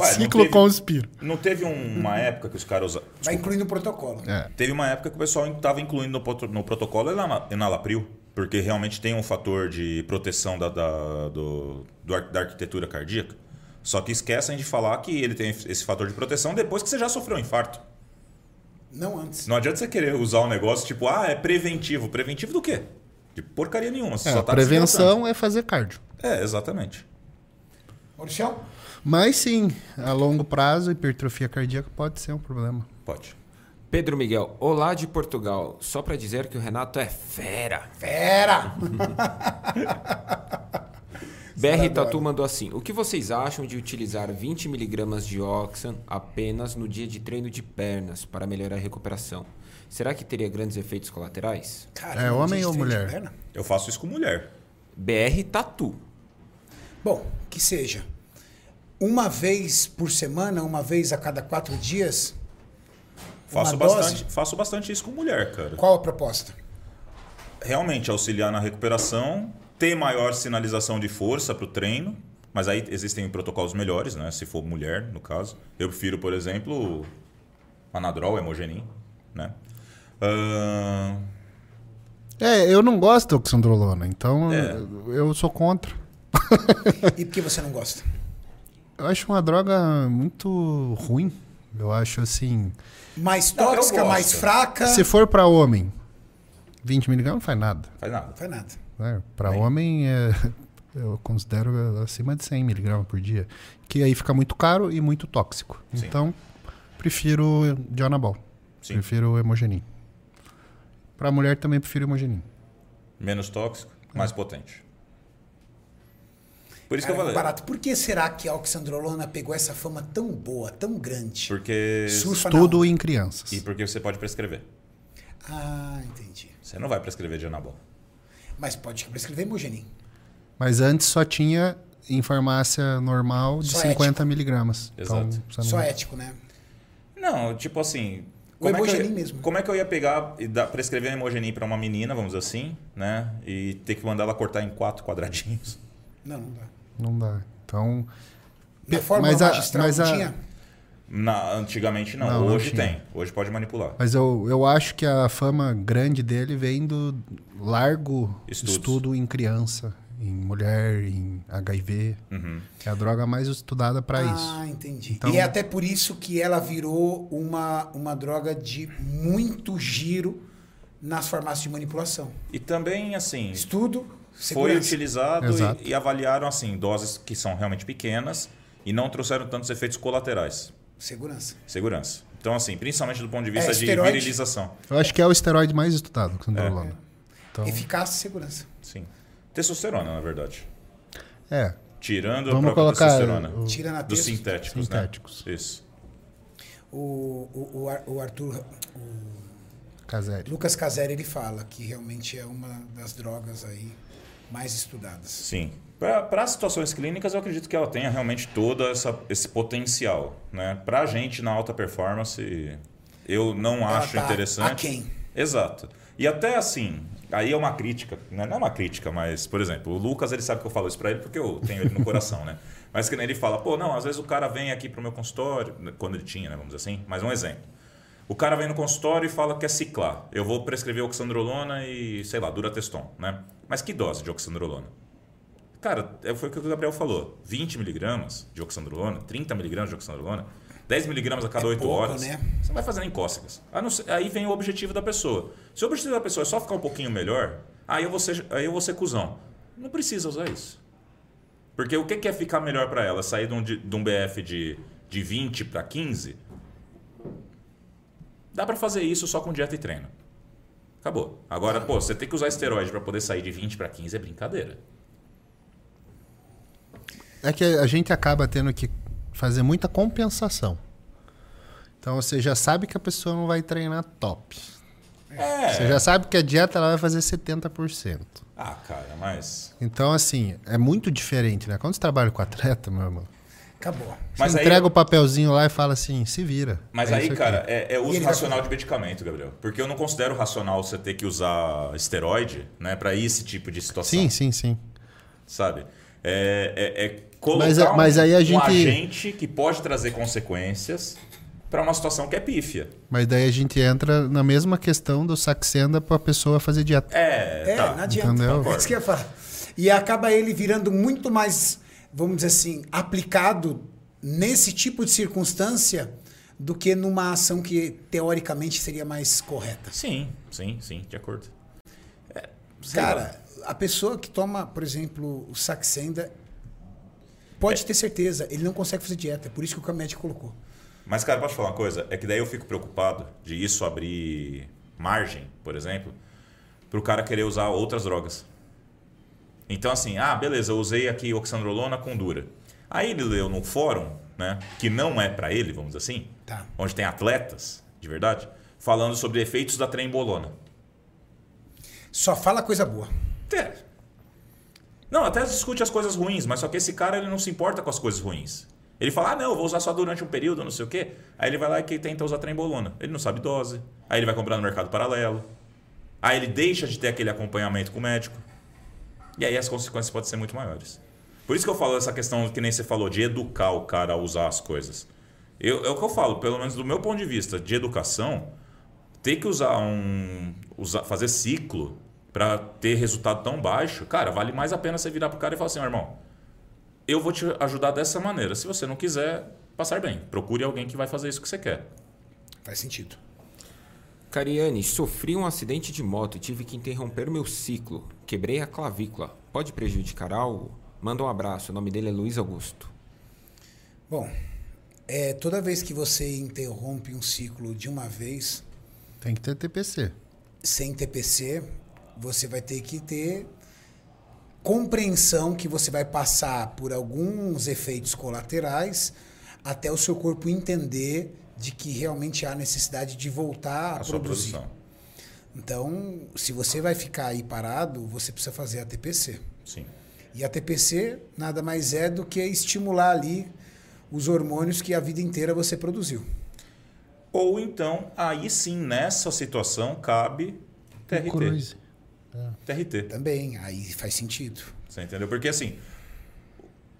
Speaker 4: Ué,
Speaker 3: ciclo
Speaker 4: não teve,
Speaker 3: com o espiro.
Speaker 4: Não teve um- uma época que os caras usa-
Speaker 1: Vai incluindo o protocolo.
Speaker 3: É.
Speaker 4: Teve uma época que o pessoal estava incluindo no, potro- no protocolo enala- enalapril, porque realmente tem um fator de proteção da, da, do- do ar- da arquitetura cardíaca. Só que esquecem de falar que ele tem esse fator de proteção depois que você já sofreu um infarto.
Speaker 1: Não antes.
Speaker 4: Não adianta você querer usar um negócio tipo, ah, é preventivo. Preventivo do quê? De porcaria nenhuma. Você
Speaker 3: É,
Speaker 4: só
Speaker 3: a
Speaker 4: tá
Speaker 3: prevenção é fazer cardio.
Speaker 4: descansando. É, exatamente.
Speaker 1: Orchão?
Speaker 3: Mas sim, a longo prazo, hipertrofia cardíaca pode ser um problema.
Speaker 4: Pode.
Speaker 2: Pedro Miguel, olá de Portugal. Só pra dizer que o Renato é fera.
Speaker 1: Fera!
Speaker 2: BR Tatu mandou assim: O que vocês acham de utilizar 20mg de Oxan apenas no dia de treino de pernas para melhorar a recuperação? Será que teria grandes efeitos colaterais?
Speaker 1: Caramba,
Speaker 3: É homem
Speaker 1: gente, tem
Speaker 3: ou
Speaker 1: de
Speaker 3: mulher?
Speaker 1: perna?
Speaker 4: Eu faço isso com mulher.
Speaker 2: BR Tatu.
Speaker 1: Bom, que seja. Uma vez por semana, uma vez a cada quatro dias,
Speaker 4: Faço
Speaker 1: dose?
Speaker 4: bastante, faço bastante isso com mulher, cara.
Speaker 1: qual a proposta?
Speaker 4: realmente auxiliar na recuperação, ter maior sinalização de força para o treino, mas aí existem protocolos melhores, né? Se for mulher, no caso. Eu prefiro, por exemplo, Anadrol, Hemogenin, né? Ahn,
Speaker 3: É, eu não gosto da oxandrolona, então
Speaker 4: É.
Speaker 3: eu sou contra.
Speaker 1: E por que você não gosta?
Speaker 3: Eu acho uma droga muito ruim. Eu acho assim.
Speaker 1: Mais
Speaker 4: Não, eu
Speaker 1: tóxica,
Speaker 4: gosto.
Speaker 1: mais
Speaker 4: É.
Speaker 1: fraca?
Speaker 3: Se for pra homem, 20 mg não faz nada.
Speaker 4: faz nada.
Speaker 1: Não faz nada.
Speaker 3: Né? Para homem, é, eu considero acima de 100 mg por dia, que aí fica muito caro e muito tóxico.
Speaker 4: Sim.
Speaker 3: Então, prefiro Jonabol.
Speaker 4: Sim.
Speaker 3: Prefiro hemogenin. Pra mulher também prefiro hemogenin.
Speaker 4: Menos tóxico, mais potente. Por isso que eu
Speaker 1: É. Cara, é
Speaker 4: falei.
Speaker 1: Barato, por que será que a oxandrolona pegou essa fama tão boa, tão grande?
Speaker 4: Porque.
Speaker 1: Susto
Speaker 3: Estudo
Speaker 1: anal.
Speaker 3: em crianças.
Speaker 4: E porque você pode prescrever.
Speaker 1: Ah, entendi.
Speaker 4: Você não vai prescrever de anabol.
Speaker 1: Mas pode prescrever hemogenin.
Speaker 3: Mas antes só tinha em farmácia normal de
Speaker 1: Só é, tipo,
Speaker 3: 50 miligramas. Então,
Speaker 4: Exato.
Speaker 3: você não-
Speaker 1: Só ético, né?
Speaker 4: Não, tipo assim.
Speaker 1: O
Speaker 4: Como é, que eu,
Speaker 1: Hemogenin
Speaker 4: ia-
Speaker 1: mesmo.
Speaker 4: como é que eu ia pegar e dar, prescrever um hemogenin pra uma menina, vamos dizer assim, né? E ter que mandar ela cortar em quatro quadradinhos?
Speaker 1: Não, não dá.
Speaker 3: não dá. Então,
Speaker 1: Na fórmula
Speaker 3: mas a-
Speaker 1: magistral
Speaker 3: mas
Speaker 1: não
Speaker 3: a-
Speaker 1: tinha?
Speaker 4: Na- antigamente não,
Speaker 3: Não, não
Speaker 4: hoje
Speaker 3: tinha.
Speaker 4: tem. Hoje pode manipular.
Speaker 3: mas eu, eu acho que a fama grande dele vem do largo
Speaker 4: Estudos.
Speaker 3: estudo em criança, em mulher, em HIV.
Speaker 4: Uhum.
Speaker 3: Que é a droga mais estudada para é isso.
Speaker 1: Ah, entendi.
Speaker 3: Então-
Speaker 1: E é até por isso que ela virou uma, uma droga de muito giro nas farmácias de manipulação.
Speaker 4: E também, assim,
Speaker 1: Estudo,
Speaker 4: foi
Speaker 1: segurança.
Speaker 4: utilizado
Speaker 3: Exato.
Speaker 4: e, e avaliaram, assim, doses que são realmente pequenas e não trouxeram tantos efeitos colaterais.
Speaker 1: segurança.
Speaker 4: Segurança. Então, assim, principalmente do ponto de vista
Speaker 1: É,
Speaker 4: de
Speaker 1: esteroide.
Speaker 4: virilização.
Speaker 3: Eu acho que é o esteroide mais estudado,
Speaker 4: É.
Speaker 3: oxandrolona. Então,
Speaker 1: Eficácia e segurança.
Speaker 4: Sim. Testosterona, na verdade.
Speaker 3: é,
Speaker 4: Tirando
Speaker 3: Vamos
Speaker 4: a própria
Speaker 3: colocar
Speaker 4: testosterona.
Speaker 3: o-
Speaker 1: Tira na
Speaker 4: Dos
Speaker 1: testa.
Speaker 4: sintéticos,
Speaker 3: Sintéticos.
Speaker 4: né? Isso.
Speaker 1: O, o, o Ar- o Arthur, o
Speaker 3: casério.
Speaker 1: Lucas Caseri, ele fala que realmente é uma das drogas aí mais estudadas.
Speaker 4: Sim. Para as situações clínicas, eu acredito que ela tenha realmente todo essa, esse potencial. Né? Para a gente, na alta performance, eu não
Speaker 1: Ela
Speaker 4: acho
Speaker 1: tá
Speaker 4: interessante.
Speaker 1: A quem?
Speaker 4: Exato. E até assim, aí é uma crítica, né? não é uma crítica, mas, por exemplo, o Lucas, ele sabe que eu falo isso pra ele porque eu tenho ele no coração, né? Mas que nem ele fala, pô, não, às vezes o cara vem aqui pro meu consultório, quando ele tinha, né, vamos dizer assim, mas um exemplo. O cara vem no consultório e fala que quer ciclar. Eu vou prescrever oxandrolona e, sei lá, durateston, né? Mas que dose de oxandrolona? Cara, é- foi o que o Gabriel falou. 20 miligramas de oxandrolona, 30 miligramas de oxandrolona, 10 miligramas a cada
Speaker 1: É
Speaker 4: 8
Speaker 1: pouco,
Speaker 4: horas.
Speaker 1: né?
Speaker 4: Você não vai fazer nem cócegas. A não ser- aí vem o objetivo da pessoa. Se o objetivo da pessoa é só ficar um pouquinho melhor, aí eu vou ser, aí eu vou ser cuzão. Não precisa usar isso. Porque o que que é ficar melhor pra ela? Sair de um, de- de um BF de, de 20 pra 15? Dá pra fazer isso só com dieta e treino. Acabou. Agora,
Speaker 1: Tá.
Speaker 4: pô, você tem que usar esteroide pra poder sair de 20 pra 15 é brincadeira.
Speaker 3: É que a gente acaba tendo que fazer muita compensação. Então você já sabe que a pessoa não vai treinar top.
Speaker 4: É.
Speaker 3: Você já sabe que a dieta ela vai fazer 70%.
Speaker 4: Ah, cara, mas.
Speaker 3: Então, assim, é muito diferente, né? Quando você trabalha com atleta, meu irmão,
Speaker 1: Acabou.
Speaker 4: Mas
Speaker 3: você
Speaker 4: aí,
Speaker 3: entrega o papelzinho lá e fala assim, se vira.
Speaker 4: mas
Speaker 3: É
Speaker 4: aí
Speaker 3: isso aqui.
Speaker 4: cara, é, é
Speaker 1: E
Speaker 4: uso
Speaker 1: ele vai
Speaker 4: racional de medicamento, Gabriel. Porque eu não considero racional você ter que usar esteroide, né, pra esse tipo de situação.
Speaker 3: Sim, sim, sim.
Speaker 4: Sabe? É, é, é colocar
Speaker 3: Mas é- mas
Speaker 4: um-
Speaker 3: aí a
Speaker 4: um
Speaker 3: gente-
Speaker 4: agente que pode trazer consequências pra uma situação que é pífia.
Speaker 3: Mas daí a gente entra na mesma questão do saxenda pra pessoa fazer dieta.
Speaker 4: É,
Speaker 1: É,
Speaker 4: tá.
Speaker 1: não adianta.
Speaker 3: Entendeu?
Speaker 1: É isso que eu ia falar. E acaba ele virando muito mais, vamos dizer assim, aplicado nesse tipo de circunstância do que numa ação que teoricamente seria mais correta.
Speaker 4: Sim, sim, sim, de acordo. É, sei lá.
Speaker 1: Cara, a pessoa que toma, por exemplo, o Saxenda pode ter certeza, ele não consegue fazer dieta. É por isso que o médico colocou.
Speaker 4: Mas, cara, posso te falar uma coisa? É que daí eu fico preocupado de isso abrir margem, por exemplo, pro cara querer usar outras drogas. Então, assim, ah, beleza, eu usei aqui oxandrolona com dura. Aí ele leu no fórum, né, que não é pra ele, vamos dizer assim,
Speaker 1: Tá.
Speaker 4: onde tem atletas, de verdade, falando sobre efeitos da trembolona.
Speaker 1: Só fala coisa boa.
Speaker 4: É. Não, até discute as coisas ruins, mas só que esse cara ele não se importa com as coisas ruins. Ele fala, ah, não, eu vou usar só durante um período, não sei o quê. Aí ele vai lá e que- tenta usar trembolona. Ele não sabe dose. Aí ele vai comprar no mercado paralelo. Aí ele deixa de ter aquele acompanhamento com o médico. E aí as consequências podem ser muito maiores. Por isso que eu falo essa questão que nem você falou, de educar o cara a usar as coisas. Eu, é o que eu falo, pelo menos do meu ponto de vista de educação, ter que usar um. Usar, fazer ciclo pra ter resultado tão baixo, cara, vale mais a pena você virar pro cara e falar assim, "Ó, irmão, eu vou te ajudar dessa maneira. Se você não quiser, passar bem. Procure alguém que vai fazer isso que você quer.
Speaker 1: Faz sentido.
Speaker 2: Cariane, sofri um acidente de moto e tive que interromper meu ciclo. Quebrei a clavícula. Pode prejudicar algo? Manda um abraço. O nome dele é Luiz Augusto.
Speaker 1: Bom, é, toda vez que você interrompe um ciclo de uma vez,
Speaker 3: Tem que ter TPC.
Speaker 1: sem TPC, você vai ter que ter compreensão que você vai passar por alguns efeitos colaterais até o seu corpo entender de que realmente há necessidade de voltar a,
Speaker 4: a sua
Speaker 1: produzir.
Speaker 4: produção.
Speaker 1: Então, se você vai ficar aí parado, você precisa fazer a TPC.
Speaker 4: Sim.
Speaker 1: E a TPC nada mais é do que estimular ali os hormônios que a vida inteira você produziu.
Speaker 4: Ou então, aí sim, nessa situação, cabe TRT.
Speaker 3: Cruise.
Speaker 4: TRT.
Speaker 1: Também, aí faz sentido.
Speaker 4: Você entendeu? Porque assim,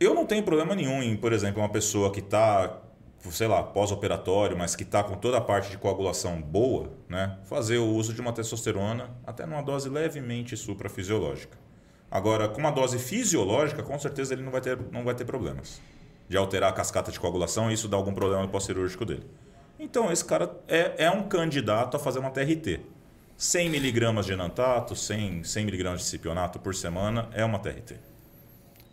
Speaker 4: eu não tenho problema nenhum em, por exemplo, uma pessoa que está, sei lá, pós-operatório, mas que está com toda a parte de coagulação boa, né? Fazer o uso de uma testosterona até numa dose levemente suprafisiológica. Agora, com uma dose fisiológica, com certeza ele não vai ter, não vai ter problemas de alterar a cascata de coagulação e isso dá algum problema pós-cirúrgico dele. Então, esse cara é, é um candidato a fazer uma TRT. 100 miligramas de enantato, 100, 100 miligramas de cipionato por semana é uma TRT.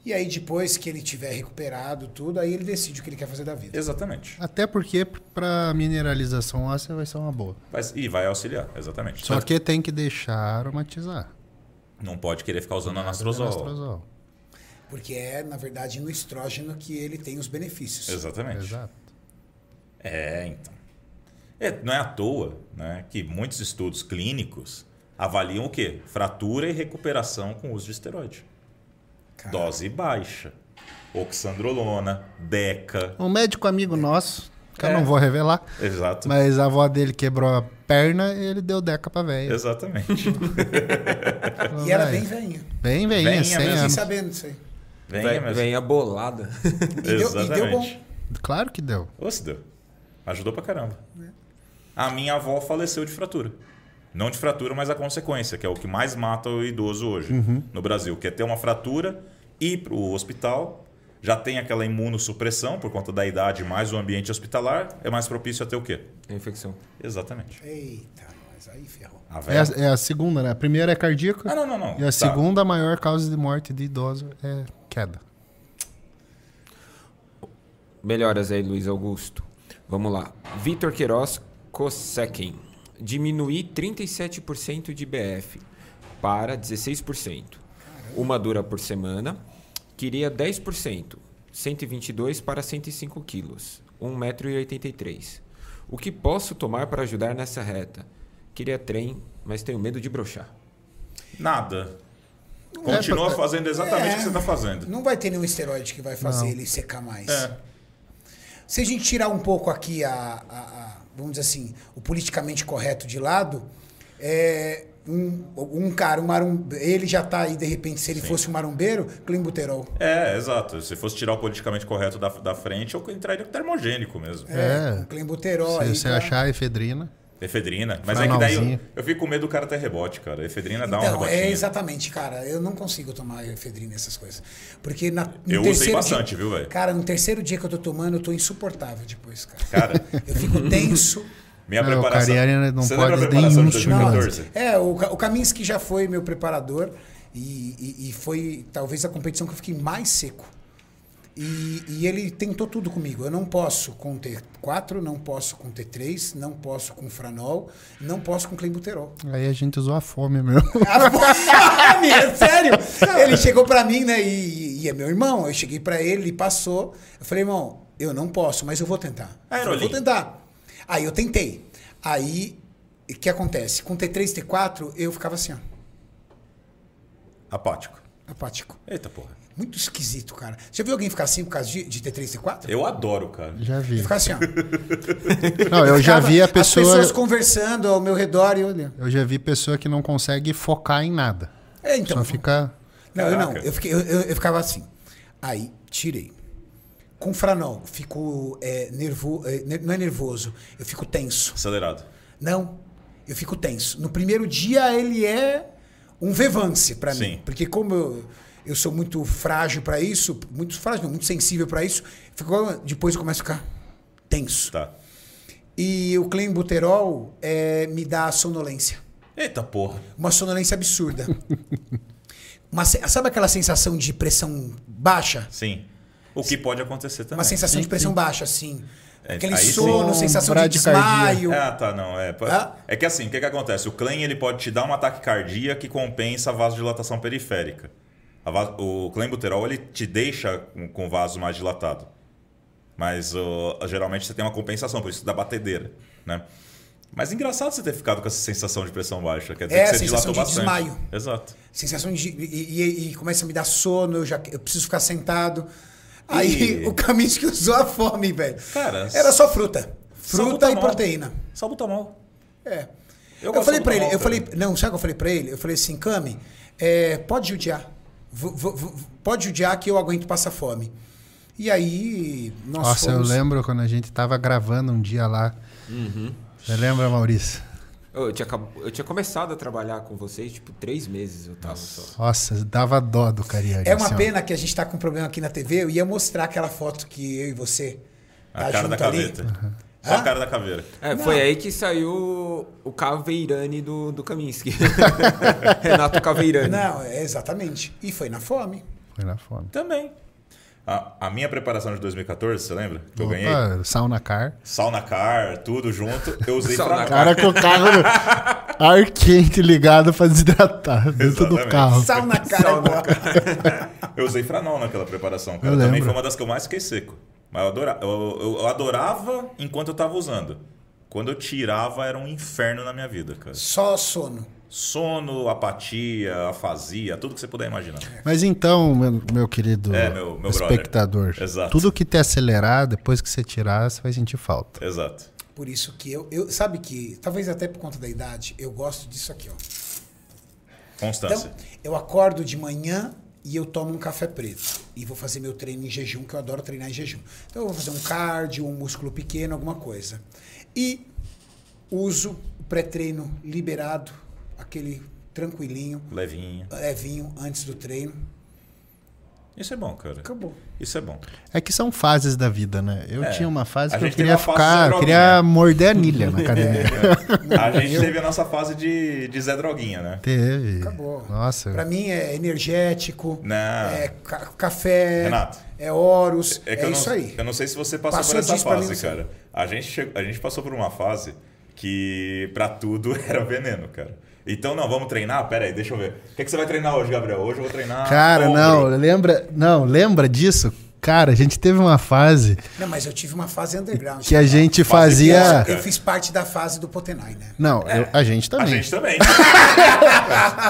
Speaker 1: E aí depois que ele tiver recuperado tudo, aí ele decide o que ele quer fazer da vida.
Speaker 4: Exatamente.
Speaker 3: Até porque para mineralização óssea vai ser uma boa.
Speaker 4: Vai- e vai auxiliar, exatamente.
Speaker 3: Só
Speaker 4: Tanto
Speaker 3: que tem que deixar aromatizar.
Speaker 4: Não pode querer ficar usando anastrozol.
Speaker 3: é Anastrozol.
Speaker 1: Porque é, na verdade, no estrógeno que ele tem os benefícios.
Speaker 4: Exatamente.
Speaker 3: Exato.
Speaker 4: É, então. É, não é à toa né, que muitos estudos clínicos avaliam o quê? Fratura e recuperação com uso de esteroide.
Speaker 1: Cara,
Speaker 4: Dose baixa. Oxandrolona, Deca.
Speaker 3: Um médico amigo nosso, que
Speaker 4: É.
Speaker 3: eu não vou revelar,
Speaker 4: Exato.
Speaker 3: mas a avó dele quebrou a perna e ele deu deca pra velha.
Speaker 4: Exatamente.
Speaker 1: E era bem velhinha.
Speaker 3: Bem velhinha, 100
Speaker 4: Veinha mesmo.
Speaker 1: Fiquei
Speaker 3: anos.
Speaker 1: sabendo isso aí.
Speaker 4: Venha, mas...
Speaker 2: Vem a bolada.
Speaker 1: E deu, e deu
Speaker 4: Exatamente.
Speaker 1: bom.
Speaker 3: Claro que deu.
Speaker 4: Ô, se deu. Ajudou pra caramba. A minha avó faleceu de fratura. Não de fratura, mas a consequência, que é o que mais mata o idoso hoje no Brasil, que é ter uma fratura, ir pro hospital, já tem aquela imunossupressão por conta da idade mais o ambiente hospitalar, é mais propício a ter o quê?
Speaker 2: É infecção.
Speaker 4: Exatamente.
Speaker 1: Eita, mas aí ferrou.
Speaker 4: A
Speaker 3: É
Speaker 4: véia...
Speaker 3: a, é a segunda, né? A primeira é cardíaca.
Speaker 4: Ah, não, não, não.
Speaker 3: E a
Speaker 4: Tá.
Speaker 3: segunda maior causa de morte de idoso é queda.
Speaker 2: Melhoras aí, Luiz Augusto. Vamos lá. Vitor Queiroz Kosekin. Diminuir 37% de BF para 16%. Uma dura por semana. Queria 10%. 122 para 105 quilos. 1,83m. O que posso tomar para ajudar nessa reta? Queria trem, mas tenho medo de brochar.
Speaker 4: Nada. Continua
Speaker 3: pra-
Speaker 4: fazendo
Speaker 1: É.
Speaker 4: exatamente o que você está fazendo.
Speaker 1: Não vai ter nenhum esteroide que vai fazer ele secar mais.
Speaker 4: É.
Speaker 1: Se a gente tirar um pouco aqui a, a- a- vamos dizer assim, o politicamente correto de lado, é, um, um cara, um marum, ele já tá aí de repente, se ele fosse um marombeiro, climbuterol.
Speaker 4: É, exato. Se fosse tirar o politicamente correto da, da frente, eu entraria com termogênico mesmo.
Speaker 3: É.
Speaker 1: Um climbuterol.
Speaker 3: Se
Speaker 1: aí
Speaker 3: você
Speaker 1: pra-
Speaker 3: achar a efedrina.
Speaker 4: Efedrina. Mas é que daí eu,
Speaker 3: Franalzinho.
Speaker 4: eu fico com medo do cara ter rebote, cara. Efedrina dá um
Speaker 1: Então,
Speaker 4: rebotinho.
Speaker 1: é exatamente, cara. Eu não consigo tomar efedrina essas coisas. Porque na, no
Speaker 4: Eu usei
Speaker 1: terceiro
Speaker 4: bastante,
Speaker 1: dia-
Speaker 4: viu, velho?
Speaker 1: Cara, no terceiro dia que eu tô tomando, eu tô insuportável depois, cara.
Speaker 4: Cara,
Speaker 1: Eu fico tenso.
Speaker 4: minha
Speaker 3: Não, o
Speaker 4: preparação.
Speaker 3: Cariani não
Speaker 4: Você lembra a
Speaker 3: pode
Speaker 4: preparação
Speaker 3: nem
Speaker 4: de
Speaker 3: um estímulo.
Speaker 4: 2014?
Speaker 1: É, o, Ka- o Kaminski já foi meu preparador e, e- e foi talvez a competição que eu fiquei mais seco. E, e ele tentou tudo comigo. Eu não posso com T4, não posso com T3, não posso com Franol, não posso com Clenbuterol.
Speaker 3: Aí a gente usou a fome mesmo.
Speaker 1: Ah, pô, é sério? Ele chegou pra mim, né? E, e é meu irmão. Eu cheguei pra ele, ele passou. Eu falei, irmão, eu não posso, mas eu vou tentar. eu
Speaker 4: Aerolim.
Speaker 1: vou tentar. Aí eu tentei. Aí, o que acontece? Com T3, T4, eu ficava assim, ó,
Speaker 4: Apático.
Speaker 1: apático.
Speaker 4: Eita porra.
Speaker 1: Muito esquisito, cara. Já viu alguém ficar assim por causa de, de T3, T4?
Speaker 4: Eu adoro, cara.
Speaker 3: Já vi.
Speaker 1: Ficar assim, ó.
Speaker 3: Não, eu já
Speaker 1: Ficava
Speaker 3: vi a
Speaker 1: As
Speaker 3: pessoa.
Speaker 1: pessoas conversando ao meu redor e olhando.
Speaker 3: Eu já vi pessoa que não consegue focar em nada.
Speaker 1: É, então.
Speaker 3: Só fica.
Speaker 1: Não, eu não.
Speaker 4: Caraca.
Speaker 1: Eu, fiquei- eu- eu- eu ficava assim. Aí, tirei. Com franol, fico é, nervo, é, ner- não é nervoso, eu fico tenso.
Speaker 4: Acelerado.
Speaker 1: Não, eu fico tenso. No primeiro dia ele é um vevance pra mim,
Speaker 4: Sim.
Speaker 1: porque como eu, eu sou muito frágil pra isso, muito frágil, não, muito sensível pra isso, fico, depois eu começo a ficar tenso.
Speaker 4: Tá.
Speaker 1: E o clenbuterol é, me dá sonolência
Speaker 4: Eita porra.
Speaker 1: uma sonolência absurda. Uma se- sabe aquela sensação de pressão baixa?
Speaker 4: Sim. O que pode acontecer também.
Speaker 1: Uma sensação de pressão baixa, assim.
Speaker 4: É,
Speaker 1: Aquele
Speaker 4: aí sim.
Speaker 1: sono,
Speaker 3: Um
Speaker 1: sensação de
Speaker 3: bradicardia.
Speaker 1: desmaio.
Speaker 4: Ah, tá, não. É, Pa-
Speaker 1: Hã?
Speaker 4: é que assim, o que, que acontece? O Klein ele pode te dar um ataque cardíaco que compensa a vasodilatação periférica. A va- o clenbuterol ele te deixa com- com o vaso mais dilatado. Mas ó, geralmente você tem uma compensação, por isso da batedeira, né? Mas engraçado você ter ficado com essa sensação de pressão baixa. Quer dizer
Speaker 1: É,
Speaker 4: que
Speaker 1: a
Speaker 4: você
Speaker 1: sensação
Speaker 4: dilatou
Speaker 1: de
Speaker 4: bastante.
Speaker 1: desmaio.
Speaker 4: Exato.
Speaker 1: Sensação de. E, e- e começa a me dar sono, eu já eu preciso ficar sentado. Aí
Speaker 4: E-
Speaker 1: o caminho que usou a fome, velho.
Speaker 4: Cara,
Speaker 1: Era só fruta.
Speaker 4: só
Speaker 1: Fruta e
Speaker 4: butanol.
Speaker 1: proteína.
Speaker 4: Só butanol.
Speaker 1: É.
Speaker 4: Eu
Speaker 1: Eu,
Speaker 4: gosto
Speaker 1: falei
Speaker 4: do
Speaker 1: pra ele, eu
Speaker 4: Walter.
Speaker 1: falei, não, sabe o que eu falei pra ele? Eu falei assim, Cami, é, pode judiar. V- v- v- pode judiar que eu aguento passar fome. E aí, nós
Speaker 3: Nossa,
Speaker 1: fomos-
Speaker 3: eu lembro quando a gente tava gravando um dia lá.
Speaker 4: Uhum.
Speaker 3: Você lembra, Maurício?
Speaker 2: Eu, tinha, acab- eu tinha começado a trabalhar com vocês, tipo, três meses eu tava só.
Speaker 3: Nossa, dava dó do Cariani.
Speaker 1: É uma
Speaker 3: assim, ó.
Speaker 1: pena que a gente tá com um problema aqui na TV. Eu ia mostrar aquela foto que eu e você.
Speaker 4: A
Speaker 1: tá
Speaker 4: cara da
Speaker 1: junto ali.
Speaker 4: caveta. Só
Speaker 1: Hã?
Speaker 4: a cara da caveira.
Speaker 2: É, foi aí que saiu o Caveirani do, do Kaminsky. Renato Caveirani.
Speaker 1: Não, é, exatamente. E foi na fome.
Speaker 3: Foi na fome.
Speaker 4: Também. A, a minha preparação de 2014, você lembra? Que eu ganhei?
Speaker 3: Opa, sauna car.
Speaker 4: Sauna car, tudo junto. Eu usei
Speaker 2: Sauna
Speaker 4: pra...
Speaker 2: car.
Speaker 3: Cara com o carro no- ar quente ligado pra desidratar dentro do
Speaker 4: Exatamente.
Speaker 3: carro.
Speaker 1: Sal na cara
Speaker 2: Sal na
Speaker 1: agora.
Speaker 4: Eu usei franol naquela preparação, cara.
Speaker 3: Eu
Speaker 4: Também
Speaker 3: lembro.
Speaker 4: foi uma das que eu mais fiquei seco. Mas eu adorava, eu, eu- eu adorava enquanto eu tava usando. Quando eu tirava, era um inferno na minha vida, cara.
Speaker 1: Só sono.
Speaker 4: Sono, apatia, afasia, tudo que você puder imaginar.
Speaker 3: Mas então, meu, meu querido
Speaker 4: É, meu- meu brother.
Speaker 3: espectador,
Speaker 4: Exato.
Speaker 3: tudo que te acelerar, depois que você tirar, você vai sentir falta.
Speaker 4: Exato.
Speaker 1: Por isso que eu, eu. Sabe que, talvez até por conta da idade, eu gosto disso aqui, ó.
Speaker 4: Constância.
Speaker 1: Então, eu acordo de manhã e eu tomo um café preto. E vou fazer meu treino em jejum, que eu adoro treinar em jejum. Então, eu vou fazer um cardio, um músculo pequeno, alguma coisa. E uso o pré-treino liberado, aquele tranquilinho,
Speaker 4: Levinha.
Speaker 1: levinho, antes do treino.
Speaker 4: Isso é bom, cara.
Speaker 1: Acabou.
Speaker 4: Isso é bom.
Speaker 3: É que são fases da vida, né? Eu tinha uma fase
Speaker 4: É. A
Speaker 3: que eu
Speaker 4: gente teve
Speaker 3: queria
Speaker 4: uma fase
Speaker 3: ficar, eu
Speaker 4: zero
Speaker 3: queria morder anilha na academia.
Speaker 4: A gente teve a nossa fase de, de Zé Droguinha, né?
Speaker 3: Teve.
Speaker 1: Acabou.
Speaker 3: Nossa.
Speaker 1: Pra mim é energético,
Speaker 4: Não.
Speaker 1: é ca- café,
Speaker 4: Renato.
Speaker 1: é Horus,
Speaker 4: É,
Speaker 1: é,
Speaker 4: que eu não,
Speaker 1: isso aí.
Speaker 4: Eu não sei se você passou,
Speaker 1: Passou
Speaker 4: por essa
Speaker 1: disso pra mim,
Speaker 4: fase,
Speaker 1: não
Speaker 4: cara. A gente, chegou- a gente passou por uma fase que pra tudo era veneno, cara. Então, não, vamos treinar? Pera aí, deixa eu ver. O que, que você vai treinar hoje, Gabriel? Hoje eu vou treinar.
Speaker 3: Cara,
Speaker 4: ombro.
Speaker 3: não, lembra, não, lembra disso? Cara, a gente teve uma fase
Speaker 1: Não, mas eu tive uma fase underground.
Speaker 3: que a gente
Speaker 4: Fase
Speaker 3: fazia.
Speaker 4: criança.
Speaker 1: Eu fiz parte da fase do Potenai, né?
Speaker 3: Não, eu- a gente
Speaker 4: A
Speaker 3: também.
Speaker 4: gente também.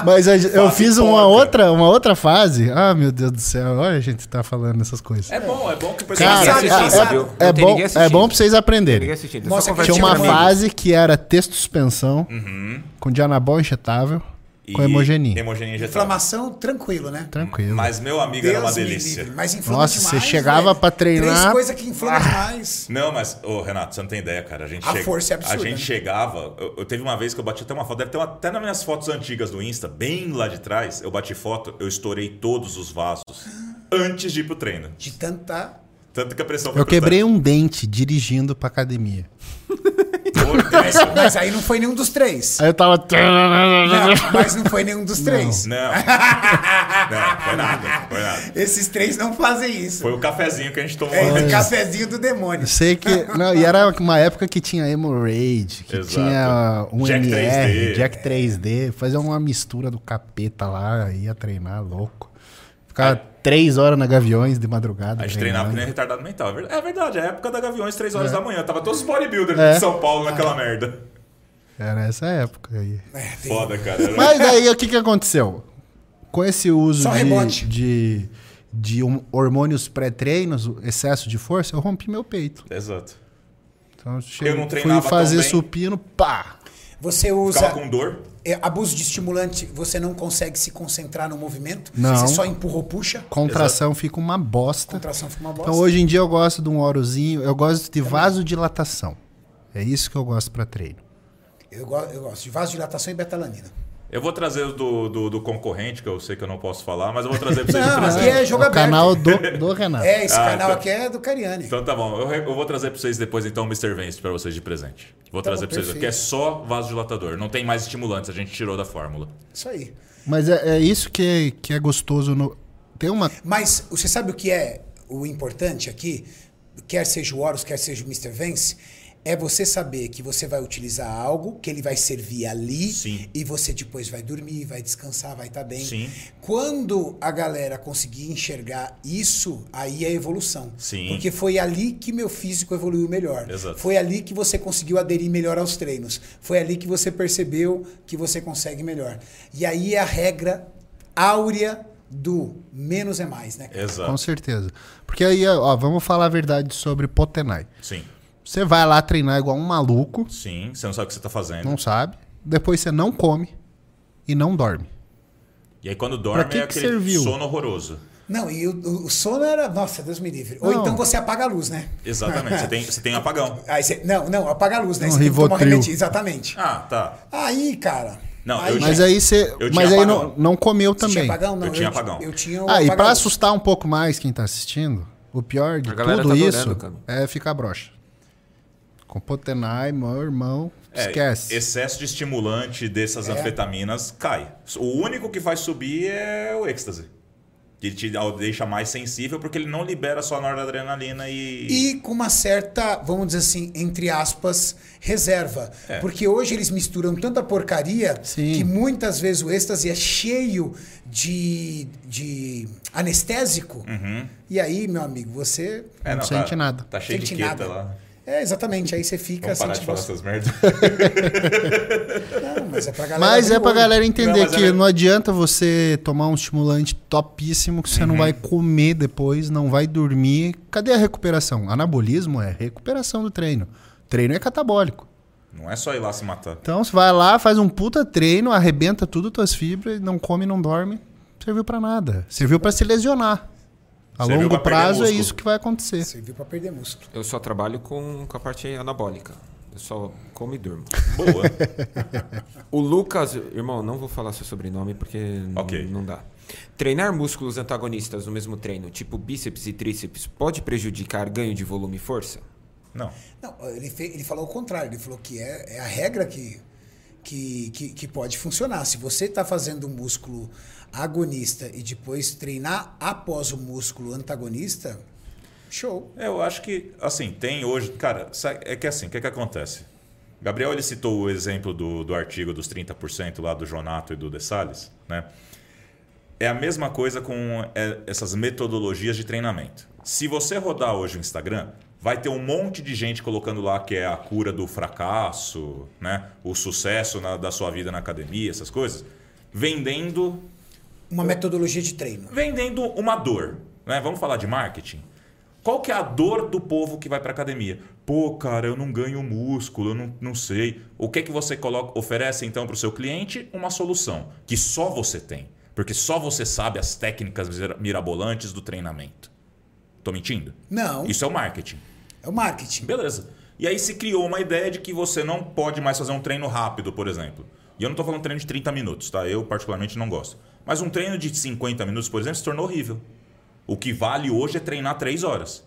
Speaker 3: Mas a- eu
Speaker 4: Fase
Speaker 3: fiz uma
Speaker 4: porca.
Speaker 3: outra, uma outra fase. Ah, meu Deus do céu, olha a gente tá falando essas coisas.
Speaker 4: é bom, é bom que o pessoal
Speaker 3: Cara,
Speaker 1: sabe,
Speaker 3: é-
Speaker 1: sabe,
Speaker 2: viu?
Speaker 3: é,
Speaker 2: Não tem
Speaker 3: bom,
Speaker 2: ninguém
Speaker 3: é
Speaker 2: assistindo.
Speaker 3: bom pra vocês
Speaker 2: Ninguém
Speaker 3: aprenderem.
Speaker 2: assistindo.
Speaker 1: Nossa,
Speaker 2: só conversa
Speaker 1: que
Speaker 3: Tinha
Speaker 2: com
Speaker 3: uma
Speaker 1: Tinha
Speaker 2: amigos.
Speaker 3: fase que era texto suspensão, com dianabol injetável, com
Speaker 4: E
Speaker 3: hemogeninha.
Speaker 4: Hemogenia injetável.
Speaker 1: Inflamação, tranquilo, né?
Speaker 3: Tranquilo.
Speaker 4: Mas meu amigo era uma
Speaker 1: Deus me
Speaker 4: delícia.
Speaker 1: livre, mas inflama
Speaker 3: Nossa,
Speaker 1: demais,
Speaker 3: você chegava
Speaker 1: velho.
Speaker 3: pra treinar- Ah.
Speaker 1: Três coisas que inflama demais.
Speaker 4: Não, mas, ô, Renato, você não tem ideia, cara. A, gente
Speaker 1: A
Speaker 4: chega-
Speaker 1: força é absurda,
Speaker 4: A
Speaker 1: né?
Speaker 4: gente chegava. Eu, eu teve uma vez que eu bati até uma foto, deve ter uma- até nas minhas fotos antigas do Insta, bem lá de trás, eu bati foto, eu estourei todos os vasos antes de ir pro treino.
Speaker 1: De tanta...
Speaker 4: Tanto que a pressão foi
Speaker 3: Eu quebrei um dente dirigindo pra academia.
Speaker 4: um.
Speaker 1: Mas aí não foi nenhum dos três.
Speaker 3: Aí eu tava.
Speaker 1: Não, mas não foi nenhum dos três.
Speaker 4: Não. Não, foi nada. Foi nada.
Speaker 1: Esses três não fazem isso.
Speaker 4: Foi o cafezinho que a gente tomou.
Speaker 1: É
Speaker 4: antes.
Speaker 1: o cafezinho do demônio.
Speaker 3: Eu sei que. Não, e era uma época que tinha Hemorrhage, que
Speaker 4: Exato.
Speaker 3: tinha um
Speaker 4: Jack
Speaker 3: MR,
Speaker 4: 3D.
Speaker 3: Jack 3D, fazia uma mistura do capeta lá, ia treinar louco. Ficava três horas na Gaviões de madrugada.
Speaker 4: A gente treinava que nem retardado mental. É ver- É verdade, é a época da Gaviões, 3 horas da manhã. Tava todos os bodybuilders
Speaker 3: É.
Speaker 4: de São Paulo naquela merda.
Speaker 3: Era essa época aí.
Speaker 1: É, tem-
Speaker 4: Foda, cara. Era-
Speaker 3: Mas aí o que, que aconteceu? Com esse uso
Speaker 1: Só
Speaker 3: de,
Speaker 1: rebote.
Speaker 3: de, de um- hormônios pré-treinos, o excesso de força, eu rompi meu peito.
Speaker 4: Exato.
Speaker 3: Então eu, cheguei,
Speaker 4: não
Speaker 3: fui
Speaker 4: treinava tão
Speaker 3: fazer
Speaker 4: bem.
Speaker 3: supino, pá!
Speaker 1: Você
Speaker 4: Ficava
Speaker 1: usa
Speaker 4: com dor.
Speaker 1: é, abuso de estimulante, você não consegue se concentrar no movimento.
Speaker 3: Não.
Speaker 1: Você só empurra ou puxa.
Speaker 3: Contração fica uma bosta.
Speaker 1: Contração fica uma bosta.
Speaker 3: Então hoje em dia eu gosto de um orozinho, eu gosto de vasodilatação. É isso que eu gosto pra treino.
Speaker 1: eu, go- eu gosto de vasodilatação e betalanina.
Speaker 4: Eu vou trazer o do, do, do concorrente, que eu sei que eu não posso falar, mas eu vou trazer pra vocês.
Speaker 1: Não,
Speaker 4: no
Speaker 1: aqui
Speaker 4: presente.
Speaker 1: é jogo
Speaker 3: É o
Speaker 1: aberto.
Speaker 3: canal do, do Renato.
Speaker 1: É, esse
Speaker 4: Ah,
Speaker 1: canal
Speaker 4: então-
Speaker 1: aqui é do Cariani.
Speaker 4: Então tá bom, eu, re- eu vou trazer pra vocês depois então o Mr. Vance pra vocês de presente. Vou
Speaker 1: Tá
Speaker 4: trazer
Speaker 1: bom,
Speaker 4: pra vocês,
Speaker 1: perfeito.
Speaker 4: porque é só vasodilatador, não tem mais estimulantes, a gente tirou da fórmula.
Speaker 1: Isso aí.
Speaker 3: Mas é, é isso que é, que é gostoso no. Tem uma.
Speaker 1: Mas você sabe o que é o importante aqui? Quer seja o Horus, quer seja o Mr. Vence, É você saber que você vai utilizar algo, que ele vai servir ali,
Speaker 4: Sim.
Speaker 1: e você depois vai dormir, vai descansar, vai estar bem.
Speaker 4: Sim.
Speaker 1: Quando a galera conseguir enxergar isso, aí é evolução.
Speaker 4: Sim.
Speaker 1: Porque foi ali que meu físico evoluiu melhor.
Speaker 4: Exato.
Speaker 1: Foi ali que você conseguiu aderir melhor aos treinos. Foi ali que você percebeu que você consegue melhor. E aí é a regra áurea do menos é mais, né? cara?
Speaker 4: Exato.
Speaker 3: Com certeza. Porque aí, ó, vamos falar a verdade sobre Potenai.
Speaker 4: Sim.
Speaker 3: Você vai lá treinar igual um maluco,
Speaker 4: Sim. Você não sabe o que você tá fazendo.
Speaker 3: não sabe. Depois você não come e não dorme.
Speaker 4: E aí quando dorme
Speaker 3: Pra que
Speaker 4: é
Speaker 3: que
Speaker 4: aquele
Speaker 3: serviu?
Speaker 4: sono horroroso.
Speaker 1: Não, e o, o sono era. Nossa, Deus me livre. Ou
Speaker 3: Não.
Speaker 1: então você apaga a luz, né?
Speaker 4: Exatamente. você, tem, você tem um apagão.
Speaker 1: Aí você, não, não, apaga a luz, né?
Speaker 3: Um
Speaker 1: Você tem que tomar
Speaker 3: Rivotril.
Speaker 1: remédio, exatamente.
Speaker 4: Ah, tá.
Speaker 1: Aí, cara.
Speaker 4: Não,
Speaker 1: aí,
Speaker 4: eu
Speaker 3: Mas
Speaker 4: tinha-
Speaker 3: aí você.
Speaker 4: eu tinha
Speaker 3: Mas aí não,
Speaker 4: apagão.
Speaker 3: não comeu
Speaker 1: Você tinha
Speaker 3: também.
Speaker 1: apagão? Não,
Speaker 4: Eu tinha apagão.
Speaker 1: Eu tinha o
Speaker 3: Ah, e
Speaker 1: apagão.
Speaker 3: pra assustar um pouco mais quem tá assistindo, o pior de
Speaker 2: A galera
Speaker 3: tudo
Speaker 2: tá
Speaker 3: isso
Speaker 2: adorando, cara.
Speaker 3: é ficar broxa. Com Potenai, meu irmão,
Speaker 4: É,
Speaker 3: esquece. É.
Speaker 4: Excesso de estimulante dessas anfetaminas cai. O único que faz subir é o êxtase. Que te deixa mais sensível porque ele não libera só a noradrenalina e.
Speaker 1: E com uma certa, vamos dizer assim, entre aspas, reserva.
Speaker 4: É.
Speaker 1: Porque hoje eles misturam tanta porcaria
Speaker 3: Sim.
Speaker 1: que muitas vezes o êxtase é cheio de, de anestésico. E aí, meu amigo, você.
Speaker 4: É,
Speaker 3: Não sente
Speaker 4: tá,
Speaker 3: nada.
Speaker 4: Uhum. Tá cheio
Speaker 1: Sente
Speaker 4: de
Speaker 1: nada.
Speaker 4: queta lá.
Speaker 1: É, exatamente. Aí você fica
Speaker 4: Vamos
Speaker 1: assim,
Speaker 4: parar de
Speaker 1: tipo,
Speaker 4: falar essas merdas.
Speaker 1: não, mas é pra galera.
Speaker 3: Mas
Speaker 1: abrir
Speaker 3: é
Speaker 1: o
Speaker 3: pra
Speaker 1: olho.
Speaker 3: galera entender
Speaker 4: Não, mas
Speaker 3: que
Speaker 4: é-
Speaker 3: não adianta você tomar um estimulante topíssimo que você não vai comer depois, não vai dormir. Cadê a recuperação? Anabolismo é recuperação do treino. Treino é catabólico.
Speaker 4: Não é só ir lá se matar.
Speaker 3: Então você vai lá, faz um puta treino, arrebenta tudo tuas fibras, não come, não dorme. Serviu pra nada. Serviu pra se lesionar. A
Speaker 4: Serviu
Speaker 3: longo
Speaker 4: pra perder
Speaker 3: prazo é
Speaker 4: músculo.
Speaker 3: isso que vai acontecer.
Speaker 1: Serviu pra perder músculo.
Speaker 2: Eu só trabalho com, com a parte anabólica. Eu só como e durmo.
Speaker 4: Boa.
Speaker 2: O Lucas, irmão, não vou falar seu sobrenome porque n-
Speaker 4: Ok.
Speaker 2: não dá. Treinar músculos antagonistas no mesmo treino, tipo bíceps e tríceps, pode prejudicar ganho de volume e força?
Speaker 4: Não.
Speaker 1: Não, ele, fe- ele falou o contrário, ele falou que é, é a regra que, que, que, que pode funcionar. Se você está fazendo um músculo agonista e depois treinar após o músculo antagonista, show.
Speaker 4: É, Eu acho que, assim, tem hoje. Cara, sa- é que assim, o que, que acontece? Gabriel ele citou o exemplo do, do artigo dos 30% lá do Jonato e do De Salles, né? É a mesma coisa com é, essas metodologias de treinamento. Se você rodar hoje o Instagram, vai ter um monte de gente colocando lá que é a cura do fracasso, né? O sucesso na- da sua vida na academia, essas coisas, vendendo
Speaker 1: Uma metodologia de treino.
Speaker 4: vendendo uma dor, né? Vamos falar de marketing. Qual que é a dor do povo que vai para academia? Pô, cara, eu não ganho músculo, eu não, não sei. O que que você coloca, oferece então para o seu cliente? Uma solução que só você tem, porque só você sabe as técnicas mira- mirabolantes do treinamento. Tô mentindo?
Speaker 1: Não,
Speaker 4: Isso é o marketing.
Speaker 1: é o marketing.
Speaker 4: Beleza. E aí se criou uma ideia de que você não pode mais fazer um treino rápido, por exemplo. E eu não estou falando treino de 30 minutos, tá? Eu particularmente não gosto. Mas um treino de 50 minutos, por exemplo, se tornou horrível. O que vale hoje é treinar 3 horas.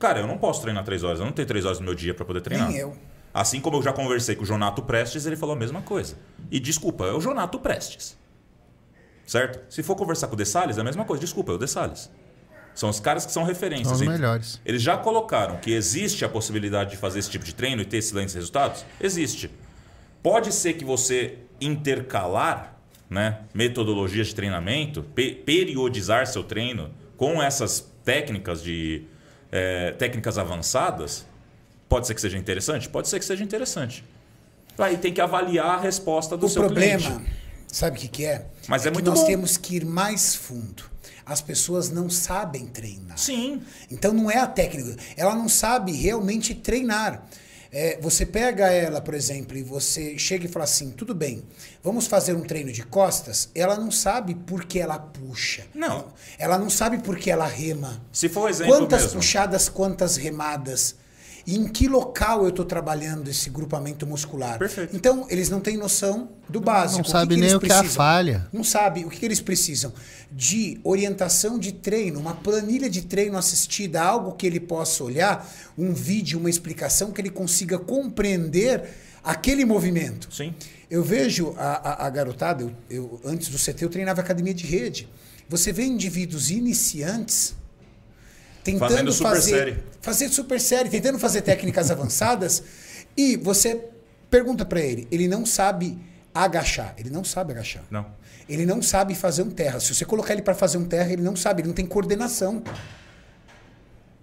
Speaker 4: Cara, eu não posso treinar 3 horas, eu não tenho 3 horas no meu dia para poder treinar.
Speaker 1: Nem eu.
Speaker 4: Assim como eu já conversei com o Jonato Prestes, ele falou a mesma coisa. E desculpa, é o Jonato Prestes. Certo? Se for conversar com o De Salles, é a mesma coisa. Desculpa, é o De Salles. São os caras que são referências.
Speaker 3: São os
Speaker 4: E-
Speaker 3: melhores.
Speaker 4: Eles já colocaram que existe a possibilidade de fazer esse tipo de treino e ter excelentes resultados? Existe. Pode ser que você intercalar né, metodologias de treinamento, pe- periodizar seu treino com essas técnicas de eh, técnicas avançadas. Pode ser que seja interessante? Pode ser que seja interessante. Aí tem que avaliar a resposta do
Speaker 1: O
Speaker 4: seu
Speaker 1: problema,
Speaker 4: é cliente.
Speaker 1: sabe o que, que é?
Speaker 4: Mas é
Speaker 1: que
Speaker 4: muito
Speaker 1: nós
Speaker 4: bom.
Speaker 1: temos que ir mais fundo. As pessoas não sabem treinar.
Speaker 4: Sim.
Speaker 1: Então não é a técnica, ela não sabe realmente treinar. É, você pega ela, por exemplo, e você chega e fala assim: tudo bem, vamos fazer um treino de costas. Ela não sabe por que ela puxa.
Speaker 4: Não.
Speaker 1: Ela não sabe por que ela rema.
Speaker 4: Se for um exemplo
Speaker 1: Quantas
Speaker 4: mesmo.
Speaker 1: puxadas, quantas remadas. E em que local eu estou trabalhando esse grupamento muscular?
Speaker 4: Perfeito.
Speaker 1: Então, eles não têm noção do básico.
Speaker 3: Não sabe nem
Speaker 1: eles
Speaker 3: o que é a
Speaker 1: precisam.
Speaker 3: falha.
Speaker 1: Não sabe o que que eles precisam. De orientação de treino, uma planilha de treino assistida, algo que ele possa olhar, um vídeo, uma explicação que ele consiga compreender aquele movimento.
Speaker 4: Sim.
Speaker 1: Eu vejo a, a- a garotada, eu, eu- antes do CT eu treinava academia de rede. Você vê indivíduos iniciantes tentando
Speaker 4: Fazendo super
Speaker 1: fazer,
Speaker 4: série.
Speaker 1: fazer super série, tentando fazer técnicas avançadas, e você pergunta para ele, ele não sabe agachar, ele não sabe agachar.
Speaker 4: Não.
Speaker 1: Ele não sabe fazer um terra. Se você colocar ele para fazer um terra, ele não sabe, ele não tem coordenação.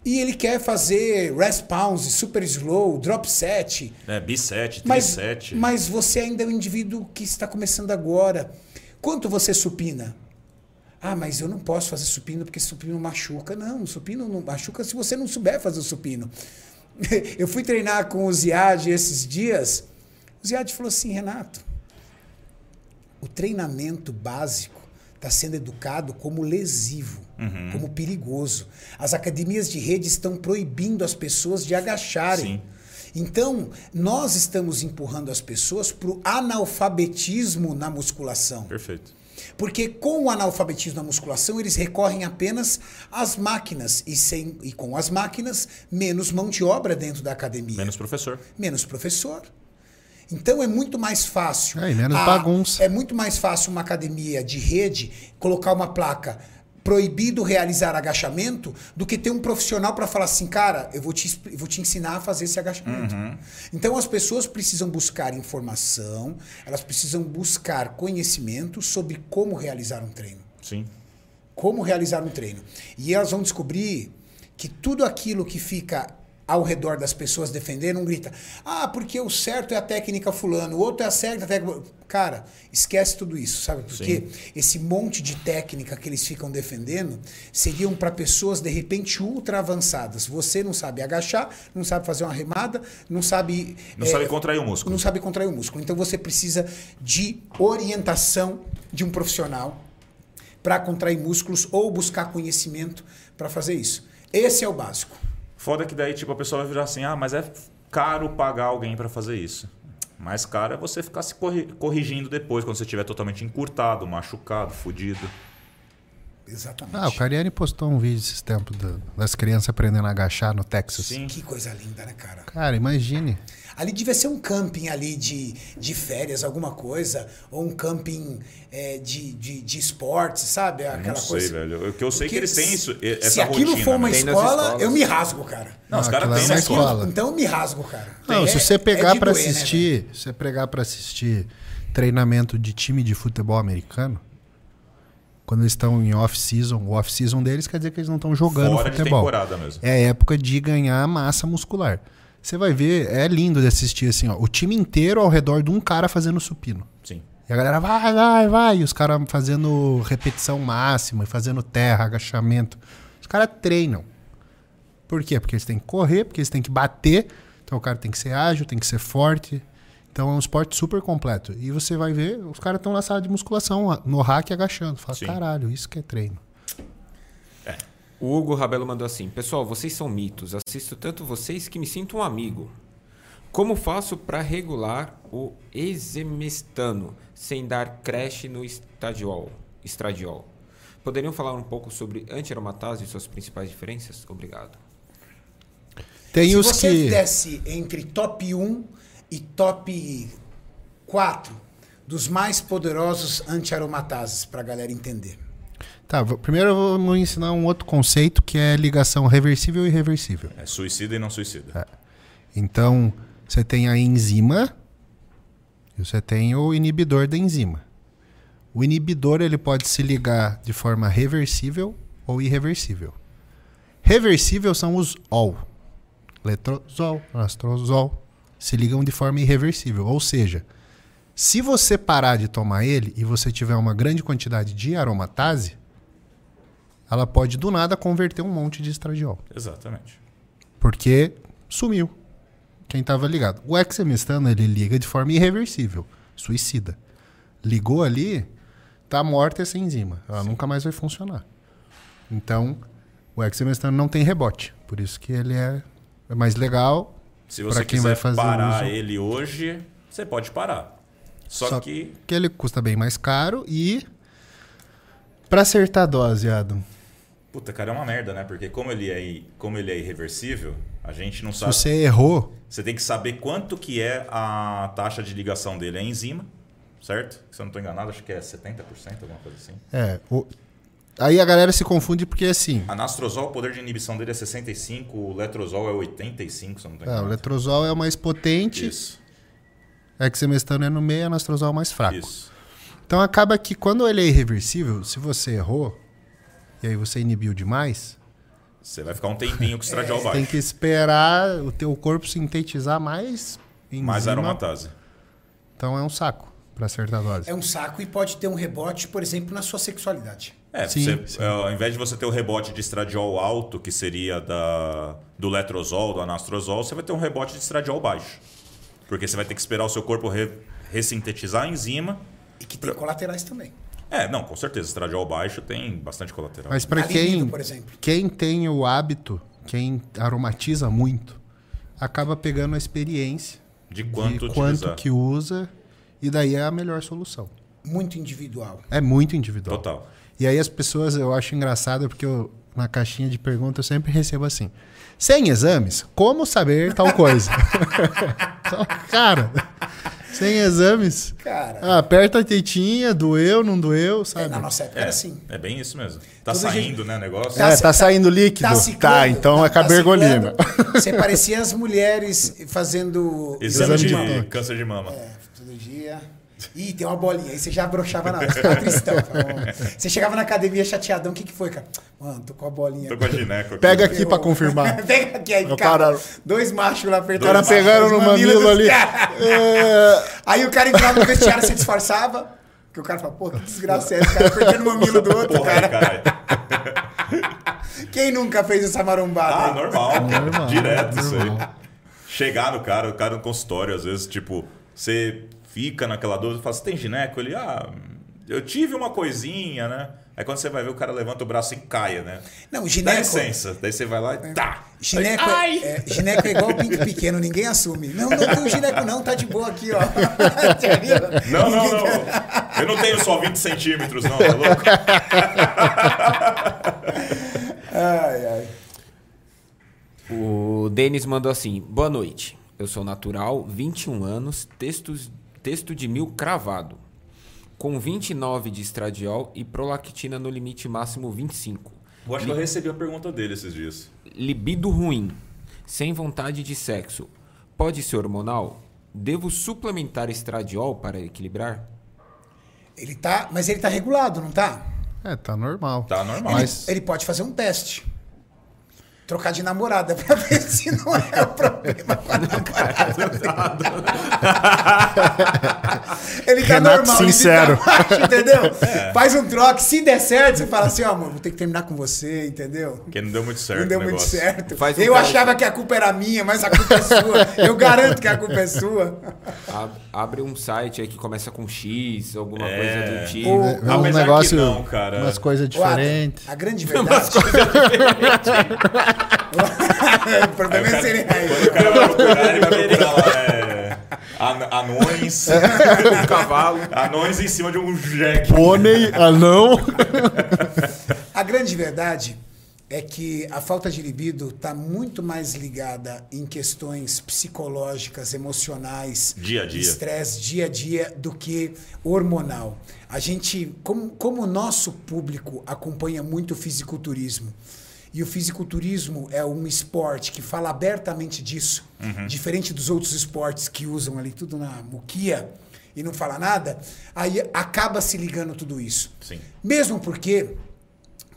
Speaker 1: E ele quer fazer rest pounds, super slow, drop set,
Speaker 4: É, B7,
Speaker 1: mas,
Speaker 4: T7.
Speaker 1: mas você ainda é um indivíduo que está começando agora. Quanto você supina? Ah, mas eu não posso fazer supino porque supino machuca. Não, supino não machuca se você não souber fazer o supino. Eu fui treinar com o Ziad esses dias. O Ziad falou assim, Renato, o treinamento básico está sendo educado como lesivo, como perigoso. As academias de rede estão proibindo as pessoas de agacharem.
Speaker 4: Sim.
Speaker 1: Então, nós estamos empurrando as pessoas para o analfabetismo na musculação.
Speaker 4: Perfeito.
Speaker 1: Porque com o analfabetismo na musculação, eles recorrem apenas às máquinas. E, sem, e com as máquinas, menos mão de obra dentro da academia.
Speaker 4: Menos professor.
Speaker 1: menos professor. Então é muito mais fácil.
Speaker 3: É, e menos bagunça.
Speaker 1: É muito mais fácil uma academia de rede colocar uma placa proibido realizar agachamento do que ter um profissional para falar assim, cara, eu vou te, expli- eu vou te ensinar a fazer esse agachamento. Então as pessoas precisam buscar informação, elas precisam buscar conhecimento sobre como realizar um treino
Speaker 4: Sim.
Speaker 1: como realizar um treino. E elas vão descobrir que tudo aquilo que fica ao redor das pessoas defendendo, um grita, ah, porque o certo é a técnica fulano, o outro é a certa técnica... Cara, esquece tudo isso, sabe? Porque esse monte de técnica que eles ficam defendendo seriam para pessoas, de repente, ultra avançadas. Você não sabe agachar, não sabe fazer uma remada, não sabe...
Speaker 4: Não
Speaker 1: eh,
Speaker 4: sabe contrair o músculo.
Speaker 1: não sabe contrair o músculo. Então você precisa de orientação de um profissional para contrair músculos ou buscar conhecimento para fazer isso. Esse é o básico.
Speaker 4: Foda que daí, tipo, a pessoa vai virar assim, ah, mas é caro pagar alguém pra fazer isso. Mais caro é você ficar se corri- corrigindo depois, quando você estiver totalmente encurtado, machucado, fudido.
Speaker 1: Exatamente.
Speaker 3: Ah, o Cariani postou um vídeo esses tempos do- das crianças aprendendo a agachar no Texas.
Speaker 4: Sim.
Speaker 1: Que coisa linda, né, cara?
Speaker 3: Cara, imagine.
Speaker 1: Ali devia ser um camping ali de, de férias, alguma coisa, ou um camping eh, de, de, de esportes, sabe? Aquela
Speaker 4: não sei,
Speaker 1: coisa.
Speaker 4: velho. O que eu sei é
Speaker 1: Porque
Speaker 4: que eles têm
Speaker 1: se-
Speaker 4: isso, e- essa
Speaker 1: Se aquilo
Speaker 4: rotina,
Speaker 1: for uma
Speaker 4: né?
Speaker 2: Tem nas
Speaker 1: escola,
Speaker 2: escolas.
Speaker 1: eu me rasgo, cara.
Speaker 4: Não, os
Speaker 3: Ah,
Speaker 4: caras
Speaker 3: aquilo
Speaker 4: têm
Speaker 3: é
Speaker 4: na
Speaker 3: na
Speaker 4: escola.
Speaker 3: escola.
Speaker 1: Então eu me rasgo, cara.
Speaker 3: Não,
Speaker 1: É-
Speaker 3: se você
Speaker 1: é
Speaker 3: pegar
Speaker 1: de
Speaker 3: pra
Speaker 1: doer, né, velho?
Speaker 3: assistir, se você pegar para assistir treinamento de time de futebol americano, quando eles estão em off season, o off season deles quer dizer que eles não estão jogando
Speaker 4: Fora de
Speaker 3: futebol.
Speaker 4: temporada mesmo.
Speaker 3: É a época de ganhar massa muscular. Você vai ver, é lindo de assistir assim, ó, o time inteiro ao redor de um cara fazendo supino.
Speaker 4: Sim.
Speaker 3: E a galera vai, vai, vai. E os caras fazendo repetição máxima, e fazendo terra, agachamento. Os caras treinam. Por quê? Porque eles têm que correr, porque eles têm que bater. Então o cara tem que ser ágil, tem que ser forte. Então é um esporte super completo. E você vai ver, os caras estão na sala de musculação, no rack agachando. Fala,
Speaker 4: Sim.
Speaker 3: caralho, isso que é treino.
Speaker 2: O Hugo Rabelo mandou assim: Pessoal, vocês são mitos. Assisto tanto vocês que me sinto um amigo. Como faço para regular o exemestano sem dar crash no estadiol? estradiol? Poderiam falar um pouco sobre antiaromatase e suas principais diferenças? Obrigado.
Speaker 3: Tem
Speaker 1: Se
Speaker 3: os
Speaker 1: você
Speaker 3: que.
Speaker 1: desce entre top 1 e top 4 dos mais poderosos antiaromatases, para a galera entender.
Speaker 3: Tá, v- primeiro eu vou ensinar um outro conceito que é ligação reversível e reversível.
Speaker 4: É suicida e não suicida.
Speaker 3: Então, você tem a enzima e você tem o inibidor da enzima. O inibidor ele pode se ligar de forma reversível ou irreversível. Reversível são os OL. Letrozol, anastrozol. Se ligam de forma irreversível. Ou seja, se você parar de tomar ele e você tiver uma grande quantidade de aromatase, ela pode do nada converter um monte de estradiol.
Speaker 4: Exatamente.
Speaker 3: Porque sumiu. Quem estava ligado. O exemestano, ele liga de forma irreversível. Suicida. Ligou ali, tá morta essa enzima. Ela nunca mais vai funcionar. Então, o exemestano não tem rebote. Por isso que ele é, é mais legal.
Speaker 4: Se
Speaker 3: Pra
Speaker 4: você
Speaker 3: quem
Speaker 4: quiser
Speaker 3: vai fazer
Speaker 4: parar
Speaker 3: uso.
Speaker 4: ele hoje, você pode parar. Só, que
Speaker 3: que ele custa bem mais caro e... Pra acertar a dose, Adam.
Speaker 4: Puta, cara, é uma merda, né? Porque como ele é, i- como ele é irreversível, a gente não
Speaker 3: Se
Speaker 4: sabe.
Speaker 3: você errou,
Speaker 4: Você tem que saber quanto que é a taxa de ligação dele é à enzima, certo? Se eu não estou enganado, acho que é 70%, alguma coisa assim.
Speaker 3: é, o- Aí a galera se confunde porque assim.
Speaker 4: Anastrozol, o poder de inibição dele é 65, o letrozol é 85, se eu não tenho
Speaker 3: é, o letrozol é o mais potente,
Speaker 4: Isso,
Speaker 3: hexamestano é no meio, anastrozol é o mais fraco.
Speaker 4: isso.
Speaker 3: Então acaba que quando ele é irreversível, se você errou, e aí você inibiu demais,
Speaker 4: Você vai ficar um tempinho com o estradiol baixo.
Speaker 3: É, tem que esperar o teu corpo sintetizar mais enzima.
Speaker 4: Mais aromatase.
Speaker 3: Então é um saco pra acertar a dose.
Speaker 1: É um saco e pode ter um rebote, por exemplo, na sua sexualidade.
Speaker 4: É,
Speaker 3: Sim,
Speaker 4: você-
Speaker 3: sim.
Speaker 4: é, ao invés de você ter o rebote de estradiol alto, que seria da, do letrozol, do anastrozol, você vai ter um rebote de estradiol baixo. Porque você vai ter que esperar o seu corpo re- ressintetizar a enzima.
Speaker 1: E que tem colaterais também.
Speaker 4: É, não, com certeza, estradiol baixo tem bastante colateral.
Speaker 3: Mas pra
Speaker 1: A
Speaker 3: quem,
Speaker 1: libido, por exemplo.
Speaker 3: quem tem o hábito, quem aromatiza muito, acaba pegando a experiência
Speaker 4: de quanto,
Speaker 3: de
Speaker 4: utilizar.
Speaker 3: quanto que usa, e daí é a melhor solução.
Speaker 1: Muito individual.
Speaker 3: É muito individual.
Speaker 4: Total.
Speaker 3: E aí as pessoas, eu acho engraçado, porque eu, na caixinha de pergunta eu sempre recebo assim: sem exames, como saber tal coisa? Então, Cara, sem exames,
Speaker 1: Cara,
Speaker 3: ah, aperta a tetinha, doeu, não doeu,
Speaker 1: é,
Speaker 3: sabe?
Speaker 1: na nossa época
Speaker 4: É,
Speaker 1: era assim.
Speaker 4: é bem isso mesmo. Tá
Speaker 1: Toda
Speaker 4: saindo,
Speaker 1: gente-
Speaker 4: né, negócio?
Speaker 3: É, tá saindo líquido? Tá,
Speaker 1: ciclando,
Speaker 3: então é
Speaker 1: tá
Speaker 3: cabergolina.
Speaker 1: ciclando. Você parecia as mulheres fazendo
Speaker 4: Exame,
Speaker 3: Exame de
Speaker 4: de,
Speaker 3: mama.
Speaker 4: câncer de mama.
Speaker 1: É, todo dia. Ih, tem uma bolinha. Aí você já broxava na hora, você ficava tristão. Falava, "Ó". Você chegava na academia chateadão, o que, que foi, cara? Mano, tô com a bolinha.
Speaker 4: Tô com a gineco aqui. né?
Speaker 3: Pega aqui pra confirmar.
Speaker 1: Pega aqui aí,
Speaker 3: O
Speaker 1: cara.
Speaker 3: cara-
Speaker 1: Dois machos lá
Speaker 3: O
Speaker 1: apertando.
Speaker 3: cara
Speaker 1: os machos,
Speaker 3: pegando
Speaker 1: os
Speaker 3: no
Speaker 1: mamilos
Speaker 3: mamilo
Speaker 1: dos
Speaker 3: ali.
Speaker 1: caras.
Speaker 3: É,
Speaker 1: Aí o cara entrava no vestiário, se disfarçava. Porque o cara fala, pô, que desgraça é essa? O cara apertando o mamilo do outro,
Speaker 4: Porra, aí,
Speaker 1: cara.
Speaker 4: caralho.
Speaker 1: Quem nunca fez essa
Speaker 4: Ah,
Speaker 1: marombada?
Speaker 4: normal.
Speaker 3: Normal,
Speaker 4: Direto isso aí.
Speaker 3: Tá normal.
Speaker 4: Chegar no cara, o cara no consultório, às vezes, tipo, você fica naquela dúvida, fala, você tem gineco? Ele, ah, eu tive uma coisinha, né? Aí quando você vai ver, o cara levanta o braço e caia, né?
Speaker 1: Não,
Speaker 4: Dá
Speaker 1: gineco.
Speaker 4: licença. Daí você vai lá e tá.
Speaker 1: Gineco, é-
Speaker 4: Ai!
Speaker 1: é, gineco é igual o pinto pequeno, ninguém assume. Não, não tem gineco não, tá de boa aqui, ó. Tá
Speaker 4: Não, não, não. Eu não tenho só 20 centímetros, não, tá louco?
Speaker 1: Ai, ai.
Speaker 2: O Denis mandou assim: Boa noite. Eu sou natural, 21 anos, textos, texto de mil cravado. Com 29 de estradiol e prolactina no limite máximo 25.
Speaker 4: Eu acho que eu recebi a pergunta dele esses dias.
Speaker 2: Libido ruim, sem vontade de sexo. Pode ser hormonal? Devo suplementar estradiol para equilibrar?
Speaker 1: Ele tá, mas ele tá regulado, não tá?
Speaker 3: é, tá normal.
Speaker 4: Tá normal.
Speaker 3: Mas
Speaker 1: Ele pode fazer um teste. Trocar de namorada pra ver se não é o problema com a namorada. Ele tá
Speaker 3: Renato
Speaker 1: normal, ele
Speaker 3: sincero. É.
Speaker 1: tá baixo, entendeu? Faz um troque, se der certo, você fala assim, ó, amor, vou ter que terminar com você, entendeu?
Speaker 4: Porque não deu muito certo
Speaker 1: não deu
Speaker 4: o
Speaker 1: muito
Speaker 4: negócio.
Speaker 1: certo.
Speaker 2: Faz um
Speaker 1: Eu
Speaker 2: teste.
Speaker 1: achava que a culpa era minha, mas a culpa é sua. Eu garanto que a culpa é sua.
Speaker 2: Ab- Abre um site aí que começa com X, alguma coisa do tipo.
Speaker 1: Ou-
Speaker 3: é um
Speaker 4: Apesar que
Speaker 3: negócio,
Speaker 4: não, cara.
Speaker 3: umas coisas
Speaker 1: Ô, Adam,
Speaker 3: diferentes.
Speaker 1: A grande verdade. o
Speaker 4: Aí
Speaker 1: problema
Speaker 4: o
Speaker 1: é
Speaker 4: cara,
Speaker 1: ser
Speaker 4: quando o cara vai procurar, ele vai procurar lá, é, an- anões,
Speaker 2: Um cavalo.
Speaker 4: anões em cima de um jeque.
Speaker 3: Pônei, anão.
Speaker 1: A grande verdade é que a falta de libido está muito mais ligada em questões psicológicas, emocionais,
Speaker 4: Dia a dia.
Speaker 1: estresse, dia a dia, do que hormonal. A gente, como, como o nosso público acompanha muito o fisiculturismo, e o fisiculturismo é um esporte que fala abertamente disso,
Speaker 4: Uhum.
Speaker 1: diferente dos outros esportes que usam ali tudo na muquia e não fala nada, aí acaba se ligando tudo isso.
Speaker 4: Sim.
Speaker 1: Mesmo porque,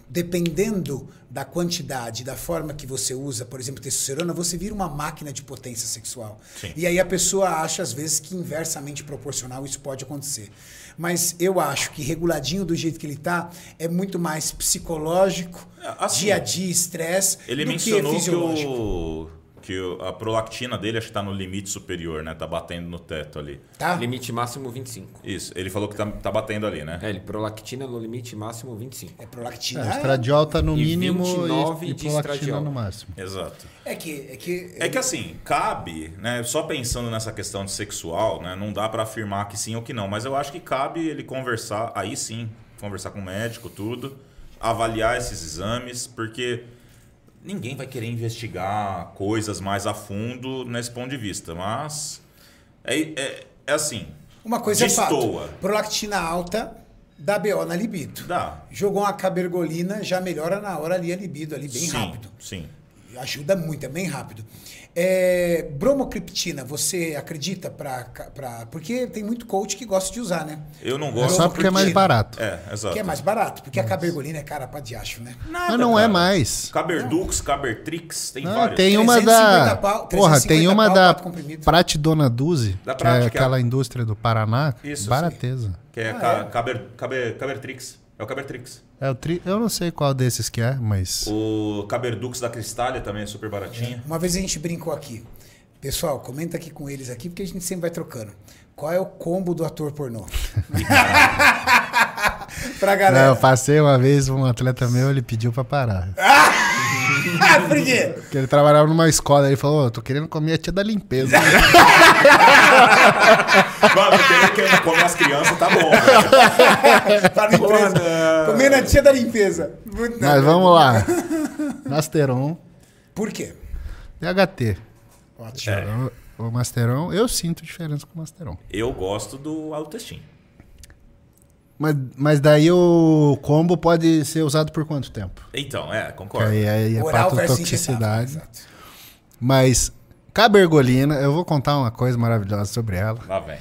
Speaker 1: dependendo da quantidade, da forma que você usa, por exemplo, testosterona, você vira uma máquina de potência sexual.
Speaker 4: Sim.
Speaker 1: E aí a pessoa acha, às vezes, que inversamente proporcional isso pode acontecer. Mas eu acho que reguladinho do jeito que ele tá é muito mais psicológico,
Speaker 4: É, assim,
Speaker 1: dia a dia, estresse,
Speaker 4: Ele
Speaker 1: do
Speaker 4: mencionou
Speaker 1: que é
Speaker 4: que,
Speaker 1: fisiológico.
Speaker 4: o, que o- a prolactina dele acho que tá no limite superior, né? Tá batendo no teto ali.
Speaker 1: Tá?
Speaker 2: Limite máximo 25.
Speaker 4: Isso, ele falou que tá, tá batendo ali, né?
Speaker 2: É, ele prolactina no limite máximo 25.
Speaker 1: É
Speaker 3: É,
Speaker 1: prolactina.
Speaker 3: o estradiol tá no
Speaker 2: E
Speaker 3: mínimo
Speaker 2: 29
Speaker 3: e, e
Speaker 2: de
Speaker 3: prolactina
Speaker 2: estradiol.
Speaker 3: no máximo.
Speaker 4: Exato.
Speaker 1: É que. É que,
Speaker 4: É que assim, cabe, né? Só pensando nessa questão de sexual, né? Não dá pra afirmar que sim ou que não, mas eu acho que cabe ele conversar, aí sim, conversar com o médico, tudo, avaliar esses exames, porque ninguém vai querer investigar coisas mais a fundo nesse ponto de vista, mas é, é, é assim.
Speaker 1: Uma coisa é fato.
Speaker 4: Destoa.
Speaker 1: Prolactina alta dá BO na libido.
Speaker 4: Dá.
Speaker 1: Jogou uma cabergolina, já melhora na hora ali a libido, ali bem rápido.
Speaker 4: Sim.
Speaker 1: Ajuda muito, é bem rápido. É, bromocriptina, você acredita pra, pra. Porque tem muito coach que gosta de usar, né?
Speaker 4: Eu não
Speaker 3: É
Speaker 4: gosto.
Speaker 3: só porque é mais
Speaker 1: curtindo.
Speaker 3: barato.
Speaker 4: É, exato.
Speaker 1: Que é mais barato, porque a cabergolina é cara pra diacho, né?
Speaker 4: Nada,
Speaker 3: Mas não é
Speaker 4: cara.
Speaker 3: mais.
Speaker 4: Caberdux, Cabertrix, tem
Speaker 3: Não,
Speaker 4: vários.
Speaker 3: tem uma
Speaker 1: 350
Speaker 3: da.
Speaker 1: pau-
Speaker 3: porra, tem
Speaker 1: 350
Speaker 3: uma
Speaker 1: pau,
Speaker 3: da
Speaker 1: quatro comprimidos.
Speaker 3: Pratidona Duze,
Speaker 4: Da
Speaker 3: que é
Speaker 4: Prati, que é-
Speaker 3: aquela indústria do Paraná.
Speaker 4: Isso,
Speaker 3: barateza.
Speaker 4: Que é, ca- caber, caber, Cabertrix. É o Cabertrix.
Speaker 3: É o tri... Eu não sei qual desses que é, mas.
Speaker 4: O Caberdux da Cristália também é super baratinha.
Speaker 1: Uma vez a gente brincou aqui. Pessoal, comenta aqui com eles aqui, porque a gente sempre vai trocando. Qual é o combo do ator pornô? pra
Speaker 3: Não,
Speaker 1: galera.
Speaker 3: eu passei uma vez um atleta meu, ele pediu pra parar.
Speaker 1: Ah, por quê?
Speaker 3: Porque ele trabalhava numa escola, ele falou: "Ô, tô querendo comer a tia da limpeza.
Speaker 4: Mano, quem- quem não come as crianças tá bom. velho.
Speaker 1: Tá na empresa. Comendo a tia da limpeza. Muito-
Speaker 3: Mas vamos lá. Masteron,
Speaker 1: Por quê?
Speaker 3: DHT. É.
Speaker 1: Ótimo.
Speaker 3: O Masteron, eu sinto diferença com o Masteron.
Speaker 4: Eu gosto do Altestin.
Speaker 3: Mas, mas daí o combo pode ser usado por quanto tempo?
Speaker 4: Então, é, concordo.
Speaker 3: Aí, aí é
Speaker 1: Oral versus injetável,
Speaker 3: patotoxicidade.
Speaker 1: exato.
Speaker 3: Mas cabergolina, eu vou contar uma coisa maravilhosa sobre ela,
Speaker 4: Lá vem.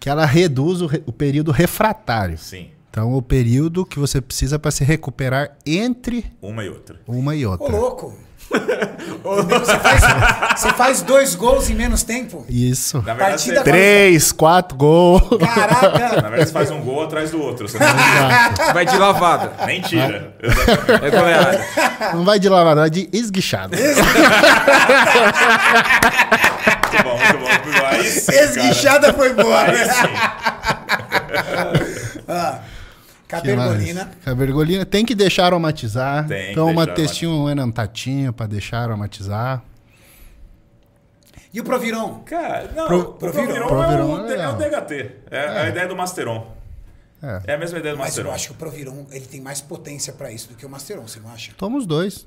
Speaker 3: que ela reduz o, re- o período refratário.
Speaker 4: Sim,
Speaker 3: Então, o período que você precisa para se recuperar entre
Speaker 4: uma e outra.
Speaker 3: uma e
Speaker 1: Ô,
Speaker 3: outra.
Speaker 1: louco. você, faz, você faz dois gols em menos tempo?
Speaker 3: Isso.
Speaker 4: Na verdade,
Speaker 1: Partida-
Speaker 4: você,
Speaker 3: Três, quatro gols.
Speaker 4: na
Speaker 1: Caraca.
Speaker 4: verdade, você faz um gol atrás do outro. Você não...
Speaker 2: Vai de lavada.
Speaker 4: Nem tira. Exatamente.
Speaker 2: É goleada.
Speaker 3: Não vai de lavada, vai de esguichada.
Speaker 4: Muito bom, muito bom. muito bom. Aí sim, cara.
Speaker 1: Esguichada foi boa.
Speaker 4: Aí
Speaker 1: né?
Speaker 4: sim.
Speaker 1: Ah,
Speaker 3: Que mais?
Speaker 1: Cabergolina.
Speaker 3: Cabergolina. Tem que deixar aromatizar.
Speaker 4: Tem que
Speaker 3: Então, uma
Speaker 4: deixar
Speaker 3: testinho, um enantatinho para deixar aromatizar.
Speaker 1: E o Proviron?
Speaker 4: Cara, não,
Speaker 3: Pro-
Speaker 4: o Proviron,
Speaker 3: Proviron
Speaker 4: é,
Speaker 3: é
Speaker 4: o, D- é o
Speaker 3: legal.
Speaker 4: DHT. É, a ideia do Masteron.
Speaker 3: É.
Speaker 4: É a mesma ideia do
Speaker 1: Mas eu
Speaker 4: Masteron.
Speaker 1: acho que o Proviron ele tem mais potência pra isso do que o Masteron, você não acha?
Speaker 3: Toma os dois.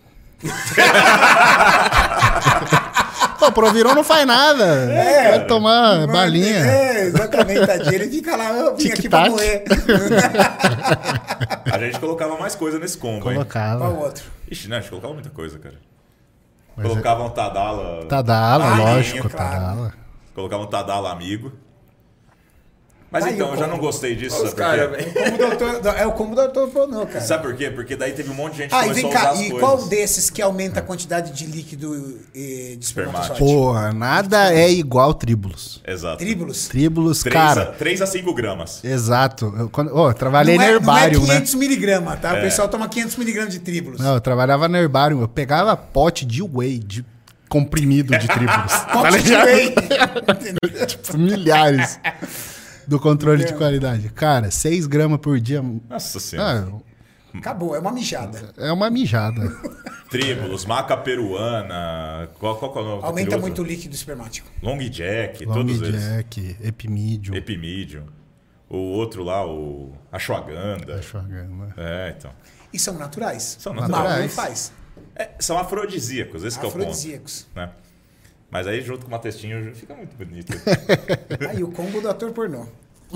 Speaker 3: Pô, o Proviron não faz nada. vai tomar Ah, balinha.
Speaker 1: É, exatamente, tadinho. Ele fica lá, eu vim aqui pra
Speaker 3: Tic-tac.
Speaker 1: morrer.
Speaker 4: A gente colocava mais coisa nesse combo, hein?
Speaker 1: Qual
Speaker 3: Colocava.
Speaker 1: o outro?
Speaker 4: Ixi, não, a gente colocava muita coisa, cara.
Speaker 3: Mas é Tá.
Speaker 4: colocava um Tadala.
Speaker 3: Tadala,
Speaker 1: Ah,
Speaker 3: lógico,
Speaker 1: claro.
Speaker 3: Tadala.
Speaker 4: Colocava um Tadala amigo. Mas
Speaker 1: Tá aí
Speaker 4: então,
Speaker 1: o
Speaker 4: eu já
Speaker 1: combo.
Speaker 4: não gostei disso,
Speaker 2: Os
Speaker 4: sabe
Speaker 2: cara,
Speaker 4: por quê?
Speaker 2: velho.
Speaker 1: Como doutor- é o como doutor pornô, cara.
Speaker 4: Sabe por quê? Porque daí teve um monte de gente que
Speaker 1: Ah, e
Speaker 4: começou
Speaker 1: vem
Speaker 4: a
Speaker 1: cá,
Speaker 4: usar
Speaker 1: e
Speaker 4: as
Speaker 1: qual
Speaker 4: coisas.
Speaker 1: desses que aumenta a quantidade de líquido eh, de
Speaker 4: Espermatozoide.
Speaker 1: espermatozoide?
Speaker 3: Porra, nada é igual tríbulos.
Speaker 4: Exato.
Speaker 1: Tríbulos?
Speaker 3: Tríbulos,
Speaker 4: 3
Speaker 3: cara.
Speaker 4: a, 3 a 5 gramas.
Speaker 3: Exato. Eu, quando, ó, eu trabalhei
Speaker 1: não
Speaker 3: no
Speaker 1: é,
Speaker 3: herbário,
Speaker 1: não é
Speaker 3: né?
Speaker 1: 500 miligramas, tá?
Speaker 4: É.
Speaker 1: O pessoal toma 500 miligramas de tríbulos.
Speaker 3: Não, eu trabalhava no herbário. Eu pegava pote de whey, de comprimido de tríbulos.
Speaker 1: Pote de whey.
Speaker 3: Tipo, milhares do controle de qualidade. Cara, 6 gramas por dia.
Speaker 4: Nossa senhora.
Speaker 3: Ah,
Speaker 1: Acabou, é uma mijada.
Speaker 3: é uma mijada.
Speaker 4: Tríbulos, maca peruana. Qual, qual que é o nome?
Speaker 1: Aumenta
Speaker 4: daquele
Speaker 1: muito o
Speaker 4: outro?
Speaker 1: líquido espermático.
Speaker 4: Long Jack,
Speaker 3: Long
Speaker 4: todos eles.
Speaker 3: Jack, Epimídio,
Speaker 4: Epimídio. O outro lá, o Ashwagandha.
Speaker 3: Ashwagandha.
Speaker 4: É, então.
Speaker 1: E são naturais.
Speaker 4: São
Speaker 1: Mal não
Speaker 3: naturais.
Speaker 1: faz.
Speaker 4: É, são afrodisíacos, esse que é o ponto.
Speaker 1: Afrodisíacos.
Speaker 4: Né? Mas aí, junto com uma testinha, fica muito bonito.
Speaker 1: Aí o combo do ator pornô.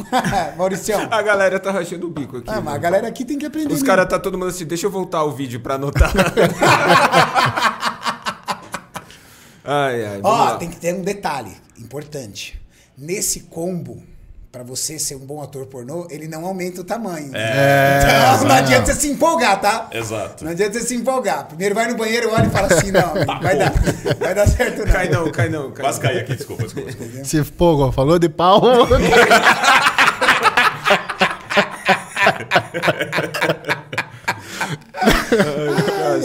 Speaker 1: Mauricião.
Speaker 4: Ah,
Speaker 2: A galera tá rachando o bico aqui.
Speaker 1: Ah, mas a
Speaker 2: velho.
Speaker 1: galera aqui tem que aprender.
Speaker 2: Os
Speaker 1: mesmo.
Speaker 2: caras tá todo mundo assim, deixa eu voltar o vídeo pra anotar. ai, ai, vamos
Speaker 1: Ó,
Speaker 2: lá.
Speaker 1: tem que ter um detalhe importante. Nesse combo, pra você ser um bom ator pornô, ele não aumenta o tamanho.
Speaker 2: É.
Speaker 1: então, não adianta você se empolgar, tá?
Speaker 4: Exato.
Speaker 1: Não adianta você se empolgar. Primeiro vai no banheiro, olha e fala assim, não, vai dar, vai dar certo não.
Speaker 2: Cai não, cai não, cai
Speaker 4: Quase
Speaker 2: não.
Speaker 4: caí aqui, desculpa, desculpa. desculpa.
Speaker 1: É.
Speaker 3: Se pô, falou de pau.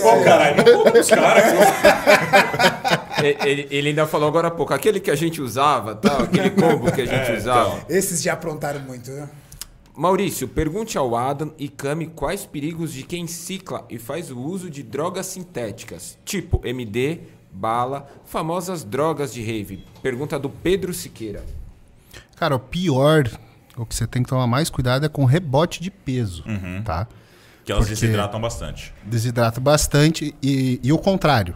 Speaker 4: Ô, caralho, não culpa dos caras. viu?
Speaker 2: E- Ele, ele ainda falou agora há pouco, aquele que a gente usava, tal, aquele combo que a gente usava.
Speaker 1: Esses já aprontaram muito, né?
Speaker 2: Maurício, pergunte ao Adam e Cami quais perigos de quem cicla e faz o uso de drogas sintéticas, tipo MD, bala, famosas drogas de rave. Pergunta do Pedro Siqueira.
Speaker 3: Cara, o pior, o que você tem que tomar mais cuidado é com rebote de peso,
Speaker 1: Uhum.
Speaker 3: tá?
Speaker 4: Que elas
Speaker 3: Porque-
Speaker 4: desidratam bastante.
Speaker 3: Desidrata bastante e, e o contrário.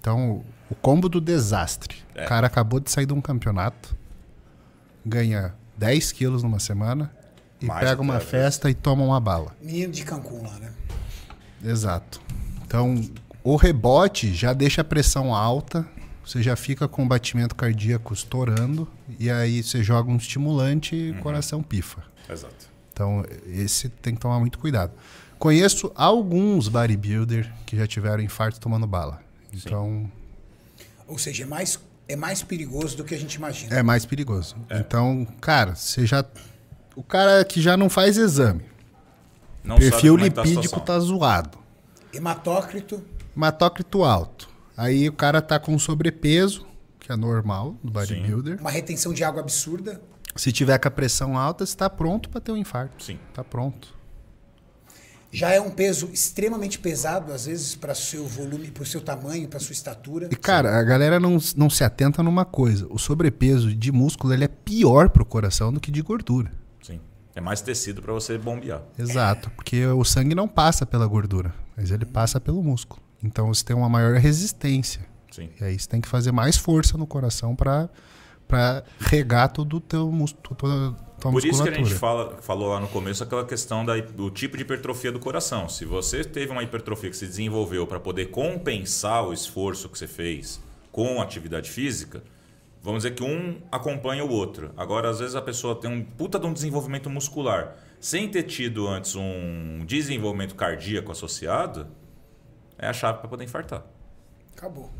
Speaker 3: Então, o combo do desastre.
Speaker 4: É.
Speaker 3: O cara acabou de sair de um campeonato, ganha 10 quilos numa semana, e
Speaker 4: Mais
Speaker 3: pega uma
Speaker 4: outra vez.
Speaker 3: festa e toma uma bala.
Speaker 1: Menino de Cancún lá, né?
Speaker 3: Exato. Então, o rebote já deixa a pressão alta, você já fica com o batimento cardíaco estourando, e aí você joga um estimulante
Speaker 4: Uhum.
Speaker 3: e o coração pifa.
Speaker 4: Exato.
Speaker 3: Então, esse tem que tomar muito cuidado. Conheço alguns bodybuilder que já tiveram infarto tomando bala. Então,
Speaker 1: Ou seja, é mais, é mais perigoso do que a gente imagina.
Speaker 3: é mais perigoso. Então, cara, você já. O cara que já não faz exame,
Speaker 4: Não
Speaker 3: perfil
Speaker 4: sabe como é que tá a
Speaker 3: lipídico
Speaker 4: situação.
Speaker 3: tá zoado.
Speaker 2: É.
Speaker 1: Hematócrito,
Speaker 3: hematócrito alto. Aí o cara tá com sobrepeso, que é normal do bodybuilder.
Speaker 1: uma retenção de água absurda.
Speaker 3: Se tiver com a pressão alta, você tá pronto para ter um infarto.
Speaker 4: Sim.
Speaker 3: Tá pronto.
Speaker 1: Já é um peso extremamente pesado, às vezes, para seu volume, para o seu tamanho, para sua estatura.
Speaker 3: E cara, a galera não, não se atenta numa coisa. O sobrepeso de músculo, ele é pior pro coração do que de gordura.
Speaker 4: Sim. É mais tecido para você bombear.
Speaker 3: Exato, porque o sangue não passa pela gordura, mas ele passa pelo músculo. Então você tem uma maior resistência.
Speaker 4: Sim.
Speaker 3: E aí você tem que fazer mais força no coração para regar todo o teu músculo, toda a tua
Speaker 4: Por
Speaker 3: musculatura.
Speaker 4: isso que a gente fala, falou lá no começo aquela questão da hi- do tipo de hipertrofia do coração. Se você teve uma hipertrofia que se desenvolveu para poder compensar o esforço que você fez com a atividade física, vamos dizer que um acompanha o outro. Agora, às vezes a pessoa tem um puta de um desenvolvimento muscular sem ter tido antes um desenvolvimento cardíaco associado, é a chave para poder infartar.
Speaker 1: Acabou.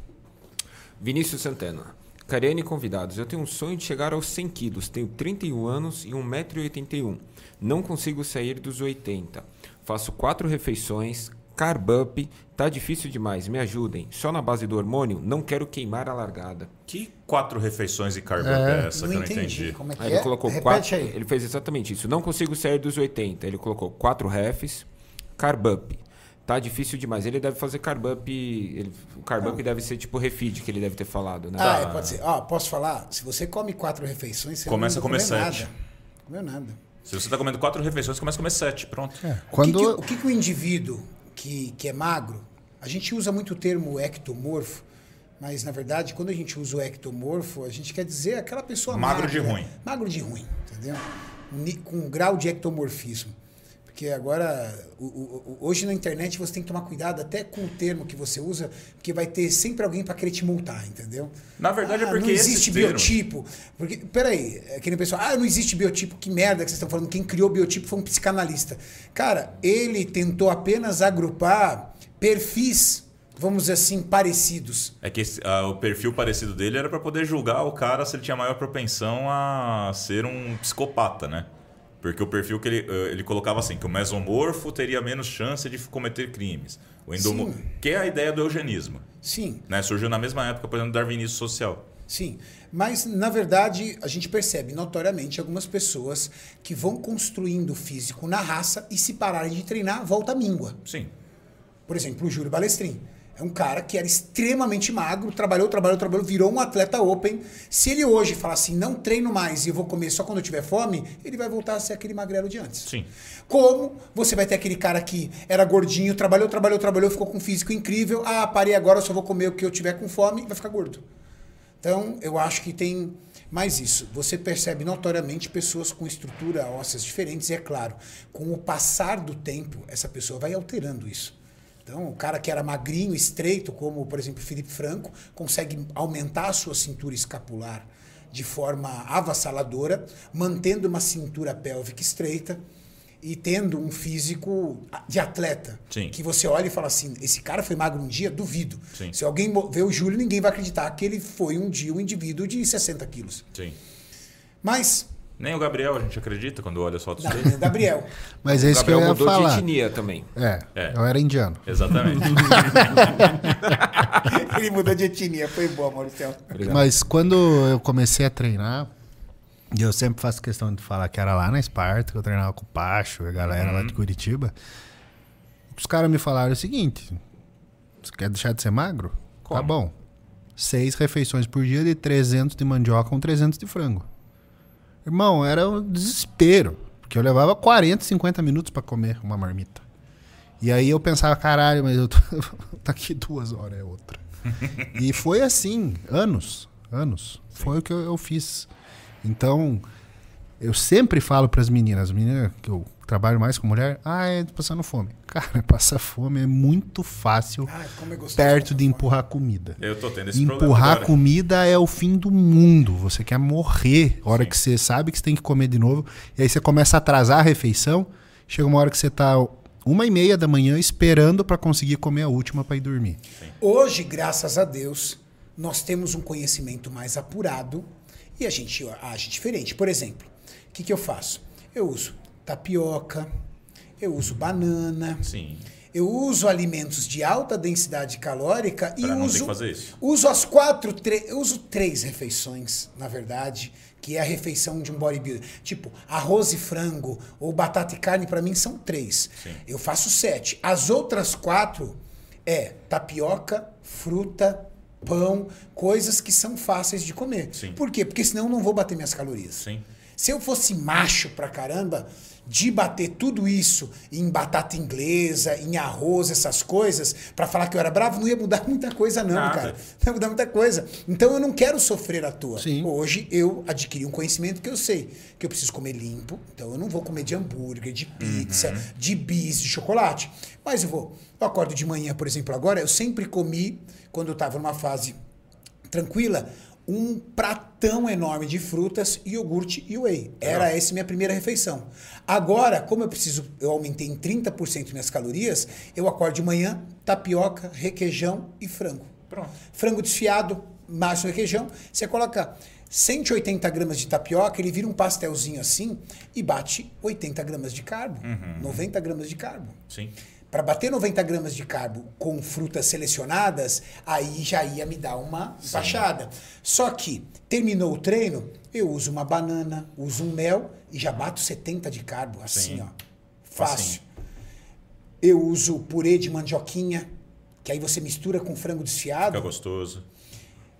Speaker 2: Vinícius Santana. Karene e convidados, eu tenho um sonho de chegar aos 100 quilos. Tenho 31 anos e 1,81m. Não consigo sair dos 80. Faço quatro refeições, carb up, tá difícil demais, me ajudem. Só na base do hormônio, não quero queimar a largada.
Speaker 4: Que quatro refeições e carbo é essa que eu não entendi?
Speaker 1: Como é que
Speaker 2: Aí
Speaker 1: é?
Speaker 2: ele colocou
Speaker 1: Repete
Speaker 2: quatro.
Speaker 1: aí.
Speaker 2: Ele fez exatamente isso. Não consigo sair dos 80. Ele colocou quatro refs, carb up. Tá difícil demais. Ele deve fazer carb up. Ele, o carb up deve ser tipo refeed que ele deve ter falado, né?
Speaker 1: Ah, é, pode ser. Ó, posso falar? Se você come quatro refeições, você
Speaker 4: Começa
Speaker 1: não
Speaker 4: a comer
Speaker 1: comeu
Speaker 4: sete.
Speaker 1: nada. Comeu nada.
Speaker 4: Se você está comendo quatro refeições, começa a comer sete, pronto.
Speaker 3: É, Quando...
Speaker 1: O, que, que, o que que o indivíduo que, que é magro, a gente usa muito o termo ectomorfo, mas na verdade, quando a gente usa o ectomorfo, a gente quer dizer aquela pessoa
Speaker 4: Magro
Speaker 1: magra, né?
Speaker 4: de ruim.
Speaker 1: Magro de ruim, entendeu? Ni- Com um grau de ectomorfismo. Porque agora, o- o- o- hoje na internet você tem que tomar cuidado até com o termo que você usa, porque vai ter sempre alguém para querer te multar, entendeu?
Speaker 4: Na verdade, é
Speaker 1: Ah,
Speaker 4: porque
Speaker 1: não
Speaker 4: esses
Speaker 1: existe
Speaker 4: termos-
Speaker 1: biotipo. Porque, peraí, aquele pessoal, ah, não existe biotipo, que merda que vocês estão falando. Quem criou biotipo foi um psicanalista. Cara, ele tentou apenas agrupar perfis, vamos dizer assim, parecidos.
Speaker 4: É que esse- ah, o perfil parecido dele era pra poder julgar o cara se ele tinha maior propensão a ser um psicopata, né? Porque o perfil que ele, ah, ele colocava assim, que o mesomorfo teria menos chance de cometer crimes. O endomo...
Speaker 1: Sim.
Speaker 4: Que é a ideia do eugenismo,
Speaker 1: Sim,
Speaker 4: né? Surgiu na mesma época, por exemplo, do darwinismo social.
Speaker 1: sim. Mas, na verdade, a gente percebe notoriamente algumas pessoas que vão construindo o físico na raça e se pararem de treinar, volta à míngua.
Speaker 4: Sim.
Speaker 1: Por exemplo, o Júlio Balestrin. É um cara que era extremamente magro, trabalhou, trabalhou, trabalhou, virou um atleta open. Se ele hoje falar assim, não treino mais e eu vou comer só quando eu tiver fome, ele vai voltar a ser aquele magrelo de antes.
Speaker 4: Sim.
Speaker 1: Como você vai ter aquele cara que era gordinho, trabalhou, trabalhou, trabalhou, ficou com um físico incrível, ah, parei agora, eu só vou comer o que eu tiver com fome, vai ficar gordo. Então, eu acho que tem mais isso. Você percebe notoriamente pessoas com estrutura ósseas diferentes, e é claro, com o passar do tempo, essa pessoa vai alterando isso. Então, o cara que era magrinho, estreito, como, por exemplo, Felipe Franco, consegue aumentar a sua cintura escapular de forma avassaladora, mantendo uma cintura pélvica estreita e tendo um físico de atleta.
Speaker 4: Sim.
Speaker 1: Que você olha e fala assim: esse cara foi magro um dia? Duvido.
Speaker 4: Sim.
Speaker 1: Se alguém mo- vê o Júlio, ninguém vai acreditar que ele foi um dia um indivíduo de 60 quilos.
Speaker 4: Sim.
Speaker 1: Mas,
Speaker 4: Nem o Gabriel a gente acredita quando olha as fotos
Speaker 1: da-
Speaker 4: dele.
Speaker 1: Gabriel,
Speaker 3: Mas é
Speaker 2: O
Speaker 3: isso
Speaker 2: Gabriel
Speaker 3: que eu ia
Speaker 2: mudou de
Speaker 3: falar.
Speaker 2: etnia também.
Speaker 3: É,
Speaker 4: É.
Speaker 3: eu era indiano.
Speaker 4: Exatamente.
Speaker 1: ele mudou de etnia. Foi boa, Maurício.
Speaker 2: Obrigado.
Speaker 3: Mas quando eu comecei a treinar, e eu sempre faço questão de falar que era lá na Esparta, que eu treinava com o Pacho, a galera lá de Curitiba, os caras me falaram o seguinte: você quer deixar de ser magro?
Speaker 2: Como?
Speaker 3: Tá bom. Seis refeições por dia de 300 de mandioca um 300 de frango. Irmão, era um desespero. Porque eu levava 40, 50 minutos pra comer uma marmita. E aí eu pensava, caralho, mas eu tô daqui duas horas é outra. e foi assim, anos, anos. Foi o que eu, eu fiz. Então, Eu sempre falo para as meninas, meninas que eu trabalho mais com mulher, ah, é passando fome. Cara, passar fome é muito fácil
Speaker 1: Ai, como é gostoso
Speaker 3: perto
Speaker 1: passar
Speaker 3: de
Speaker 1: fome.
Speaker 3: empurrar comida.
Speaker 4: Eu tô tendo esse problema.
Speaker 3: Empurrar
Speaker 4: agora.
Speaker 3: comida é o fim do mundo. Você quer morrer. A hora que você sabe que você tem que comer de novo. E aí você começa a atrasar a refeição. Chega uma hora que você tá uma e meia da manhã esperando para conseguir comer a última para ir dormir.
Speaker 1: Hoje, graças a Deus, nós temos um conhecimento mais apurado e a gente age diferente. Por exemplo, o que, que eu faço? Eu uso tapioca, eu uso banana,
Speaker 4: Sim.
Speaker 1: eu uso alimentos de alta densidade calórica e
Speaker 4: Pra não ter
Speaker 1: uso,
Speaker 4: que fazer isso.
Speaker 1: uso as quatro, tre- eu uso três refeições, na verdade, que é a refeição de um bodybuilder. Tipo, arroz e frango ou batata e carne, pra mim são três. Eu faço sete. As outras quatro é tapioca, fruta, pão, coisas que são fáceis de comer.
Speaker 4: Sim.
Speaker 1: Por quê? Porque senão eu não vou bater minhas calorias.
Speaker 4: Sim.
Speaker 1: Se eu fosse macho pra caramba, de bater tudo isso em batata inglesa, em arroz, essas coisas, pra falar que eu era bravo, não ia mudar muita coisa, não,
Speaker 4: Nada.
Speaker 1: cara. Não ia mudar muita coisa. Então eu não quero sofrer à toa.
Speaker 3: Sim.
Speaker 1: Hoje eu adquiri um conhecimento que eu sei que eu preciso comer limpo, então eu não vou comer de hambúrguer, de pizza, de bis, de chocolate. Mas eu vou. Eu acordo de manhã, por exemplo, agora, eu sempre comi, quando eu tava numa fase tranquila, um pratão enorme de frutas, iogurte e whey. Era essa minha primeira refeição. Agora, como eu preciso, eu aumentei em 30% minhas calorias, eu acordo de manhã, tapioca, requeijão e frango.
Speaker 4: Pronto.
Speaker 1: Frango desfiado, mais o requeijão, você coloca 180 gramas de tapioca, ele vira um pastelzinho assim e bate 80 gramas de carbo, 90 gramas de carbo.
Speaker 4: Sim.
Speaker 1: Para bater 90 gramas de carbo com frutas selecionadas, aí já ia me dar uma baixada. Só que terminou o treino, eu uso uma banana, uso um mel e já bato 70 de carbo, assim,
Speaker 4: Sim.
Speaker 1: ó. Fácil. Eu uso purê de mandioquinha, que aí você mistura com frango desfiado.
Speaker 4: Fica gostoso.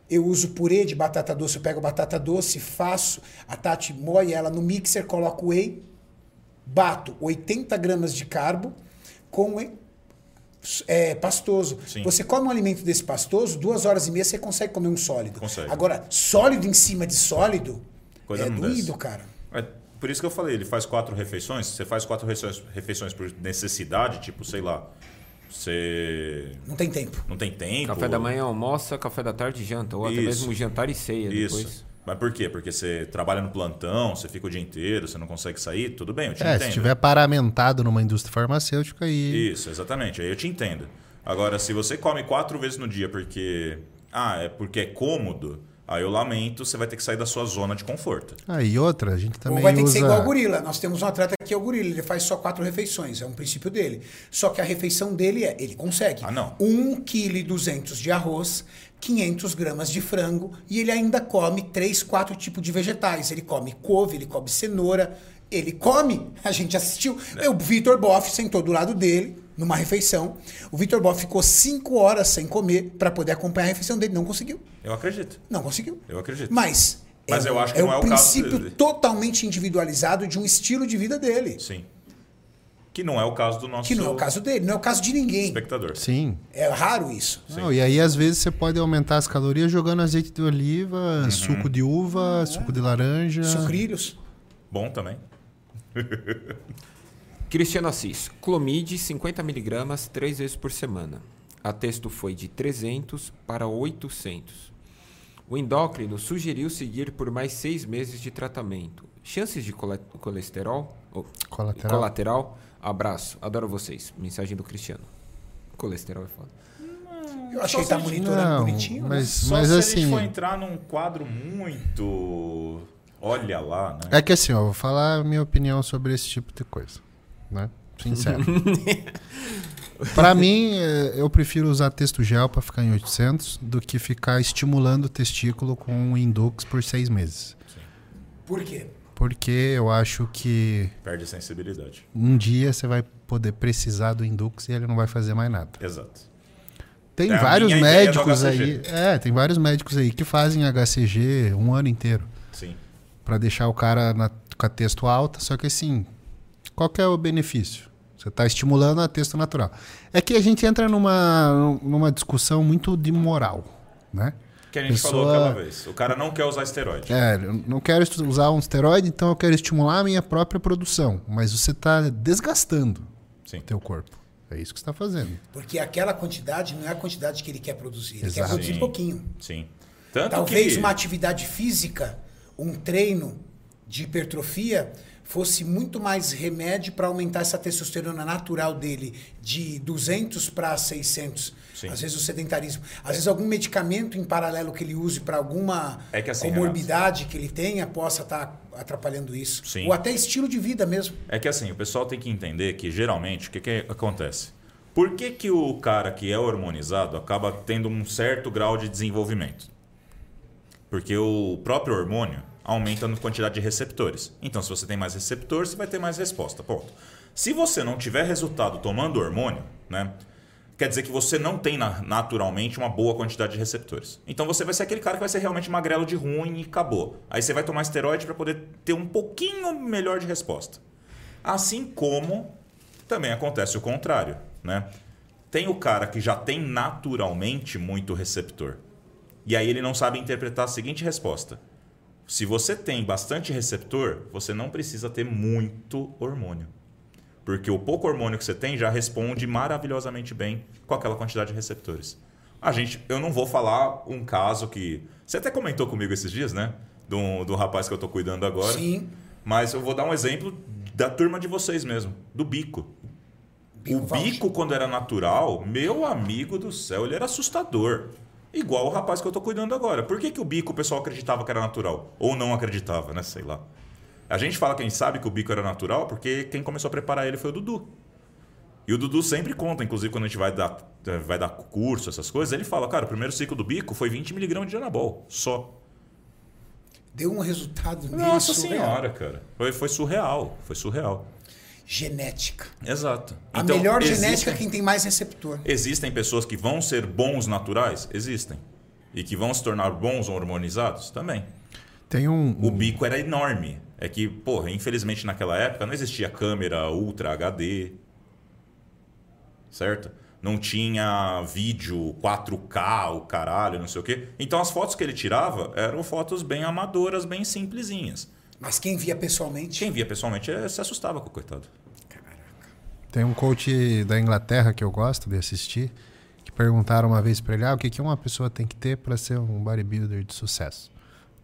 Speaker 1: Eu uso purê de batata doce, eu pego a batata doce, faço, a Tati moe ela no mixer, coloco whey, bato 80 gramas de carbo com whey é, pastoso.
Speaker 4: Sim.
Speaker 1: Você come um alimento desse pastoso, duas horas e meia você consegue comer um sólido.
Speaker 4: Consegue.
Speaker 1: Agora, sólido em cima de sólido
Speaker 4: Coisa
Speaker 1: é
Speaker 4: não
Speaker 1: doído,
Speaker 4: desce.
Speaker 1: cara.
Speaker 4: É por isso que eu falei, ele faz quatro refeições. Você faz quatro refeições, refeições por necessidade, tipo, sei lá, você
Speaker 1: Não tem tempo.
Speaker 4: não tem tempo.
Speaker 2: Café da manhã almoça, café da tarde janta, ou até
Speaker 4: Isso.
Speaker 2: mesmo jantar e ceia
Speaker 4: Isso.
Speaker 2: depois.
Speaker 4: Mas por quê? Porque você trabalha no plantão, você fica o dia inteiro, você não consegue sair, tudo bem, eu te
Speaker 3: É,
Speaker 4: entendo.
Speaker 3: se tiver paramentado numa indústria farmacêutica aí.
Speaker 4: Isso, exatamente. Aí eu te entendo. Agora, se você come quatro vezes no dia porque. Ah, é porque é cômodo, aí eu lamento, você vai ter que sair da sua zona de conforto.
Speaker 3: Aí outra, a gente também
Speaker 1: Ou vai ter que
Speaker 3: usa
Speaker 1: ser igual o gorila. Nós temos um atleta que é o gorila, ele faz só quatro refeições, é um princípio dele. Só que a refeição dele é, ele consegue.
Speaker 4: Ah, não.
Speaker 1: 1,2 kg de arroz, 500 gramas de frango e ele ainda come três, quatro tipos de vegetais. Ele come couve, ele come cenoura, ele come. A gente assistiu. O Vitor Boff sentou do lado dele numa refeição. O Vitor Boff ficou cinco horas sem comer para poder acompanhar a refeição dele. Não conseguiu.
Speaker 4: Eu acredito.
Speaker 1: Não conseguiu.
Speaker 4: Eu acredito.
Speaker 1: Mas.
Speaker 4: Mas
Speaker 1: é,
Speaker 4: eu acho que
Speaker 1: é
Speaker 4: não
Speaker 1: um
Speaker 4: é o caso
Speaker 1: princípio
Speaker 4: dele.
Speaker 1: totalmente individualizado de um estilo de vida dele.
Speaker 4: Sim. Que não é o caso do nosso
Speaker 1: Que não é o caso dele, não é o caso de ninguém.
Speaker 4: espectador.
Speaker 3: Sim.
Speaker 1: É raro isso.
Speaker 3: Não, e aí, às vezes, você pode aumentar as calorias jogando azeite de oliva,
Speaker 4: Uhum.
Speaker 3: suco de uva, suco de laranja.
Speaker 1: Sucrilhos.
Speaker 4: Bom também.
Speaker 2: Cristiano Assis, Clomide 50mg três vezes por semana. A texto foi de 300 para 800. O endócrino sugeriu seguir por mais seis meses de tratamento. Chances de cole- colesterol? ou-
Speaker 3: Colateral.
Speaker 2: colateral? Abraço, adoro vocês. Mensagem do Cristiano. Colesterol é foda.
Speaker 1: Eu acho que ele tá monitorando
Speaker 3: Não,
Speaker 1: bonitinho. né?
Speaker 3: mas,
Speaker 4: Só
Speaker 3: mas
Speaker 4: se a
Speaker 3: assim.
Speaker 4: gente for entrar num quadro muito. Olha lá, né?
Speaker 3: É que assim, ó, eu vou falar a minha opinião sobre esse tipo de coisa, né? Sincero. pra mim, eh, eu prefiro usar texto gel pra ficar em 800 do que ficar estimulando o testículo com o Indux por seis meses.
Speaker 1: Por quê?
Speaker 3: Porque eu acho que
Speaker 4: Perde a sensibilidade.
Speaker 3: um dia você vai poder precisar do Indux e ele não vai fazer mais nada.
Speaker 4: Exato.
Speaker 3: Tem
Speaker 4: É a
Speaker 3: vários
Speaker 4: minha ideia do
Speaker 3: médicos aí.
Speaker 4: HCG.
Speaker 3: É, tem vários médicos aí que fazem HCG um ano inteiro
Speaker 4: Sim.
Speaker 3: Pra deixar o cara na, com a texto alta. Só que assim, qual que é o benefício? Você tá estimulando a texto natural. É que a gente entra numa, numa discussão muito de moral, né?
Speaker 4: Que a gente
Speaker 3: Pessoa-
Speaker 4: falou aquela vez. O cara não quer usar esteroide.
Speaker 3: É, eu não quero estu- usar um esteroide, então eu quero estimular a minha própria produção. Mas você está desgastando
Speaker 4: Sim.
Speaker 3: o teu corpo. É isso que você está fazendo.
Speaker 1: Porque aquela quantidade não é a quantidade que ele quer produzir. Ele
Speaker 3: Exato.
Speaker 1: quer produzir
Speaker 4: Sim.
Speaker 1: pouquinho.
Speaker 4: Sim. Tanto
Speaker 1: Talvez
Speaker 4: que...
Speaker 1: uma atividade física, um treino de hipertrofia, fosse muito mais remédio para aumentar essa testosterona natural dele de 200 para 600.
Speaker 4: Sim.
Speaker 1: Às vezes o sedentarismo. Às vezes algum medicamento em paralelo que ele use para alguma
Speaker 4: É que assim,
Speaker 1: comorbidade que ele tenha possa estar atrapalhando isso.
Speaker 4: Sim.
Speaker 1: Ou até estilo de vida mesmo.
Speaker 4: É que assim, o pessoal tem que entender que geralmente o que, que acontece? Por que, que o cara que é hormonizado acaba tendo um certo grau de desenvolvimento? Porque o próprio hormônio aumenta na quantidade de receptores. Então, se você tem mais receptor, você vai ter mais resposta. Ponto. Se você não tiver resultado tomando hormônio, né? Quer dizer que você não tem na- naturalmente uma boa quantidade de receptores. Então você vai ser aquele cara que vai ser realmente magrelo de ruim e acabou. Aí você vai tomar esteroide para poder ter um pouquinho melhor de resposta. Assim como também acontece o contrário, né? Tem o cara que já tem naturalmente muito receptor. E aí ele não sabe interpretar a seguinte resposta. Se você tem bastante receptor, você não precisa ter muito hormônio. Porque o pouco hormônio que você tem já responde maravilhosamente bem com aquela quantidade de receptores. A gente, eu não vou falar um caso que. Você até comentou comigo esses dias, né? Do, do rapaz que eu tô cuidando agora.
Speaker 1: Sim.
Speaker 4: Mas eu vou dar um exemplo da turma de vocês mesmo, do bico.
Speaker 1: Bico
Speaker 4: o
Speaker 1: Valdir.
Speaker 4: bico, quando era natural, meu amigo do céu, ele era assustador. Igual o rapaz que eu tô cuidando agora. Por que, que o bico o pessoal acreditava que era natural? Ou não acreditava, né? Sei lá. A gente fala, quem sabe, que o bico era natural, porque quem começou a preparar ele foi o Dudu. E o Dudu sempre conta, inclusive quando a gente vai dar, eh, vai dar curso, essas coisas, ele fala, cara, o primeiro ciclo do bico foi 20mg de anabol, só.
Speaker 1: Deu um resultado né? nele
Speaker 4: Nossa
Speaker 1: surreal.
Speaker 4: senhora, cara. Foi, foi surreal, foi surreal.
Speaker 1: Genética.
Speaker 4: Exato. Então,
Speaker 1: A melhor
Speaker 4: existem-
Speaker 1: genética é quem tem mais receptor.
Speaker 4: Existem pessoas que vão ser bons naturais? Existem. E que vão se tornar bons hormonizados? Também.
Speaker 3: Tem um.
Speaker 4: O
Speaker 1: Hum.
Speaker 3: um-
Speaker 4: bico era enorme. É que, porra, infelizmente naquela época não existia câmera Ultra HD. Certo? Não tinha vídeo 4K, o caralho, não sei o quê. Então as fotos que ele tirava eram fotos bem amadoras, bem simplesinhas.
Speaker 1: Mas quem via pessoalmente.
Speaker 4: Quem via pessoalmente eh, se assustava com o coitado.
Speaker 3: Tem um coach da Inglaterra que eu gosto de assistir, que perguntaram uma vez pra ele, ah, o que, que uma pessoa tem que ter pra ser um bodybuilder de sucesso?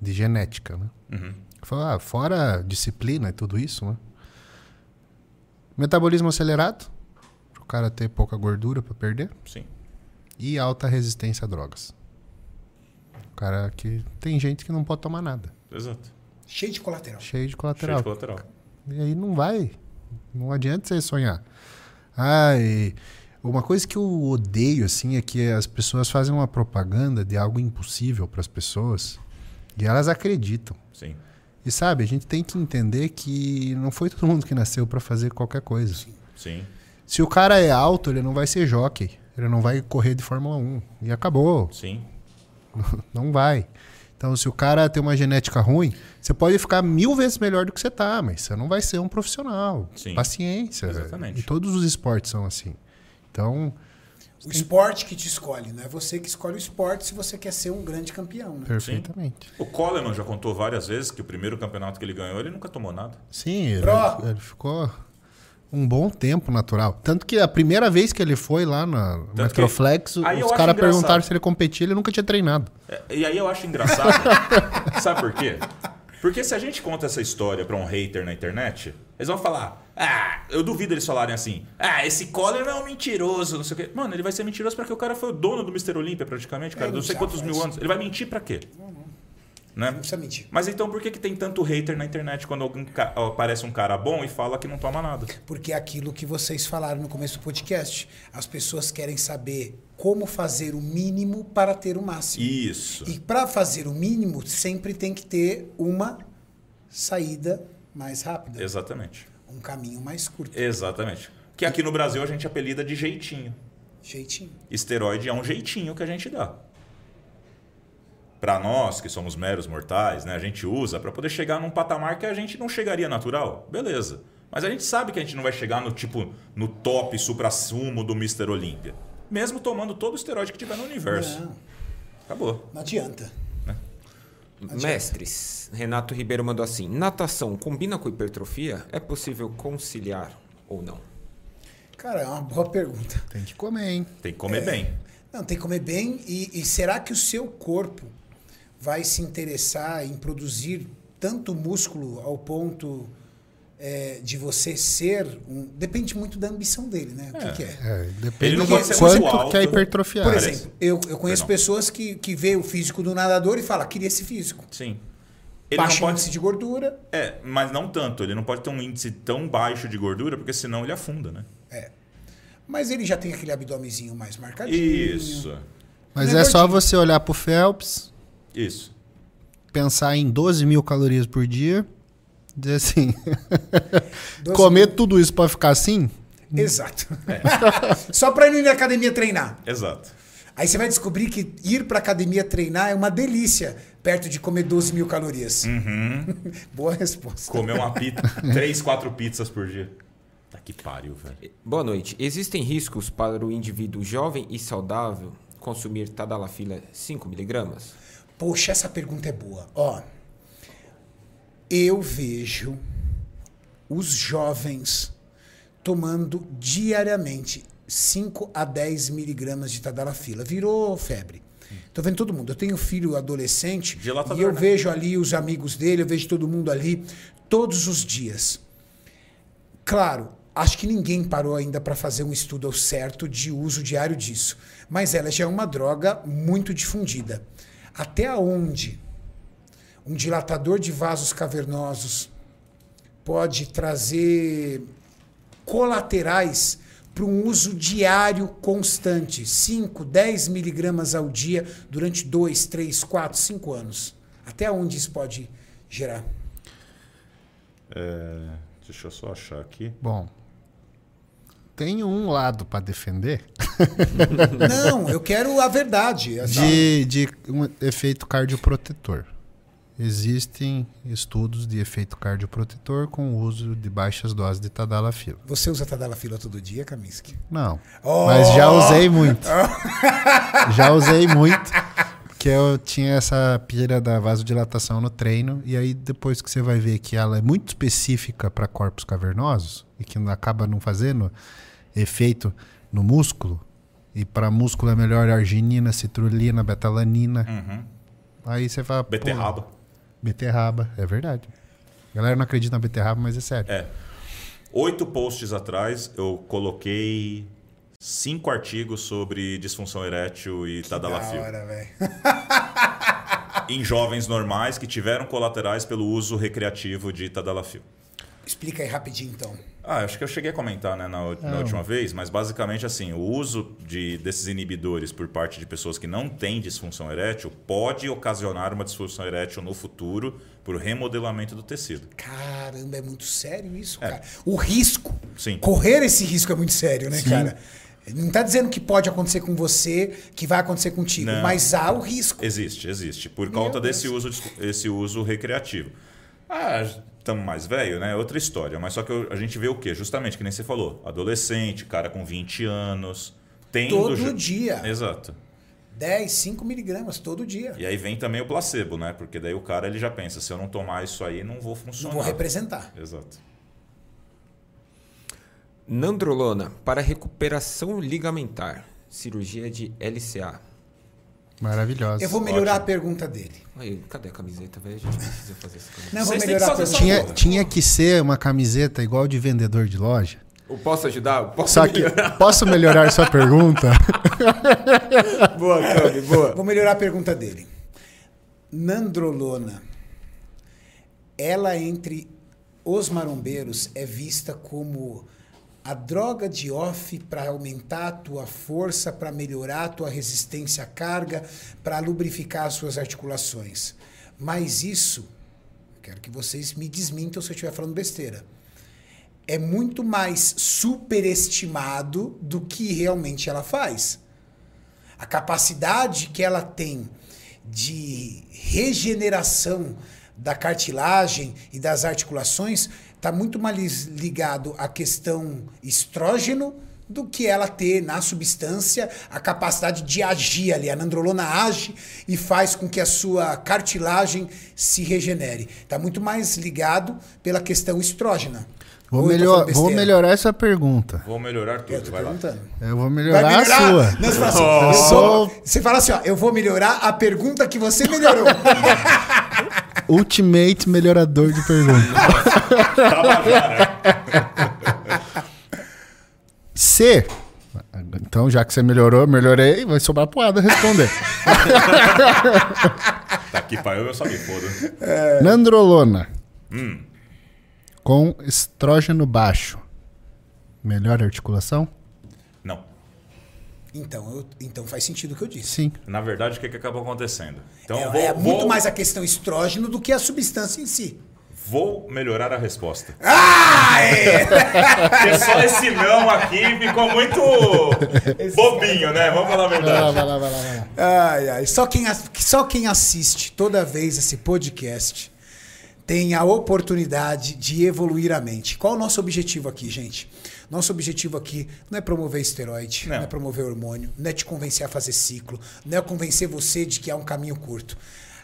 Speaker 3: De genética, né?
Speaker 4: Uhum.
Speaker 3: Ele Falou, ah, fora disciplina e tudo isso, né? Metabolismo acelerado, pro cara ter pouca gordura pra perder,
Speaker 4: Sim.
Speaker 3: e alta resistência a drogas. O cara que tem gente que não pode tomar nada,
Speaker 4: Exato.
Speaker 1: Cheio de colateral.
Speaker 3: cheio de
Speaker 4: Cheio
Speaker 3: colateral.
Speaker 4: de colateral.
Speaker 3: E aí não vai. Não adianta você sonhar. Ah, e uma coisa que eu odeio, assim, é que as pessoas fazem uma propaganda de algo impossível para as pessoas e elas acreditam.
Speaker 4: Sim.
Speaker 3: E sabe, a gente tem que entender que não foi todo mundo que nasceu para fazer qualquer coisa.
Speaker 4: Sim.
Speaker 3: Se o cara é alto, ele não vai ser jockey. Ele não vai correr de Fórmula 1. E acabou.
Speaker 4: Sim.
Speaker 3: Não vai. Então, se o cara tem uma genética ruim, você pode ficar mil vezes melhor do que você tá, mas você não vai ser um profissional.
Speaker 4: Sim.
Speaker 3: Paciência.
Speaker 4: Exatamente.
Speaker 3: E todos os esportes são assim. Então,
Speaker 1: O esporte que te escolhe, não é você que escolhe o esporte se você quer ser um grande campeão. Né?
Speaker 3: perfeitamente.
Speaker 4: O Coleman já contou várias vezes que o primeiro campeonato que ele ganhou, ele nunca tomou nada.
Speaker 3: Sim, ele,
Speaker 1: Pro.
Speaker 3: ele ficou um bom tempo natural. Tanto que a primeira vez que ele foi lá na
Speaker 4: que-
Speaker 3: Metroflex,
Speaker 4: Aí eu
Speaker 3: os
Speaker 4: acho
Speaker 3: caras
Speaker 4: engraçado.
Speaker 3: perguntaram se ele competia, ele nunca tinha treinado.
Speaker 4: É, E aí eu acho engraçado. sabe por quê? Porque se a gente conta essa história pra um hater na internet, eles vão falar: Ah, eu duvido eles falarem assim. Ah, esse Coleman é um mentiroso, não sei o quê. Mano, ele vai ser mentiroso pra que o cara foi o dono do Mr. Olímpia praticamente, cara,
Speaker 1: É,
Speaker 4: não sei
Speaker 1: já
Speaker 4: quantos
Speaker 1: faz.
Speaker 4: mil anos. Ele vai mentir pra quê? Né?
Speaker 1: Não precisa mentir.
Speaker 4: Mas então por que, que tem tanto hater na internet quando algum ca- aparece um cara bom e fala que não toma nada?
Speaker 1: Porque é aquilo que vocês falaram no começo do podcast. As pessoas querem saber como fazer o mínimo para ter o máximo.
Speaker 4: Isso.
Speaker 1: E para fazer o mínimo, sempre tem que ter uma saída mais rápida,
Speaker 4: Exatamente.
Speaker 1: um caminho mais curto.
Speaker 4: É. Exatamente. Que aqui no Brasil a gente apelida de jeitinho.
Speaker 1: Jeitinho.
Speaker 4: Esteroide é um jeitinho que a gente dá. Pra nós, que somos meros mortais, né, a gente usa pra poder chegar num patamar que a gente não chegaria natural. Beleza. Mas a gente sabe que a gente não vai chegar no tipo no top supra-sumo do Mr. Olímpia. Mesmo tomando todo o esteroide que tiver no universo.
Speaker 1: Não.
Speaker 4: Acabou.
Speaker 1: Não adianta.
Speaker 2: Mestres, Renato Ribeiro mandou assim: natação combina com hipertrofia? É possível conciliar ou não?
Speaker 1: Cara, é uma boa pergunta.
Speaker 3: Tem que comer, hein?
Speaker 4: Tem que comer bem.
Speaker 1: Não, tem que comer bem e, e será que o seu corpo vai se interessar em produzir tanto músculo ao ponto é, de você ser um. Depende muito da ambição dele, né? O que, que é?
Speaker 3: É, depende
Speaker 4: Ele não
Speaker 3: do
Speaker 1: pode ser
Speaker 4: muito
Speaker 3: quanto
Speaker 4: alto.
Speaker 3: que é hipertrofiar.
Speaker 1: Por
Speaker 4: Parece.
Speaker 1: exemplo, eu, eu conheço
Speaker 4: Perdão.
Speaker 1: pessoas que, que vê o físico do nadador e fala, queria esse físico.
Speaker 4: Sim. Ele não
Speaker 1: Baixa o
Speaker 4: pode.
Speaker 1: índice de gordura.
Speaker 4: É, mas não tanto. Ele não pode ter um índice tão baixo de gordura, porque senão ele afunda, né?
Speaker 1: É. Mas ele já tem aquele abdômenzinho mais marcadinho.
Speaker 4: Isso.
Speaker 3: Mas
Speaker 1: Não é
Speaker 3: é só você olhar pro Phelps,
Speaker 4: Isso.
Speaker 3: pensar em 12 mil calorias por dia, dizer assim,
Speaker 1: Doze-
Speaker 3: comer tudo isso pra ficar assim?
Speaker 1: Exato.
Speaker 4: É.
Speaker 1: Só pra ir na academia treinar.
Speaker 4: Exato.
Speaker 1: Aí você vai descobrir que ir pra academia treinar é uma delícia, perto de comer 12 mil calorias. Boa resposta.
Speaker 4: Comer uma pizza, três, quatro pizzas por dia. Tá que pariu, velho.
Speaker 2: Boa noite. Existem riscos para o indivíduo jovem e saudável consumir tadalafila 5mg?
Speaker 1: Poxa, essa pergunta é boa. Ó, eu vejo os jovens tomando diariamente 5 a 10 miligramas de tadalafila. Virou febre. Tô vendo todo mundo. Eu tenho filho adolescente
Speaker 4: Gelatador,
Speaker 1: e eu
Speaker 4: né?
Speaker 1: vejo ali os amigos dele, eu vejo todo mundo ali todos os dias. Claro, acho que ninguém parou ainda para fazer um estudo ao certo de uso diário disso, mas ela já é uma droga muito difundida. Até onde um dilatador de vasos cavernosos pode trazer colaterais para um uso diário constante, 5, 10 miligramas ao dia durante 2, 3, 4, 5 anos. Até onde isso pode gerar?
Speaker 4: É, deixa eu só achar aqui.
Speaker 3: Bom, tem um lado pra defender
Speaker 1: Não, eu quero a verdade. é
Speaker 3: de, de um efeito cardioprotetor. Existem estudos de efeito cardioprotetor com o uso de baixas doses de tadalafila.
Speaker 1: Você usa Tadalafila todo dia, Kaminsky?
Speaker 3: Não.
Speaker 1: Oh!
Speaker 3: Mas já usei muito. já usei muito. Que eu tinha essa pira da vasodilatação no treino. E aí, depois que você vai ver que ela é muito específica para corpos cavernosos e que não- acaba não fazendo efeito no músculo. E para músculo é melhor arginina, citrulina, betalanina. Aí você fala. pô,
Speaker 4: Uhum. Beterraba.
Speaker 3: Beterraba, é verdade. A galera não acredita na beterraba, mas é sério.
Speaker 4: É. Oito posts atrás, eu coloquei cinco artigos sobre disfunção erétil e
Speaker 1: Da
Speaker 4: tadalafil.
Speaker 1: hora, velho.
Speaker 4: Em jovens normais que tiveram colaterais pelo uso recreativo de tadalafil.
Speaker 1: Explica aí rapidinho, então.
Speaker 4: Ah, acho que eu cheguei a comentar né, na, u-
Speaker 1: Ah.
Speaker 4: na última vez, mas basicamente assim, o uso de, desses inibidores por parte de pessoas que não têm disfunção erétil pode ocasionar uma disfunção erétil no futuro por remodelamento do tecido.
Speaker 1: Caramba, é muito sério isso, cara. O risco.
Speaker 4: Sim.
Speaker 1: Correr esse risco é muito sério, né, cara? Não tá dizendo que pode acontecer com você, que vai acontecer contigo,
Speaker 4: Não.
Speaker 1: mas há o risco.
Speaker 4: Existe, existe. Por conta desse uso, discu- esse uso recreativo. Ah, estamos mais velho, né? É Outra história. Mas só que eu- a gente vê o quê? Justamente, que nem você falou. Adolescente, cara com 20 anos. Tendo
Speaker 1: Todo
Speaker 4: ju-
Speaker 1: dia.
Speaker 4: Exato.
Speaker 1: 10, 5 miligramas todo dia.
Speaker 4: E aí vem também o placebo, né? Porque daí o cara ele já pensa, se eu não tomar isso aí, não vou
Speaker 1: Não
Speaker 4: funcionar.
Speaker 1: vou representar.
Speaker 4: Exato.
Speaker 2: Nandrolona, para recuperação ligamentar, cirurgia de LCA.
Speaker 3: Maravilhosa.
Speaker 1: Eu vou melhorar
Speaker 4: Ótimo.
Speaker 1: a pergunta dele.
Speaker 2: Aí, cadê a camiseta, velho? A gente precisa fazer essa camiseta.
Speaker 1: Não, eu vou
Speaker 4: Vocês têm
Speaker 1: melhorar a
Speaker 4: que
Speaker 1: pergunta.
Speaker 4: fazer essa
Speaker 3: Tinha,
Speaker 4: Porra.
Speaker 3: tinha que ser uma camiseta igual de vendedor de loja.
Speaker 2: Eu posso ajudar? Eu Posso
Speaker 3: Só que, posso melhorar sua pergunta?
Speaker 2: Boa, Cami, boa.
Speaker 1: Vou melhorar a pergunta dele. Nandrolona, ela entre os marombeiros é vista como a droga de off para aumentar a tua força, para melhorar a tua resistência à carga, para lubrificar as suas articulações. Mas isso, quero que vocês me desmintam se eu estiver falando besteira. É muito mais superestimado do que realmente ela faz a capacidade que ela tem de regeneração da cartilagem e tá das articulações está muito mais ligado à questão estrógeno do que ela ter na substância a capacidade de agir ali. A nandrolona age e faz com que a sua cartilagem se regenere. Está muito mais ligado pela questão estrógena.
Speaker 3: Vou,
Speaker 1: Ou eu tô
Speaker 3: melhor-
Speaker 1: falando
Speaker 3: vou
Speaker 1: besteira?
Speaker 3: melhorar essa pergunta.
Speaker 4: Vou melhorar
Speaker 1: Eu
Speaker 4: tudo,
Speaker 1: tô
Speaker 4: vai lá.
Speaker 1: perguntando.
Speaker 3: Eu vou
Speaker 1: Vai
Speaker 3: melhorar,
Speaker 1: melhorar?
Speaker 3: a sua.
Speaker 1: Não, você fala assim, eu é sou- você fala assim, ó, eu vou melhorar a pergunta que você melhorou.
Speaker 3: Ultimate melhorador de pergunta.
Speaker 1: tá
Speaker 3: Se. Então, já que você melhorou, eu melhorei, vai sobrar poada responder.
Speaker 4: Tá aqui pra eu, eu só me foda.
Speaker 1: É.
Speaker 3: Nandrolona.
Speaker 1: Hum.
Speaker 3: Com estrógeno baixo. Melhor articulação?
Speaker 4: Não.
Speaker 1: Então, eu- então faz sentido o que eu disse.
Speaker 3: Sim.
Speaker 4: Na verdade, o que, que acaba acontecendo? Então,
Speaker 1: É,
Speaker 4: vou,
Speaker 1: é muito
Speaker 4: vou-
Speaker 1: mais a questão estrógeno do que a substância em si.
Speaker 4: vou melhorar a resposta.
Speaker 1: Ah, é!
Speaker 4: Porque só esse não aqui ficou muito bobinho, né? Vamos falar a
Speaker 1: Ah,
Speaker 3: Vai lá,
Speaker 4: verdade.
Speaker 3: vai lá, vai lá, vai lá.
Speaker 1: ai, ai. Só, quem, as- só quem assiste toda vez esse podcast tem a oportunidade de evoluir a mente. Qual o nosso objetivo aqui, gente? Nosso objetivo aqui não é promover esteroide, não,
Speaker 4: Não.
Speaker 1: é promover hormônio, não é te convencer a fazer ciclo, não é convencer você de que há um caminho curto.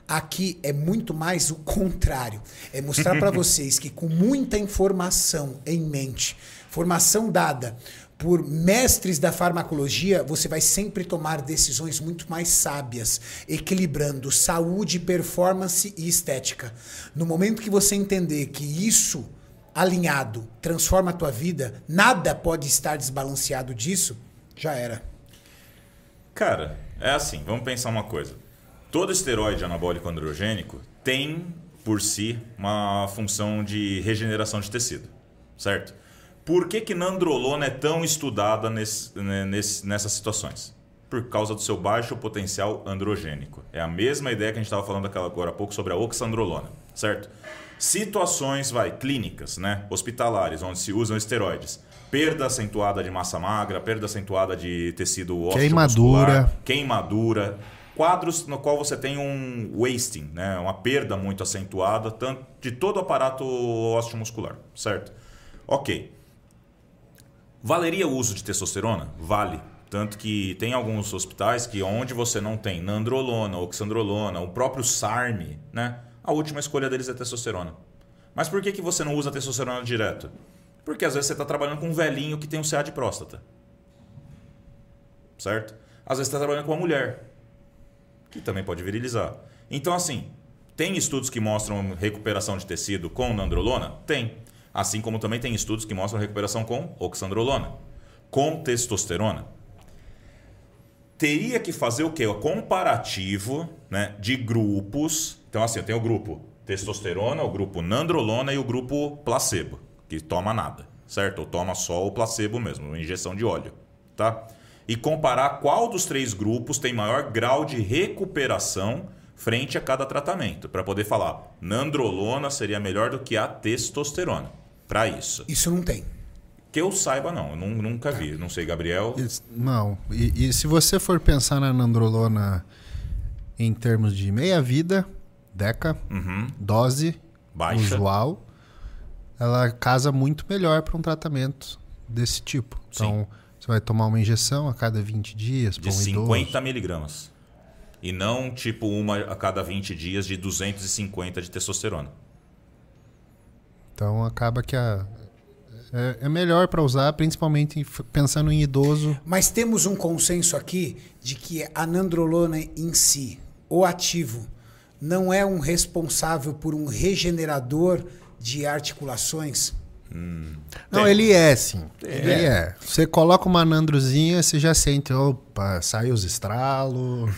Speaker 1: Aqui é muito mais o contrário. É mostrar para vocês que com muita informação em mente, formação dada por mestres da farmacologia, você vai sempre tomar decisões muito mais sábias, equilibrando saúde, performance e estética. No momento que você entender que isso alinhado transforma a tua vida, nada pode estar desbalanceado disso, já era.
Speaker 4: Cara, é assim, vamos pensar uma coisa. Todo esteroide anabólico androgênico tem, por si, uma função de regeneração de tecido, certo? Por que, que nandrolona é tão estudada nesse- né, nesse- nessas situações? Por causa do seu baixo potencial androgênico. É a mesma ideia que a gente estava falando aquela- agora há pouco sobre a oxandrolona, certo? Situações, vai, clínicas, né? Hospitalares, onde se usam esteroides. Perda acentuada de massa magra, perda acentuada de tecido ósseo
Speaker 3: Queimadura.
Speaker 4: muscular, queimadura, quadros no qual você tem um wasting, né? uma perda muito acentuada tanto de todo o aparato osteomuscular, certo? Ok. Valeria o uso de testosterona? Vale. Tanto que tem alguns hospitais que onde você não tem nandrolona, oxandrolona, o próprio SARM, né? A última escolha deles é testosterona. Mas por que, que você não usa testosterona direto? Porque às vezes você está trabalhando com um velhinho que tem um CA de próstata certo? Às vezes está trabalhando com uma mulher, que também pode virilizar. Então, assim, tem estudos que mostram recuperação de tecido com nandrolona? Tem. Assim como também tem estudos que mostram recuperação com oxandrolona, com testosterona. Teria que fazer o quê? O comparativo né, de grupos. Então, assim, eu tenho o grupo testosterona, o grupo nandrolona e o grupo placebo, que toma nada, certo? Ou toma só o placebo mesmo, uma injeção de óleo, tá? E comparar qual dos três grupos tem maior grau de recuperação frente a cada tratamento, para poder falar, nandrolona seria melhor do que a testosterona, para isso.
Speaker 1: Isso não tem.
Speaker 4: Que eu saiba, não, eu nun- nunca vi, não sei, Gabriel.
Speaker 3: Isso- Não. E, e se você for pensar na nandrolona em termos de meia-vida, deca, dose
Speaker 4: Baixa.
Speaker 3: usual, ela casa muito melhor para um tratamento desse tipo. Então, você vai tomar uma injeção a cada 20 dias para
Speaker 4: De
Speaker 3: um
Speaker 4: 50
Speaker 3: idoso.
Speaker 4: miligramas. E não tipo uma a cada 20 dias de 250 de testosterona.
Speaker 3: Então, acaba que a- é, é melhor para usar, principalmente em f- pensando em idoso.
Speaker 1: Mas temos um consenso aqui de que a nandrolona em si, o ativo, não é um responsável por um regenerador de articulações.
Speaker 3: Não, ele é, sim. Ele é. Você coloca uma nandrozinha, você já sente, opa, sai os estralos.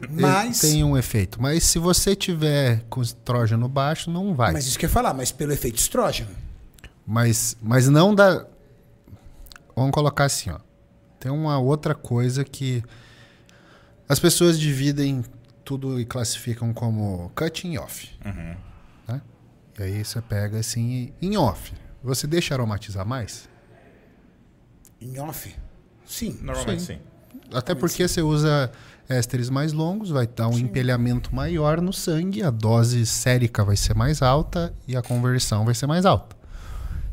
Speaker 3: Ele
Speaker 1: Mas,
Speaker 3: Tem um efeito. Mas se você tiver com estrógeno baixo, não vai.
Speaker 1: mas
Speaker 3: Mas,
Speaker 1: isso que eu ia falar, mas pelo efeito estrógeno.
Speaker 3: mas, não dá. Vamos colocar assim, ó. Tem uma outra coisa que as pessoas dividem tudo e classificam como cutting off. né? E aí você pega assim, em off. Você deixa aromatizar mais?
Speaker 1: Em off? Sim.
Speaker 4: Normalmente sim.
Speaker 3: Até porque você usa é, ésteres mais longos, vai dar um empelhamento maior no sangue, a dose sérica vai ser mais alta e a conversão vai ser mais alta.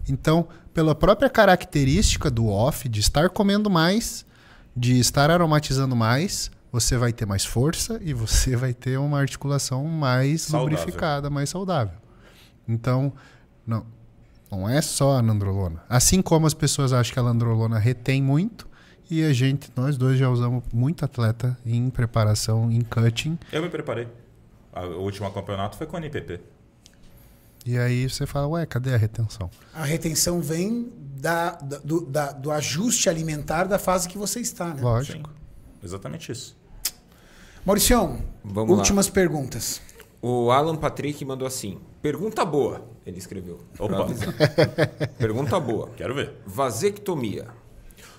Speaker 3: Então, pela própria característica do off, de estar comendo mais, de estar aromatizando mais, você vai ter mais força e você vai ter uma articulação mais
Speaker 4: Saudável.
Speaker 3: lubrificada, mais saudável. Então, não, não é só a nandrolona. Assim como as pessoas acham que a nandrolona retém muito, e a gente, nós dois já usamos muito atleta em preparação, em cutting,
Speaker 4: Eu me preparei. A- O último campeonato foi com a NPP.
Speaker 3: e aí você fala, ué, cadê a retenção?
Speaker 1: A retenção vem da, da- do, da- do ajuste alimentar da fase que você está, né?
Speaker 3: Lógico.
Speaker 4: Exatamente isso.
Speaker 1: Mauricião,
Speaker 2: Vamos lá.
Speaker 1: últimas perguntas.
Speaker 2: O Alan Patrick mandou assim: pergunta boa, ele escreveu. pra
Speaker 4: Opa.
Speaker 2: avisar. pergunta boa.
Speaker 4: Quero ver.
Speaker 2: Vasectomia.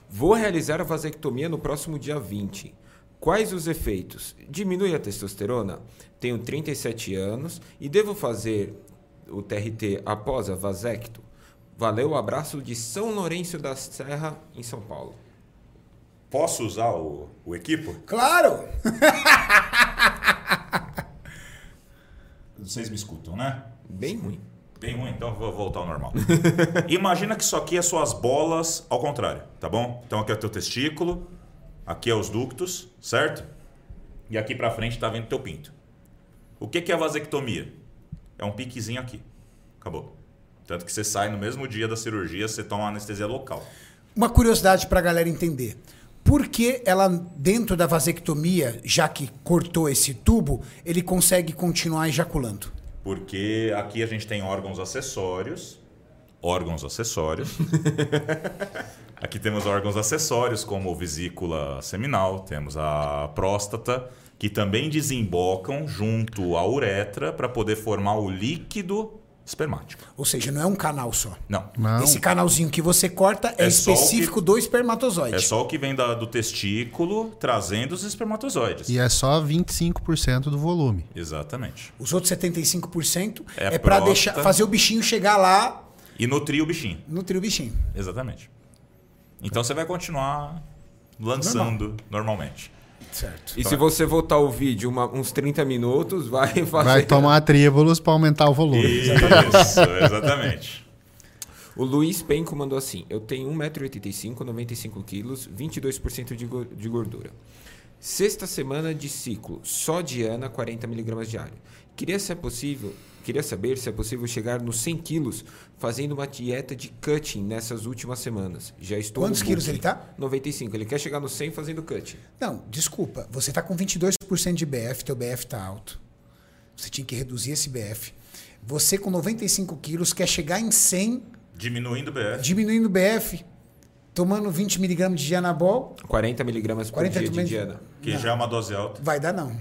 Speaker 2: Vou realizar a vasectomia no próximo dia 20. Quais os efeitos? Diminui a testosterona? Tenho 37 anos e devo fazer o TRT após a vasecto? Valeu, abraço de São Lourenço da Serra, em São Paulo.
Speaker 4: Posso usar o, o equipo?
Speaker 1: Claro!
Speaker 4: Vocês me escutam, né?
Speaker 2: Bem ruim.
Speaker 4: Bem ruim, então eu vou voltar ao normal. Imagina que isso aqui é suas bolas ao contrário, tá bom? Então aqui é o teu testículo, aqui é os ductos, certo? E aqui pra frente tá vendo teu pinto. O que que é a vasectomia? É um piquezinho aqui. Acabou. Tanto que você sai no mesmo dia da cirurgia, você toma uma anestesia local.
Speaker 1: Uma curiosidade para a galera entender. Por que ela, dentro da vasectomia, já que cortou esse tubo, ele consegue continuar ejaculando?
Speaker 4: Porque aqui a gente tem órgãos acessórios. Órgãos acessórios. aqui temos órgãos acessórios, como vesícula seminal, temos a próstata, que também desembocam junto à uretra para poder formar o líquido espermático.
Speaker 1: Ou seja, não é um canal só.
Speaker 4: Não.
Speaker 3: Não.
Speaker 1: Esse canalzinho que você corta é,
Speaker 4: É só o que-
Speaker 1: específico do espermatozoide.
Speaker 4: É só o que vem da- do testículo trazendo os espermatozoides.
Speaker 3: E é só 25% do volume.
Speaker 4: Exatamente.
Speaker 1: Os outros 75%
Speaker 4: É
Speaker 1: é, para
Speaker 4: próstata.
Speaker 1: deixar fazer o bichinho chegar lá
Speaker 4: E nutrir o bichinho.
Speaker 1: no trio bichinho.
Speaker 4: Exatamente. Então você vai continuar lançando normalmente.
Speaker 1: Certo.
Speaker 2: E se você voltar o vídeo uma- uns 30 minutos, vai fazer.
Speaker 3: Vai tomar tríbulos para aumentar o volume.
Speaker 4: Isso, exatamente.
Speaker 2: O Luiz Penco mandou assim: Eu tenho 1,85m, 95kg, 22% de, go- de gordura. Sexta semana de ciclo, só Diana, 40mg diário. Queria, se é possível, queria saber se é possível chegar nos 100 quilos fazendo uma dieta de cutting nessas últimas semanas. Já estou
Speaker 1: Quantos
Speaker 2: no
Speaker 1: quilos
Speaker 2: booking.
Speaker 1: ele tá?
Speaker 2: 95. Ele quer chegar nos 100 fazendo cutting.
Speaker 1: Não, desculpa. Você tá com 22% de BF, teu BF tá alto. Você tinha que reduzir esse BF. Você com 95 quilos quer chegar em 100,
Speaker 4: Diminuindo o BF.
Speaker 1: diminuindo o BF, tomando 20 miligramas de Dianabol,
Speaker 2: 40mg por
Speaker 1: 40
Speaker 2: dia de
Speaker 1: miligramas-
Speaker 2: Diana.
Speaker 4: Que já é uma dose alta.
Speaker 1: vai dar não.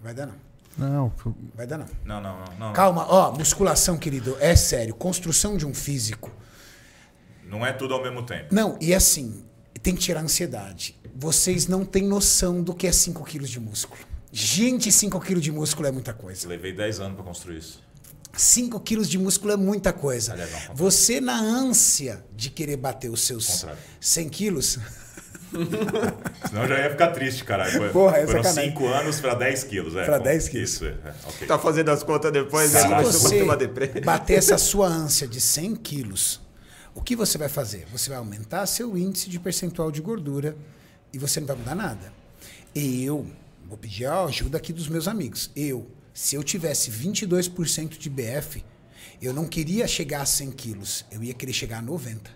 Speaker 1: Vai dar não.
Speaker 3: Não,
Speaker 1: Vai dar não.
Speaker 4: Não, não, não. Não,
Speaker 1: Calma, ó, musculação, querido, é sério. Construção de um físico.
Speaker 4: não é tudo ao mesmo tempo.
Speaker 1: Não, e assim, tem que tirar a ansiedade. Vocês não têm noção do que é 5 quilos de músculo. Gente, 5 quilos de músculo é muita coisa.
Speaker 4: Levei 10 anos pra construir isso.
Speaker 1: 5 quilos de músculo é muita coisa.
Speaker 4: Aliás, não, contrário.
Speaker 1: Você, na ânsia de querer bater os seus
Speaker 4: Contrário.
Speaker 1: 100 quilos,
Speaker 4: Senão eu já ia ficar triste, caralho. Foi,
Speaker 1: Porra, é
Speaker 4: foram
Speaker 1: sacanagem.
Speaker 4: 5 anos pra 10 quilos. É,
Speaker 1: Pra
Speaker 4: com-
Speaker 1: 10 quilos.
Speaker 4: Isso, é, é, ok.
Speaker 2: Tá fazendo as contas depois, né? Tá
Speaker 1: se
Speaker 4: Caralho,
Speaker 1: você
Speaker 2: uma deprê.
Speaker 1: bater essa sua ânsia de 100 quilos, o que você vai fazer? Você vai aumentar seu índice de percentual de gordura e você não vai mudar nada. Eu vou pedir a ajuda aqui dos meus amigos. Eu, se eu tivesse 22% de BF, eu não queria chegar a 100 quilos, eu ia querer chegar a 90,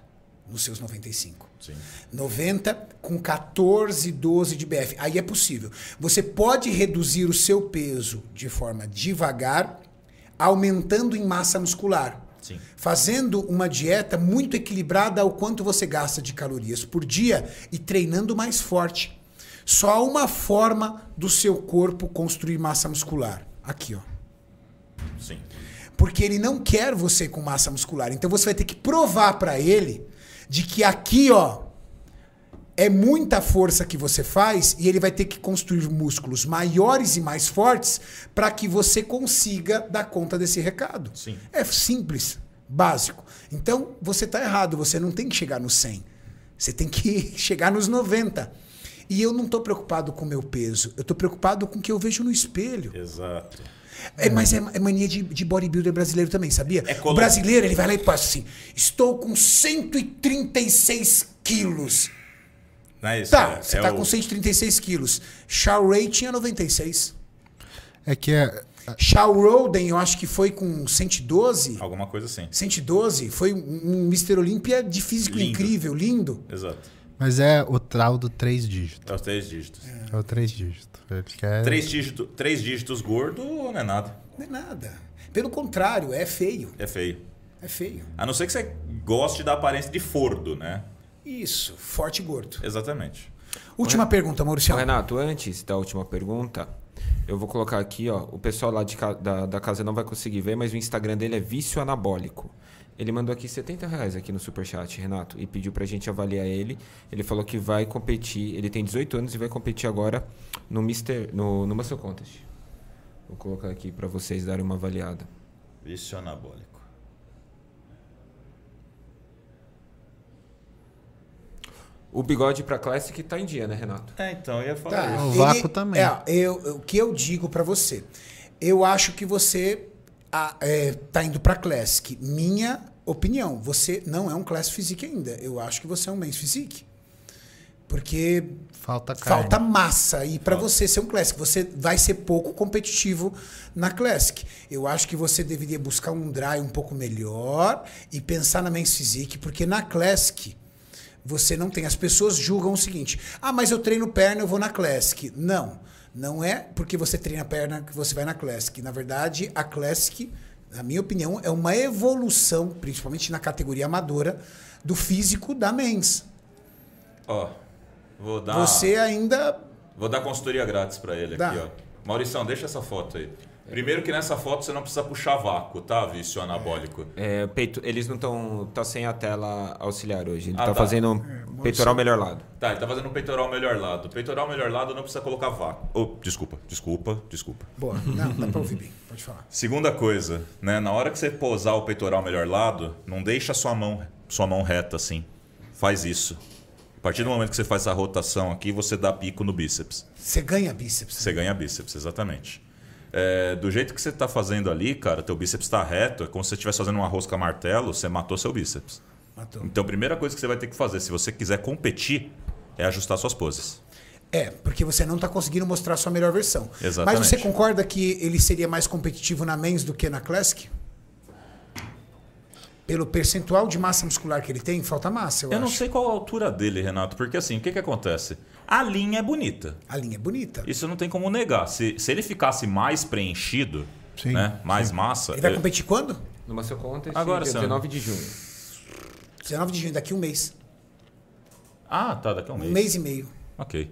Speaker 1: nos seus 95.
Speaker 4: Sim.
Speaker 1: 90 com 14, 12 de BF. Aí é possível. Você pode reduzir o seu peso de forma devagar, aumentando em massa muscular.
Speaker 4: Sim.
Speaker 1: Fazendo uma dieta muito equilibrada ao quanto você gasta de calorias por dia e treinando mais forte. Só há uma forma do seu corpo construir massa muscular. Aqui, ó.
Speaker 4: Sim.
Speaker 1: Porque ele não quer você com massa muscular. Então você vai ter que provar pra ele de que aqui, ó, é muita força que você faz e ele vai ter que construir músculos maiores e mais fortes pra que você consiga dar conta desse recado.
Speaker 4: Sim.
Speaker 1: É simples, básico. Então você tá errado, você não tem que chegar nos 100. Você tem que chegar nos 90. E eu não tô preocupado com o meu peso, eu tô preocupado com o que eu vejo no espelho.
Speaker 4: Exato.
Speaker 1: É, mas é, é mania de, de bodybuilder brasileiro também, sabia?
Speaker 4: colo-
Speaker 1: o brasileiro, ele vai lá e passa assim: estou com 136 quilos.
Speaker 4: Não é isso?
Speaker 1: Tá,
Speaker 4: é,
Speaker 1: você
Speaker 4: é
Speaker 1: tá
Speaker 4: o-
Speaker 1: com 136 quilos. Shawray tinha 96.
Speaker 3: É que é.
Speaker 1: Shawroden, eu acho que foi com 112.
Speaker 4: Alguma coisa assim.
Speaker 1: 112 foi um Mr. Olímpia de físico
Speaker 4: Lindo.
Speaker 1: incrível, lindo.
Speaker 4: Exato.
Speaker 3: Mas é o trau do três dígitos.
Speaker 4: É os três dígitos.
Speaker 3: É o três dígitos. Ele quer-
Speaker 4: Três, dígito, três dígitos gordo não é nada.
Speaker 1: Não é nada. Pelo contrário, é feio.
Speaker 4: É feio.
Speaker 1: É feio.
Speaker 4: A não ser que você goste da aparência de fordo, né?
Speaker 1: Isso, forte e gordo.
Speaker 4: Exatamente.
Speaker 1: Última pergunta, Maurício.
Speaker 4: Então.
Speaker 2: Ô, Renato, antes da última pergunta, eu vou colocar aqui, ó. O pessoal lá de ca- da, da casa não vai conseguir ver, mas o Instagram dele é vício anabólico. Ele mandou aqui R$ 70 reais aqui no Superchat, Renato, e pediu pra gente avaliar ele. Ele falou que vai competir, ele tem 18 anos e vai competir agora no Mister, no, no Muscle Contest. Vou colocar aqui pra vocês darem uma avaliada.
Speaker 4: Vício anabólico.
Speaker 2: O bigode pra Classic tá em dia, né, Renato?
Speaker 4: É, então eu ia falar
Speaker 1: Tá,
Speaker 4: isso.
Speaker 3: O vácuo também.
Speaker 1: é, eu- eu- o que eu digo pra você? Eu acho que você a, é, tá indo pra Classic. Minha opinião, você não é um Classic Physique ainda. Eu acho que você é um Men's Physique. Porque
Speaker 3: Falta carne.
Speaker 1: falta massa aí pra você ser um Classic. Você vai ser pouco competitivo na Classic. Eu acho que você deveria buscar um dry um pouco melhor e pensar na Men's Physique, porque na Classic você não tem. As pessoas julgam o seguinte: ah, mas eu treino perna, eu vou na Classic. Não. Não é porque você treina perna que você vai na Classic. Na verdade, a Classic, na minha opinião, é uma evolução, principalmente na categoria amadora, do físico da Men's.
Speaker 4: Ó, vou dar,
Speaker 1: Você ainda
Speaker 4: vou dar consultoria grátis pra ele
Speaker 1: Dá.
Speaker 4: aqui, ó. Maurição, deixa essa foto aí. Primeiro que nessa foto você não precisa puxar vácuo, tá? Vício anabólico.
Speaker 2: É, peito, eles não estão. tá sem a tela auxiliar hoje. Ele tá,
Speaker 4: Ah, tá.
Speaker 2: fazendo um peitoral melhor lado.
Speaker 4: Tá, ele tá fazendo um peitoral melhor lado. Peitoral melhor lado não precisa colocar vácuo. Oh, desculpa, desculpa, desculpa.
Speaker 1: Boa. Não, dá pra ouvir bem. Pode falar.
Speaker 4: Segunda coisa, né? Na hora que você pousar o peitoral melhor lado, não deixa sua mão, sua mão reta assim. Faz isso. A partir do momento que você faz essa rotação aqui, você dá pico no bíceps.
Speaker 1: Você ganha bíceps.
Speaker 4: Você ganha bíceps, exatamente. É, do jeito que você tá fazendo ali, cara, teu bíceps tá reto, é como se você estivesse fazendo uma rosca martelo, você matou seu bíceps.
Speaker 1: Matou.
Speaker 4: Então, a primeira coisa que você vai ter que fazer, se você quiser competir, é ajustar suas poses.
Speaker 1: É, porque você não tá conseguindo mostrar a sua melhor versão.
Speaker 4: Exatamente.
Speaker 1: Mas você concorda que ele seria mais competitivo na Men's do que na Classic? Pelo percentual de massa muscular que ele tem, falta massa, eu,
Speaker 4: Eu
Speaker 1: acho.
Speaker 4: não sei qual a altura dele, Renato, porque assim, o que que acontece? A linha é bonita.
Speaker 1: A linha é bonita.
Speaker 4: Isso não tem como negar. Se, se ele ficasse mais preenchido,
Speaker 3: Sim,
Speaker 4: né? mais massa.
Speaker 1: Ele vai
Speaker 4: ele-
Speaker 1: competir quando?
Speaker 2: Numa seu conta,
Speaker 4: Agora,
Speaker 2: dia
Speaker 4: Sam.
Speaker 2: 19 de junho.
Speaker 1: 19 de junho, daqui um mês.
Speaker 4: Ah, tá, daqui a um
Speaker 1: Um
Speaker 4: mês.
Speaker 1: mês e meio.
Speaker 4: Ok.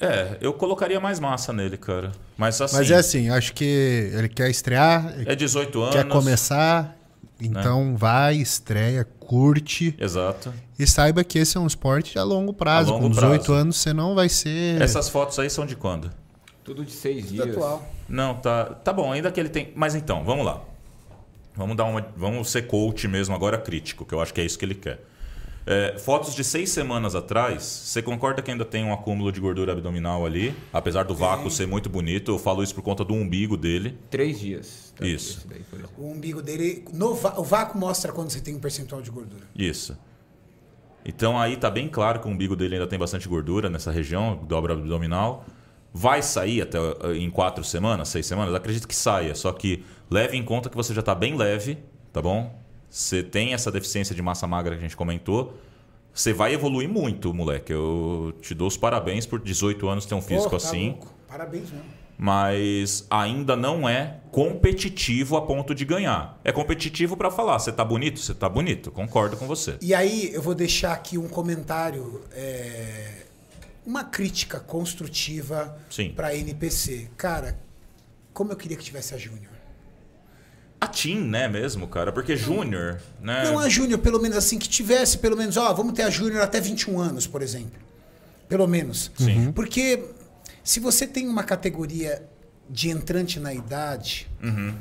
Speaker 4: É, eu colocaria mais massa nele, cara. Mas assim,
Speaker 3: Mas é assim, acho que ele quer estrear, ele
Speaker 4: é 18 anos. Né?
Speaker 3: quer começar, então vai, estreia, curte.
Speaker 4: Exato.
Speaker 3: E saiba que esse é um esporte a longo prazo.
Speaker 4: A longo
Speaker 3: Com 18
Speaker 4: prazo.
Speaker 3: anos você não vai ser.
Speaker 4: Essas fotos aí são de quando?
Speaker 2: Tudo de seis
Speaker 1: Do
Speaker 2: dias.
Speaker 1: atual.
Speaker 4: Não, tá. Tá bom, ainda que ele tem. Mas então, vamos lá. Vamos dar uma. Vamos ser coach mesmo agora crítico, que eu acho que é isso que ele quer. É, fotos de seis semanas atrás, você concorda que ainda tem um acúmulo de gordura abdominal ali? Apesar do vácuo ser muito bonito, eu falo isso por conta do umbigo dele.
Speaker 2: Três dias. Tá?
Speaker 4: Isso.
Speaker 2: Esse daí, por exemplo.
Speaker 1: O umbigo dele. no vá- o vácuo mostra quando você tem um percentual de gordura.
Speaker 4: Isso. Então aí tá bem claro que o umbigo dele ainda tem bastante gordura nessa região, dobra abdominal. Vai sair até eh, em quatro semanas, seis semanas? Acredito que saia, só que leve em conta que você já tá bem leve, tá bom? Você tem essa deficiência de massa magra que a gente comentou. Você vai evoluir muito, moleque. Eu te dou os parabéns por 18 anos ter um
Speaker 1: Pô,
Speaker 4: físico
Speaker 1: tá
Speaker 4: assim
Speaker 1: louco. Parabéns, mesmo.
Speaker 4: mas ainda não é competitivo a ponto de ganhar. É competitivo pra falar, você tá bonito, você tá bonito, concordo com você.
Speaker 1: E aí eu vou deixar aqui um comentário, é, uma crítica construtiva
Speaker 4: Sim.
Speaker 1: para NPC. Cara, como eu queria que tivesse a Júnior.
Speaker 4: A Tim, né, mesmo, cara? Porque Júnior, né?
Speaker 1: Não a Júnior, pelo menos assim, que tivesse, pelo menos, ó, vamos ter a Júnior até 21 anos, por exemplo. Pelo menos.
Speaker 4: Sim. Uhum.
Speaker 1: Porque se você tem uma categoria de entrante na idade,
Speaker 4: Uhum.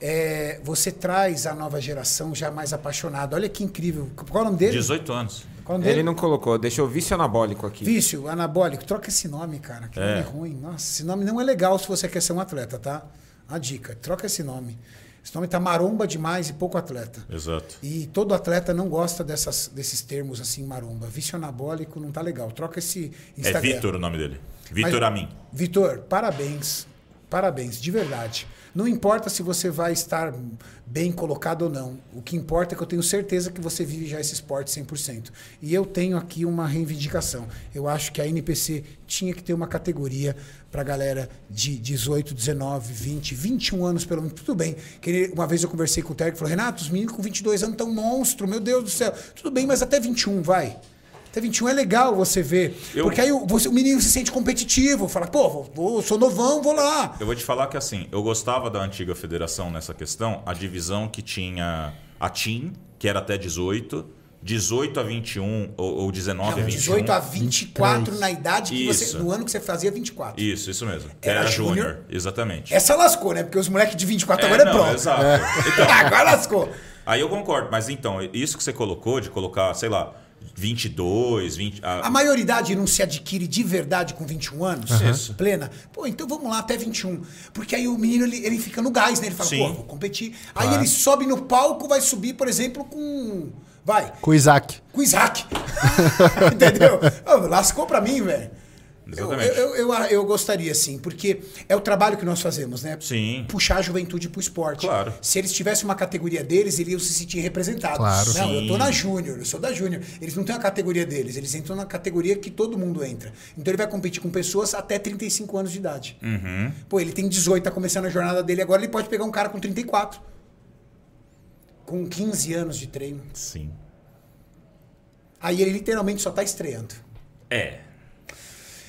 Speaker 1: é, você traz a nova geração já mais apaixonada. Olha que incrível. Qual é o nome dele?
Speaker 4: 18 anos.
Speaker 1: Qual o nome
Speaker 2: Ele
Speaker 1: dele?
Speaker 2: não colocou, deixou vício anabólico aqui.
Speaker 1: Vício, anabólico, troca esse nome, cara. Que nome ruim. Nossa, esse nome não é legal se você quer ser um atleta, tá? A dica, troca esse nome. Esse nome tá maromba demais e pouco atleta.
Speaker 4: Exato.
Speaker 1: E todo atleta não gosta dessas, desses termos assim, maromba. Vício anabólico não tá legal. Troca esse
Speaker 4: É
Speaker 1: Instagram.
Speaker 4: Vitor o nome dele. Vitor
Speaker 1: Mas-
Speaker 4: Amin.
Speaker 1: Vitor, parabéns. Parabéns, de verdade. Não importa se você vai estar bem colocado ou não. O que importa é que eu tenho certeza que você vive já esse esporte 100%. E eu tenho aqui uma reivindicação. Eu acho que a NPC tinha que ter uma categoria para galera de 18, 19, 20, 21 anos pelo menos. Tudo bem. Que ele- uma vez eu conversei com o Terry e falou: Renato, os meninos com 22 anos estão monstro, meu Deus do céu. Tudo bem, mas até 21 vai. Até 21 é legal você ver.
Speaker 4: Eu-
Speaker 1: Porque aí o, você- o menino se sente competitivo, fala, pô, vou, vou- sou novão, vou lá.
Speaker 4: Eu vou te falar que assim, eu gostava da antiga federação nessa questão, a divisão que tinha a TIM, que era até 18, 18 a 21 ou, ou 19 a
Speaker 1: Não,
Speaker 4: 21.
Speaker 1: 18 a 24 na idade que você.
Speaker 4: né? Isso.
Speaker 1: No ano que você fazia 24.
Speaker 4: Isso, isso mesmo.
Speaker 1: Era
Speaker 4: Era,
Speaker 1: júnior.
Speaker 4: júnior, exatamente.
Speaker 1: Essa lascou, né? Porque os moleques de 24 agora é
Speaker 4: não,
Speaker 1: pronto.
Speaker 4: Exato. Então,
Speaker 1: Agora lascou.
Speaker 4: aí eu concordo, mas então, isso que você colocou de colocar, sei lá, 22, 20, a-
Speaker 1: A maioridade não se adquire de verdade com 21 anos,
Speaker 4: Isso.
Speaker 1: plena. Pô, então vamos lá até 21. Porque aí o menino ele, ele fica no gás, né? Ele fala,
Speaker 4: Sim.
Speaker 1: pô, vou competir. Aí ele sobe no palco, vai subir, por exemplo, com. Vai,
Speaker 3: Com o Isaac.
Speaker 1: com o Isaac. Entendeu? Ô, lascou pra mim, velho. Eu,
Speaker 4: Exatamente.
Speaker 1: eu, eu, eu gostaria, sim, porque é o trabalho que nós fazemos, né?
Speaker 4: Sim.
Speaker 1: Puxar a juventude pro esporte.
Speaker 4: Claro.
Speaker 1: Se eles tivessem uma categoria deles, eles iam se sentir representados.
Speaker 3: Claro.
Speaker 1: Não, eu tô
Speaker 4: Sim.
Speaker 1: na Júnior, eu sou da Júnior. Eles não têm a categoria deles, eles entram na categoria que todo mundo entra. Então ele vai competir com pessoas até 35 anos de idade.
Speaker 4: Uhum.
Speaker 1: Pô, ele tem 18, tá começando a jornada dele agora, ele pode pegar um cara com 34. Com 15 anos de treino.
Speaker 4: sim.
Speaker 1: Aí ele literalmente só tá estreando.
Speaker 4: É.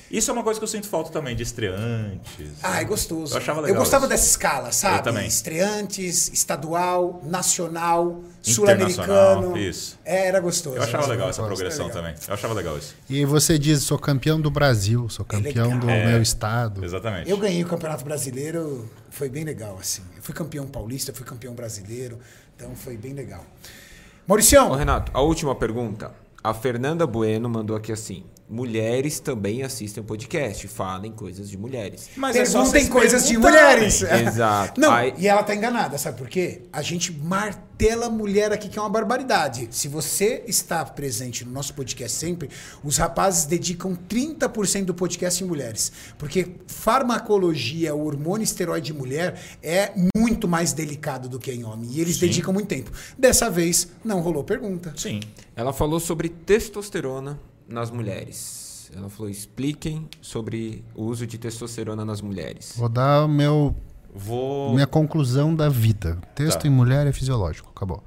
Speaker 4: Isso é uma coisa que eu sinto falta também de estreantes.
Speaker 1: Ah, é gostoso.
Speaker 4: Eu achava legal
Speaker 1: gostava
Speaker 4: isso.
Speaker 1: dessa escala, sabe?
Speaker 4: Eu também.
Speaker 1: Estreantes, estadual, nacional,
Speaker 4: Internacional,
Speaker 1: sul-americano.
Speaker 4: isso.
Speaker 1: É, era gostoso.
Speaker 4: Eu achava
Speaker 1: Era
Speaker 4: legal
Speaker 1: gostoso.
Speaker 4: essa progressão
Speaker 1: Era é legal.
Speaker 4: também. Eu achava legal isso.
Speaker 3: E você diz, sou campeão do Brasil, sou campeão
Speaker 1: legal.
Speaker 3: do
Speaker 4: É,
Speaker 3: meu estado.
Speaker 4: Exatamente.
Speaker 1: Eu ganhei o Campeonato Brasileiro, foi bem legal, assim. Eu fui campeão paulista, fui campeão brasileiro, então foi bem legal.
Speaker 2: Ô,
Speaker 1: Mauricião,
Speaker 2: Renato, a última pergunta. A Fernanda Bueno mandou aqui assim: mulheres também assistem o podcast, falem coisas de mulheres.
Speaker 4: Mas é só
Speaker 1: perguntem
Speaker 4: vocês
Speaker 1: coisas de
Speaker 4: perguntarem.
Speaker 1: mulheres.
Speaker 2: Exato.
Speaker 1: Não,
Speaker 2: Aí-
Speaker 1: e ela tá enganada, sabe por quê? A gente martela mulher aqui, que é uma barbaridade. Se você está presente no nosso podcast sempre, os rapazes dedicam 30% do podcast em mulheres. Porque farmacologia, o hormônio esteroide de mulher é muito mais delicado do que em homem. E eles dedicam muito tempo. Dessa vez, não rolou pergunta.
Speaker 4: Sim.
Speaker 2: Ela falou sobre testosterona nas mulheres. Ela falou: expliquem sobre o uso de testosterona nas mulheres.
Speaker 3: Vou dar o meu
Speaker 4: Vou.
Speaker 3: minha conclusão da vida. Texto
Speaker 4: Tá.
Speaker 3: em mulher é fisiológico, acabou.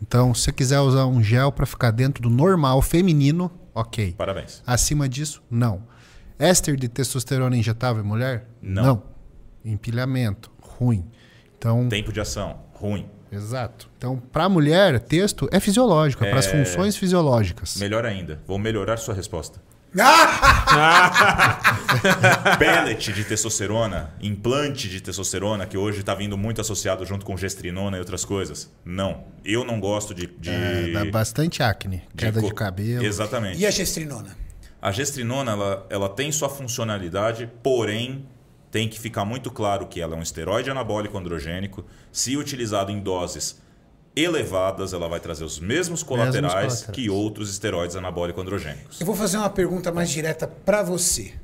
Speaker 3: Então, se você quiser usar um gel pra ficar dentro do normal feminino, ok.
Speaker 4: Parabéns.
Speaker 3: Acima disso, não. Éster de testosterona injetável em mulher?
Speaker 4: Não.
Speaker 3: Empilhamento, ruim. Então,
Speaker 4: Tempo de ação, ruim.
Speaker 3: exato. Então, pra mulher, texto é fisiológico, é, para as funções fisiológicas.
Speaker 4: Melhor ainda, vou melhorar sua resposta.
Speaker 1: Ah!
Speaker 4: Pellet de testosterona, implante de testosterona, que hoje está vindo muito associado junto com gestrinona e outras coisas. Não. Eu não gosto de. de...
Speaker 3: É, dá bastante acne, queda de
Speaker 4: co-
Speaker 3: cabelo.
Speaker 4: Exatamente.
Speaker 1: E a gestrinona?
Speaker 4: A gestrinona, ela, ela tem sua funcionalidade, porém, tem que ficar muito claro que ela é um esteroide anabólico androgênico. Se utilizado em doses elevadas, ela vai trazer os mesmos colaterais,
Speaker 3: colaterais.
Speaker 4: que outros esteroides anabólico androgênicos.
Speaker 1: Eu vou fazer uma pergunta mais direta pra você.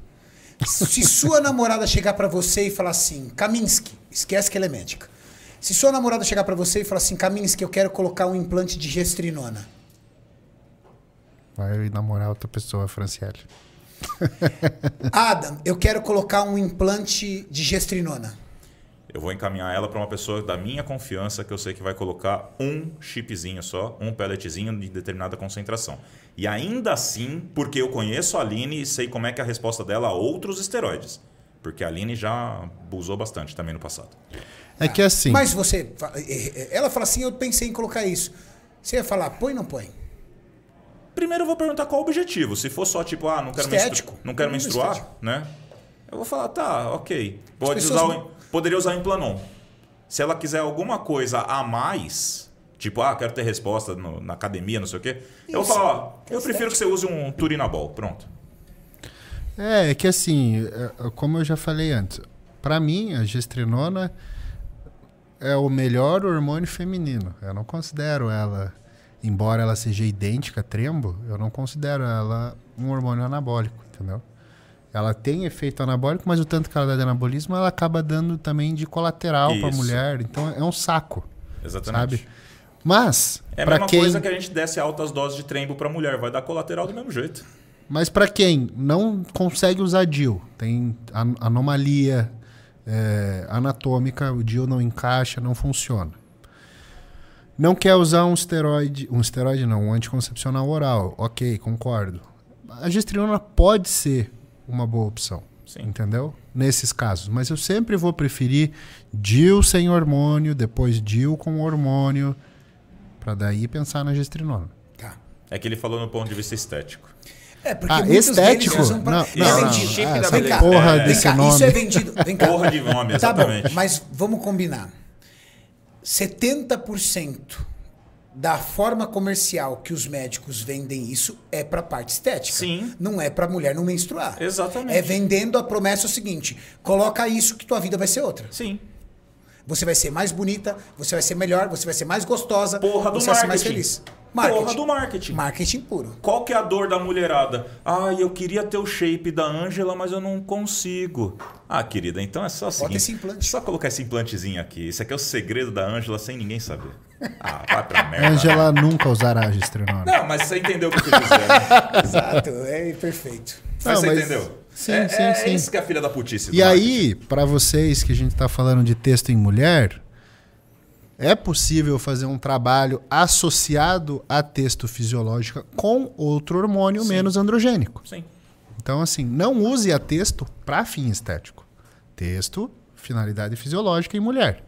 Speaker 1: Se sua namorada chegar pra você e falar assim, Kaminsky, esquece que ela é médica. Se sua namorada chegar pra você e falar assim, Kaminsky, eu quero colocar um implante de gestrinona.
Speaker 3: Vai namorar outra pessoa, Franciele.
Speaker 1: Adam, eu quero colocar um implante de gestrinona.
Speaker 4: Eu vou encaminhar ela para uma pessoa da minha confiança que eu sei que vai colocar um chipzinho só, um pelletzinho de determinada concentração. E ainda assim, porque eu conheço a Aline e sei como é que é a resposta dela a outros esteroides. Porque a Aline já abusou bastante também no passado.
Speaker 3: É que assim.
Speaker 1: Mas você. fa- eh, eh, Ela fala assim, eu pensei em colocar isso. Você ia falar, põe ou não põe?
Speaker 4: Primeiro eu vou perguntar qual o objetivo. Se for só tipo, ah, não quero,
Speaker 1: Estético.
Speaker 4: menstru não quero
Speaker 1: Hum,
Speaker 4: menstruar,
Speaker 1: estético.
Speaker 4: né? Eu vou falar, tá, ok. Pode
Speaker 1: pessoas
Speaker 4: usar o,
Speaker 1: não-
Speaker 4: poderia usar o implanon. Se ela quiser alguma coisa a mais, Tipo, ah, quero ter resposta no- na academia, não sei o quê. Eu falo, ó, eu prefiro que você use um Turinabol. Pronto.
Speaker 3: É, é que assim, é, é, como eu já falei antes, pra mim a gestrinona é o melhor hormônio feminino. Eu não considero ela, embora ela seja idêntica a trembo, eu não considero ela um hormônio anabólico, entendeu? Ela tem efeito anabólico, mas o tanto que ela dá de anabolismo, ela acaba dando também de colateral pra
Speaker 4: Isso.
Speaker 3: mulher. Então é um saco,
Speaker 4: Exatamente.
Speaker 3: sabe? Mas,
Speaker 4: É a
Speaker 3: pra
Speaker 4: mesma
Speaker 3: quem...
Speaker 4: coisa que a gente desse altas doses de trembo pra mulher, vai dar colateral do mesmo jeito.
Speaker 3: Mas pra quem não consegue usar DIL, tem an- anomalia é, anatômica, o DIL não encaixa, não funciona. Não quer usar um esteroide, um esteroide não, um anticoncepcional oral, ok, concordo. A gestriona pode ser uma boa opção,
Speaker 4: Sim.
Speaker 3: entendeu? Nesses casos, mas eu sempre vou preferir DIL sem hormônio, depois DIL com hormônio, pra daí pensar na gestrinona.
Speaker 1: Tá.
Speaker 4: É que ele falou no ponto de vista estético.
Speaker 1: É, porque
Speaker 3: Ah,
Speaker 1: muitos
Speaker 3: estético?
Speaker 1: deles usam pra...
Speaker 3: Não,
Speaker 1: é
Speaker 3: não, não,
Speaker 1: vendido.
Speaker 2: Chip
Speaker 3: ah,
Speaker 2: da
Speaker 3: essa
Speaker 1: Vem
Speaker 2: beleza.
Speaker 1: cá,
Speaker 3: porra
Speaker 1: vem
Speaker 3: desse
Speaker 1: cá,
Speaker 3: nome.
Speaker 1: isso é vendido. Vem cá.
Speaker 4: Porra de nome,
Speaker 1: Tá bom,
Speaker 4: exatamente.
Speaker 1: mas vamos combinar. 70% da forma comercial que os médicos vendem isso é para parte estética.
Speaker 4: Sim.
Speaker 1: Não é para mulher não menstruar.
Speaker 4: Exatamente.
Speaker 1: É vendendo a promessa o seguinte: coloca isso que tua vida vai ser outra.
Speaker 4: Sim.
Speaker 1: Você vai ser mais bonita, você vai ser melhor, você vai ser mais gostosa,
Speaker 4: Porra do
Speaker 1: você vai ser mais
Speaker 4: marketing.
Speaker 1: feliz.
Speaker 4: Porra do marketing.
Speaker 1: Marketing puro.
Speaker 4: Qual que é a dor da mulherada? Ah, eu queria ter o shape da Ângela, mas eu não consigo. Ah, querida, então é só o seguinte,
Speaker 1: esse implante.
Speaker 4: Só colocar esse implantezinho aqui. Isso aqui é o segredo da Ângela sem ninguém saber. Ah, vai pra merda.
Speaker 3: Angela nunca usará a gestrinona.
Speaker 4: Não, mas você entendeu o que eu quis dizer. Né?
Speaker 1: Exato, é perfeito.
Speaker 4: Mas
Speaker 3: Não,
Speaker 4: você
Speaker 3: mas-
Speaker 4: entendeu?
Speaker 3: Sim,
Speaker 4: é,
Speaker 3: sim,
Speaker 4: é
Speaker 3: sim.
Speaker 4: isso que é a filha da putice. do
Speaker 3: E
Speaker 4: marketing.
Speaker 3: aí, pra vocês que a gente tá falando de texto em mulher, é possível fazer um trabalho associado a texto fisiológico com outro hormônio menos androgênico.
Speaker 4: Sim.
Speaker 3: Então, assim, não use a texto pra fim estético. Texto, finalidade fisiológica em mulher.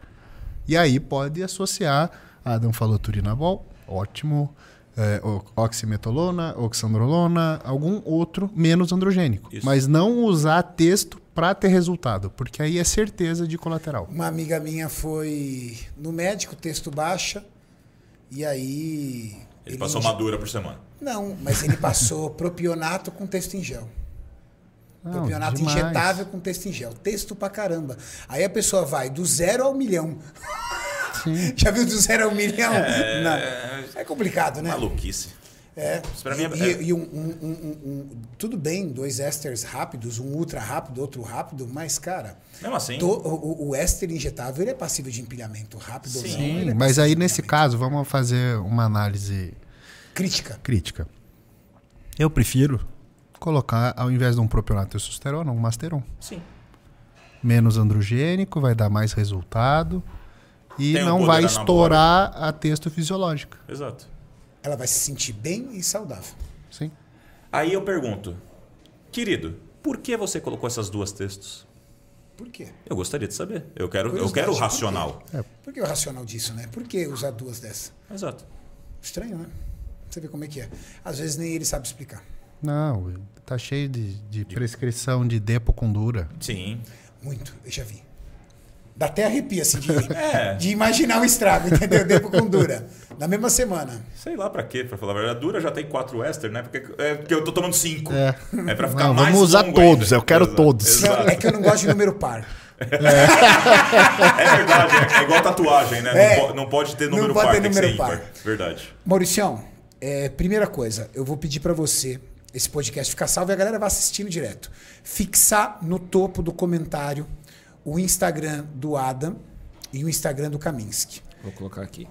Speaker 3: E aí pode associar, Adam falou turinabol, ótimo, é, o- oximetolona, oxandrolona, algum outro menos androgênico.
Speaker 4: Isso.
Speaker 3: Mas não usar texto para ter resultado, porque aí é certeza de colateral.
Speaker 1: Uma amiga minha foi no médico, texto baixa, e aí.
Speaker 4: Ele, passou
Speaker 1: indi-
Speaker 4: uma dura por semana.
Speaker 1: Não, mas ele passou propionato com texto em gel.
Speaker 3: Não,
Speaker 1: propionato
Speaker 3: demais.
Speaker 1: injetável com texto em gel. Texto pra caramba. Aí a pessoa vai do zero ao milhão.
Speaker 3: Sim.
Speaker 1: Já viu do zero ao milhão? É, é complicado, né?
Speaker 4: Maluquice.
Speaker 1: É.
Speaker 4: Isso pra mim é-
Speaker 1: E- e, e um, um- um- um- um- Tudo bem, dois ésteres rápidos, um ultra rápido, outro rápido, mas, cara.
Speaker 4: Mesmo assim.
Speaker 1: to- o, o- o éster injetável ele é passível de empilhamento rápido ou não.
Speaker 4: Sim,
Speaker 1: ele é
Speaker 3: Mas
Speaker 1: passível
Speaker 3: aí,
Speaker 1: de
Speaker 3: nesse
Speaker 1: empilhamento.
Speaker 3: caso, vamos fazer uma análise
Speaker 1: Crítica.
Speaker 3: crítica. Eu prefiro colocar, ao invés de um propionato de testosterona, um masteron.
Speaker 4: Sim.
Speaker 3: menos androgênico, vai dar mais resultado e
Speaker 4: Tem um
Speaker 3: não
Speaker 4: poder
Speaker 3: vai
Speaker 4: anabólico.
Speaker 3: estourar a texto fisiológica.
Speaker 4: Exato.
Speaker 1: Ela vai se sentir bem e saudável.
Speaker 3: Sim.
Speaker 4: Aí eu pergunto, querido, por que você colocou essas duas textos?
Speaker 1: Por quê?
Speaker 4: Eu gostaria de saber. Eu quero, eu
Speaker 1: Curiosidade,
Speaker 4: quero o
Speaker 1: por quê?
Speaker 4: racional.
Speaker 3: É.
Speaker 1: Por que o racional disso, né? Por que usar duas dessas?
Speaker 4: Exato.
Speaker 1: Estranho, né? Você vê como é que é. Às vezes nem ele sabe explicar.
Speaker 3: Não, tá cheio de, de prescrição de depocondura.
Speaker 4: Sim.
Speaker 1: Muito, eu já vi. Dá até arrepio, assim, de,
Speaker 4: É.
Speaker 1: de imaginar o estrago, entendeu? Depo com dura. Na mesma semana.
Speaker 4: Sei lá pra quê, pra falar a verdade. A dura já tem quatro éster, né? Porque, é porque eu tô tomando cinco.
Speaker 3: É.
Speaker 4: É pra ficar
Speaker 3: Não,
Speaker 4: mais
Speaker 3: vamos usar
Speaker 4: longo
Speaker 3: todos, eu
Speaker 4: ainda.
Speaker 3: quero
Speaker 4: Exato,
Speaker 3: todos.
Speaker 4: exato.
Speaker 1: Não, é que eu não gosto de número par.
Speaker 4: É verdade, é, é igual tatuagem, né?
Speaker 1: É.
Speaker 4: Não, po- não pode ter
Speaker 1: Não
Speaker 4: número
Speaker 1: pode
Speaker 4: par,
Speaker 1: ter
Speaker 4: tem
Speaker 1: número
Speaker 4: que ser ímpar.
Speaker 1: par.
Speaker 4: Verdade.
Speaker 1: Mauricião, é, primeira coisa, eu vou pedir pra você esse podcast ficar salvo e a galera vai assistindo direto. Fixar no topo do comentário o Instagram do Adam e o Instagram do Kaminsky.
Speaker 2: Vou colocar aqui.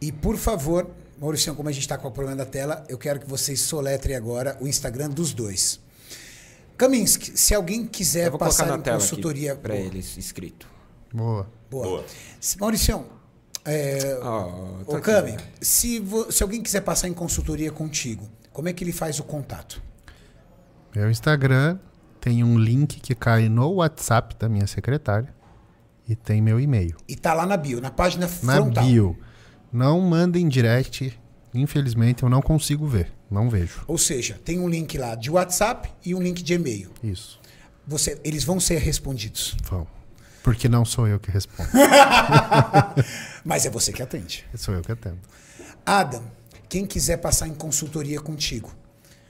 Speaker 1: E por favor, Mauricião, como a gente está com o problema da tela, eu quero que vocês soletrem agora o Instagram dos dois. Kaminsky, se alguém quiser
Speaker 2: eu vou
Speaker 1: É passar
Speaker 2: colocar na
Speaker 1: em
Speaker 2: tela
Speaker 1: consultoria.
Speaker 2: aqui pra eles, escrito.
Speaker 3: Boa.
Speaker 1: Boa.
Speaker 4: Boa.
Speaker 1: Se- Mauricião, é,
Speaker 2: Ó, tá
Speaker 1: ô
Speaker 2: aqui.
Speaker 1: Cami, se, vo- se alguém quiser passar em consultoria contigo, como é que ele faz o contato?
Speaker 3: Meu Instagram tem um link que cai no WhatsApp da minha secretária e tem meu e-mail.
Speaker 1: E tá lá na bio, na página
Speaker 3: Na
Speaker 1: frontal.
Speaker 3: bio. Não mandem direct, infelizmente eu não consigo ver. Não vejo.
Speaker 1: Ou seja, tem um link lá de WhatsApp e um link de e-mail.
Speaker 3: Isso.
Speaker 1: Você, eles vão ser respondidos.
Speaker 3: Vão. Porque não sou eu que respondo,
Speaker 1: Mas é você que atende.
Speaker 3: sou eu que atendo. É
Speaker 1: Adam, quem quiser passar em consultoria contigo,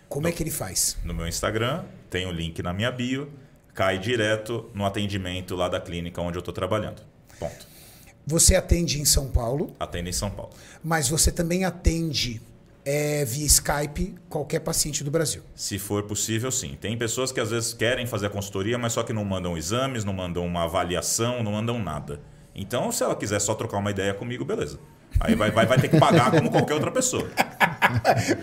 Speaker 1: como é que ele faz?
Speaker 4: no meu Instagram, tem o link na minha bio, cai direto no atendimento lá da clínica onde eu estou trabalhando. Ponto.
Speaker 1: Você atende em São Paulo,
Speaker 4: Atendo em São Paulo.
Speaker 1: mas você também atende eh, via Skype qualquer paciente do Brasil.
Speaker 4: Se for possível, sim. Tem pessoas que às vezes querem fazer a consultoria, mas só que não mandam exames, não mandam uma avaliação, não mandam nada. Então, se ela quiser só trocar uma ideia comigo, beleza. Aí vai, vai, vai ter que pagar como qualquer outra pessoa.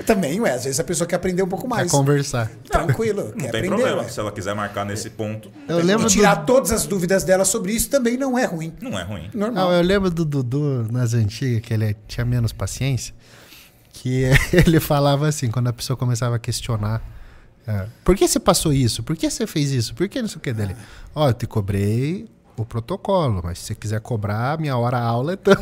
Speaker 1: Também, ué, às vezes a pessoa quer aprender um pouco
Speaker 3: Pra
Speaker 1: mais.
Speaker 3: conversar.
Speaker 1: Tranquilo, quer
Speaker 4: Não tem
Speaker 1: aprender. né?
Speaker 4: problema.
Speaker 1: ué.
Speaker 4: Se ela quiser marcar nesse ponto,
Speaker 3: Eu lembro
Speaker 1: E
Speaker 3: do
Speaker 1: tirar todas as dúvidas dela sobre isso também não é ruim.
Speaker 4: não é ruim.
Speaker 1: Normal.
Speaker 3: Não, Ah, eu lembro do Dudu nas antigas, que ele tinha menos paciência, que ele falava assim, quando a pessoa começava a questionar. é, por que você passou isso? Por que você fez isso? Por que não sei o que dele?
Speaker 1: Ah.
Speaker 3: Ó, eu te cobrei o protocolo, mas se você quiser cobrar, minha hora aula é tanto.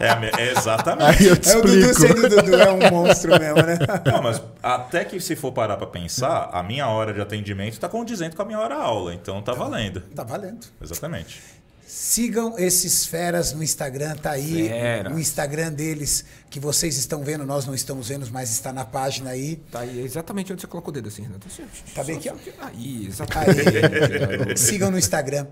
Speaker 4: É, a me- é exatamente.
Speaker 3: Aí eu te
Speaker 1: É o Dudu
Speaker 3: explico.
Speaker 1: sendo Dudu, é um monstro mesmo, né?
Speaker 4: Não, mas até que se for parar pra pensar, a minha hora de atendimento está condizente com a minha hora aula, então tá valendo.
Speaker 1: Tá valendo.
Speaker 4: Exatamente.
Speaker 1: Sigam esses feras no Instagram, tá aí
Speaker 2: Fera.
Speaker 1: o Instagram deles, que vocês estão vendo, nós não estamos vendo, mas está na página aí.
Speaker 2: Tá aí exatamente onde você colocou o dedo assim, Renato. Assim,
Speaker 1: Tá bem
Speaker 2: só-
Speaker 1: aqui,
Speaker 2: Aí,
Speaker 1: Aí.
Speaker 2: exatamente.
Speaker 1: Sigam no Instagram.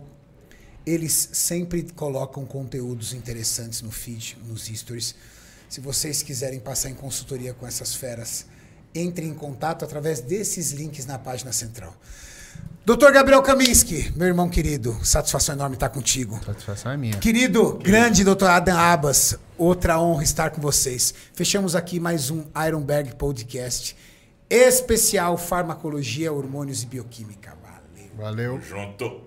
Speaker 1: Eles sempre colocam conteúdos interessantes no feed, nos stories. Se vocês quiserem passar em consultoria com essas feras, entrem em contato através desses links na página central. Dr. Gabriel Kaminski, meu irmão querido, satisfação enorme estar contigo.
Speaker 3: Satisfação é minha.
Speaker 1: Querido, grande doutor Adam Abbas, outra honra estar com vocês. Fechamos aqui mais um Ironberg Podcast especial Farmacologia, Hormônios e Bioquímica. Valeu.
Speaker 3: Valeu.
Speaker 4: Junto.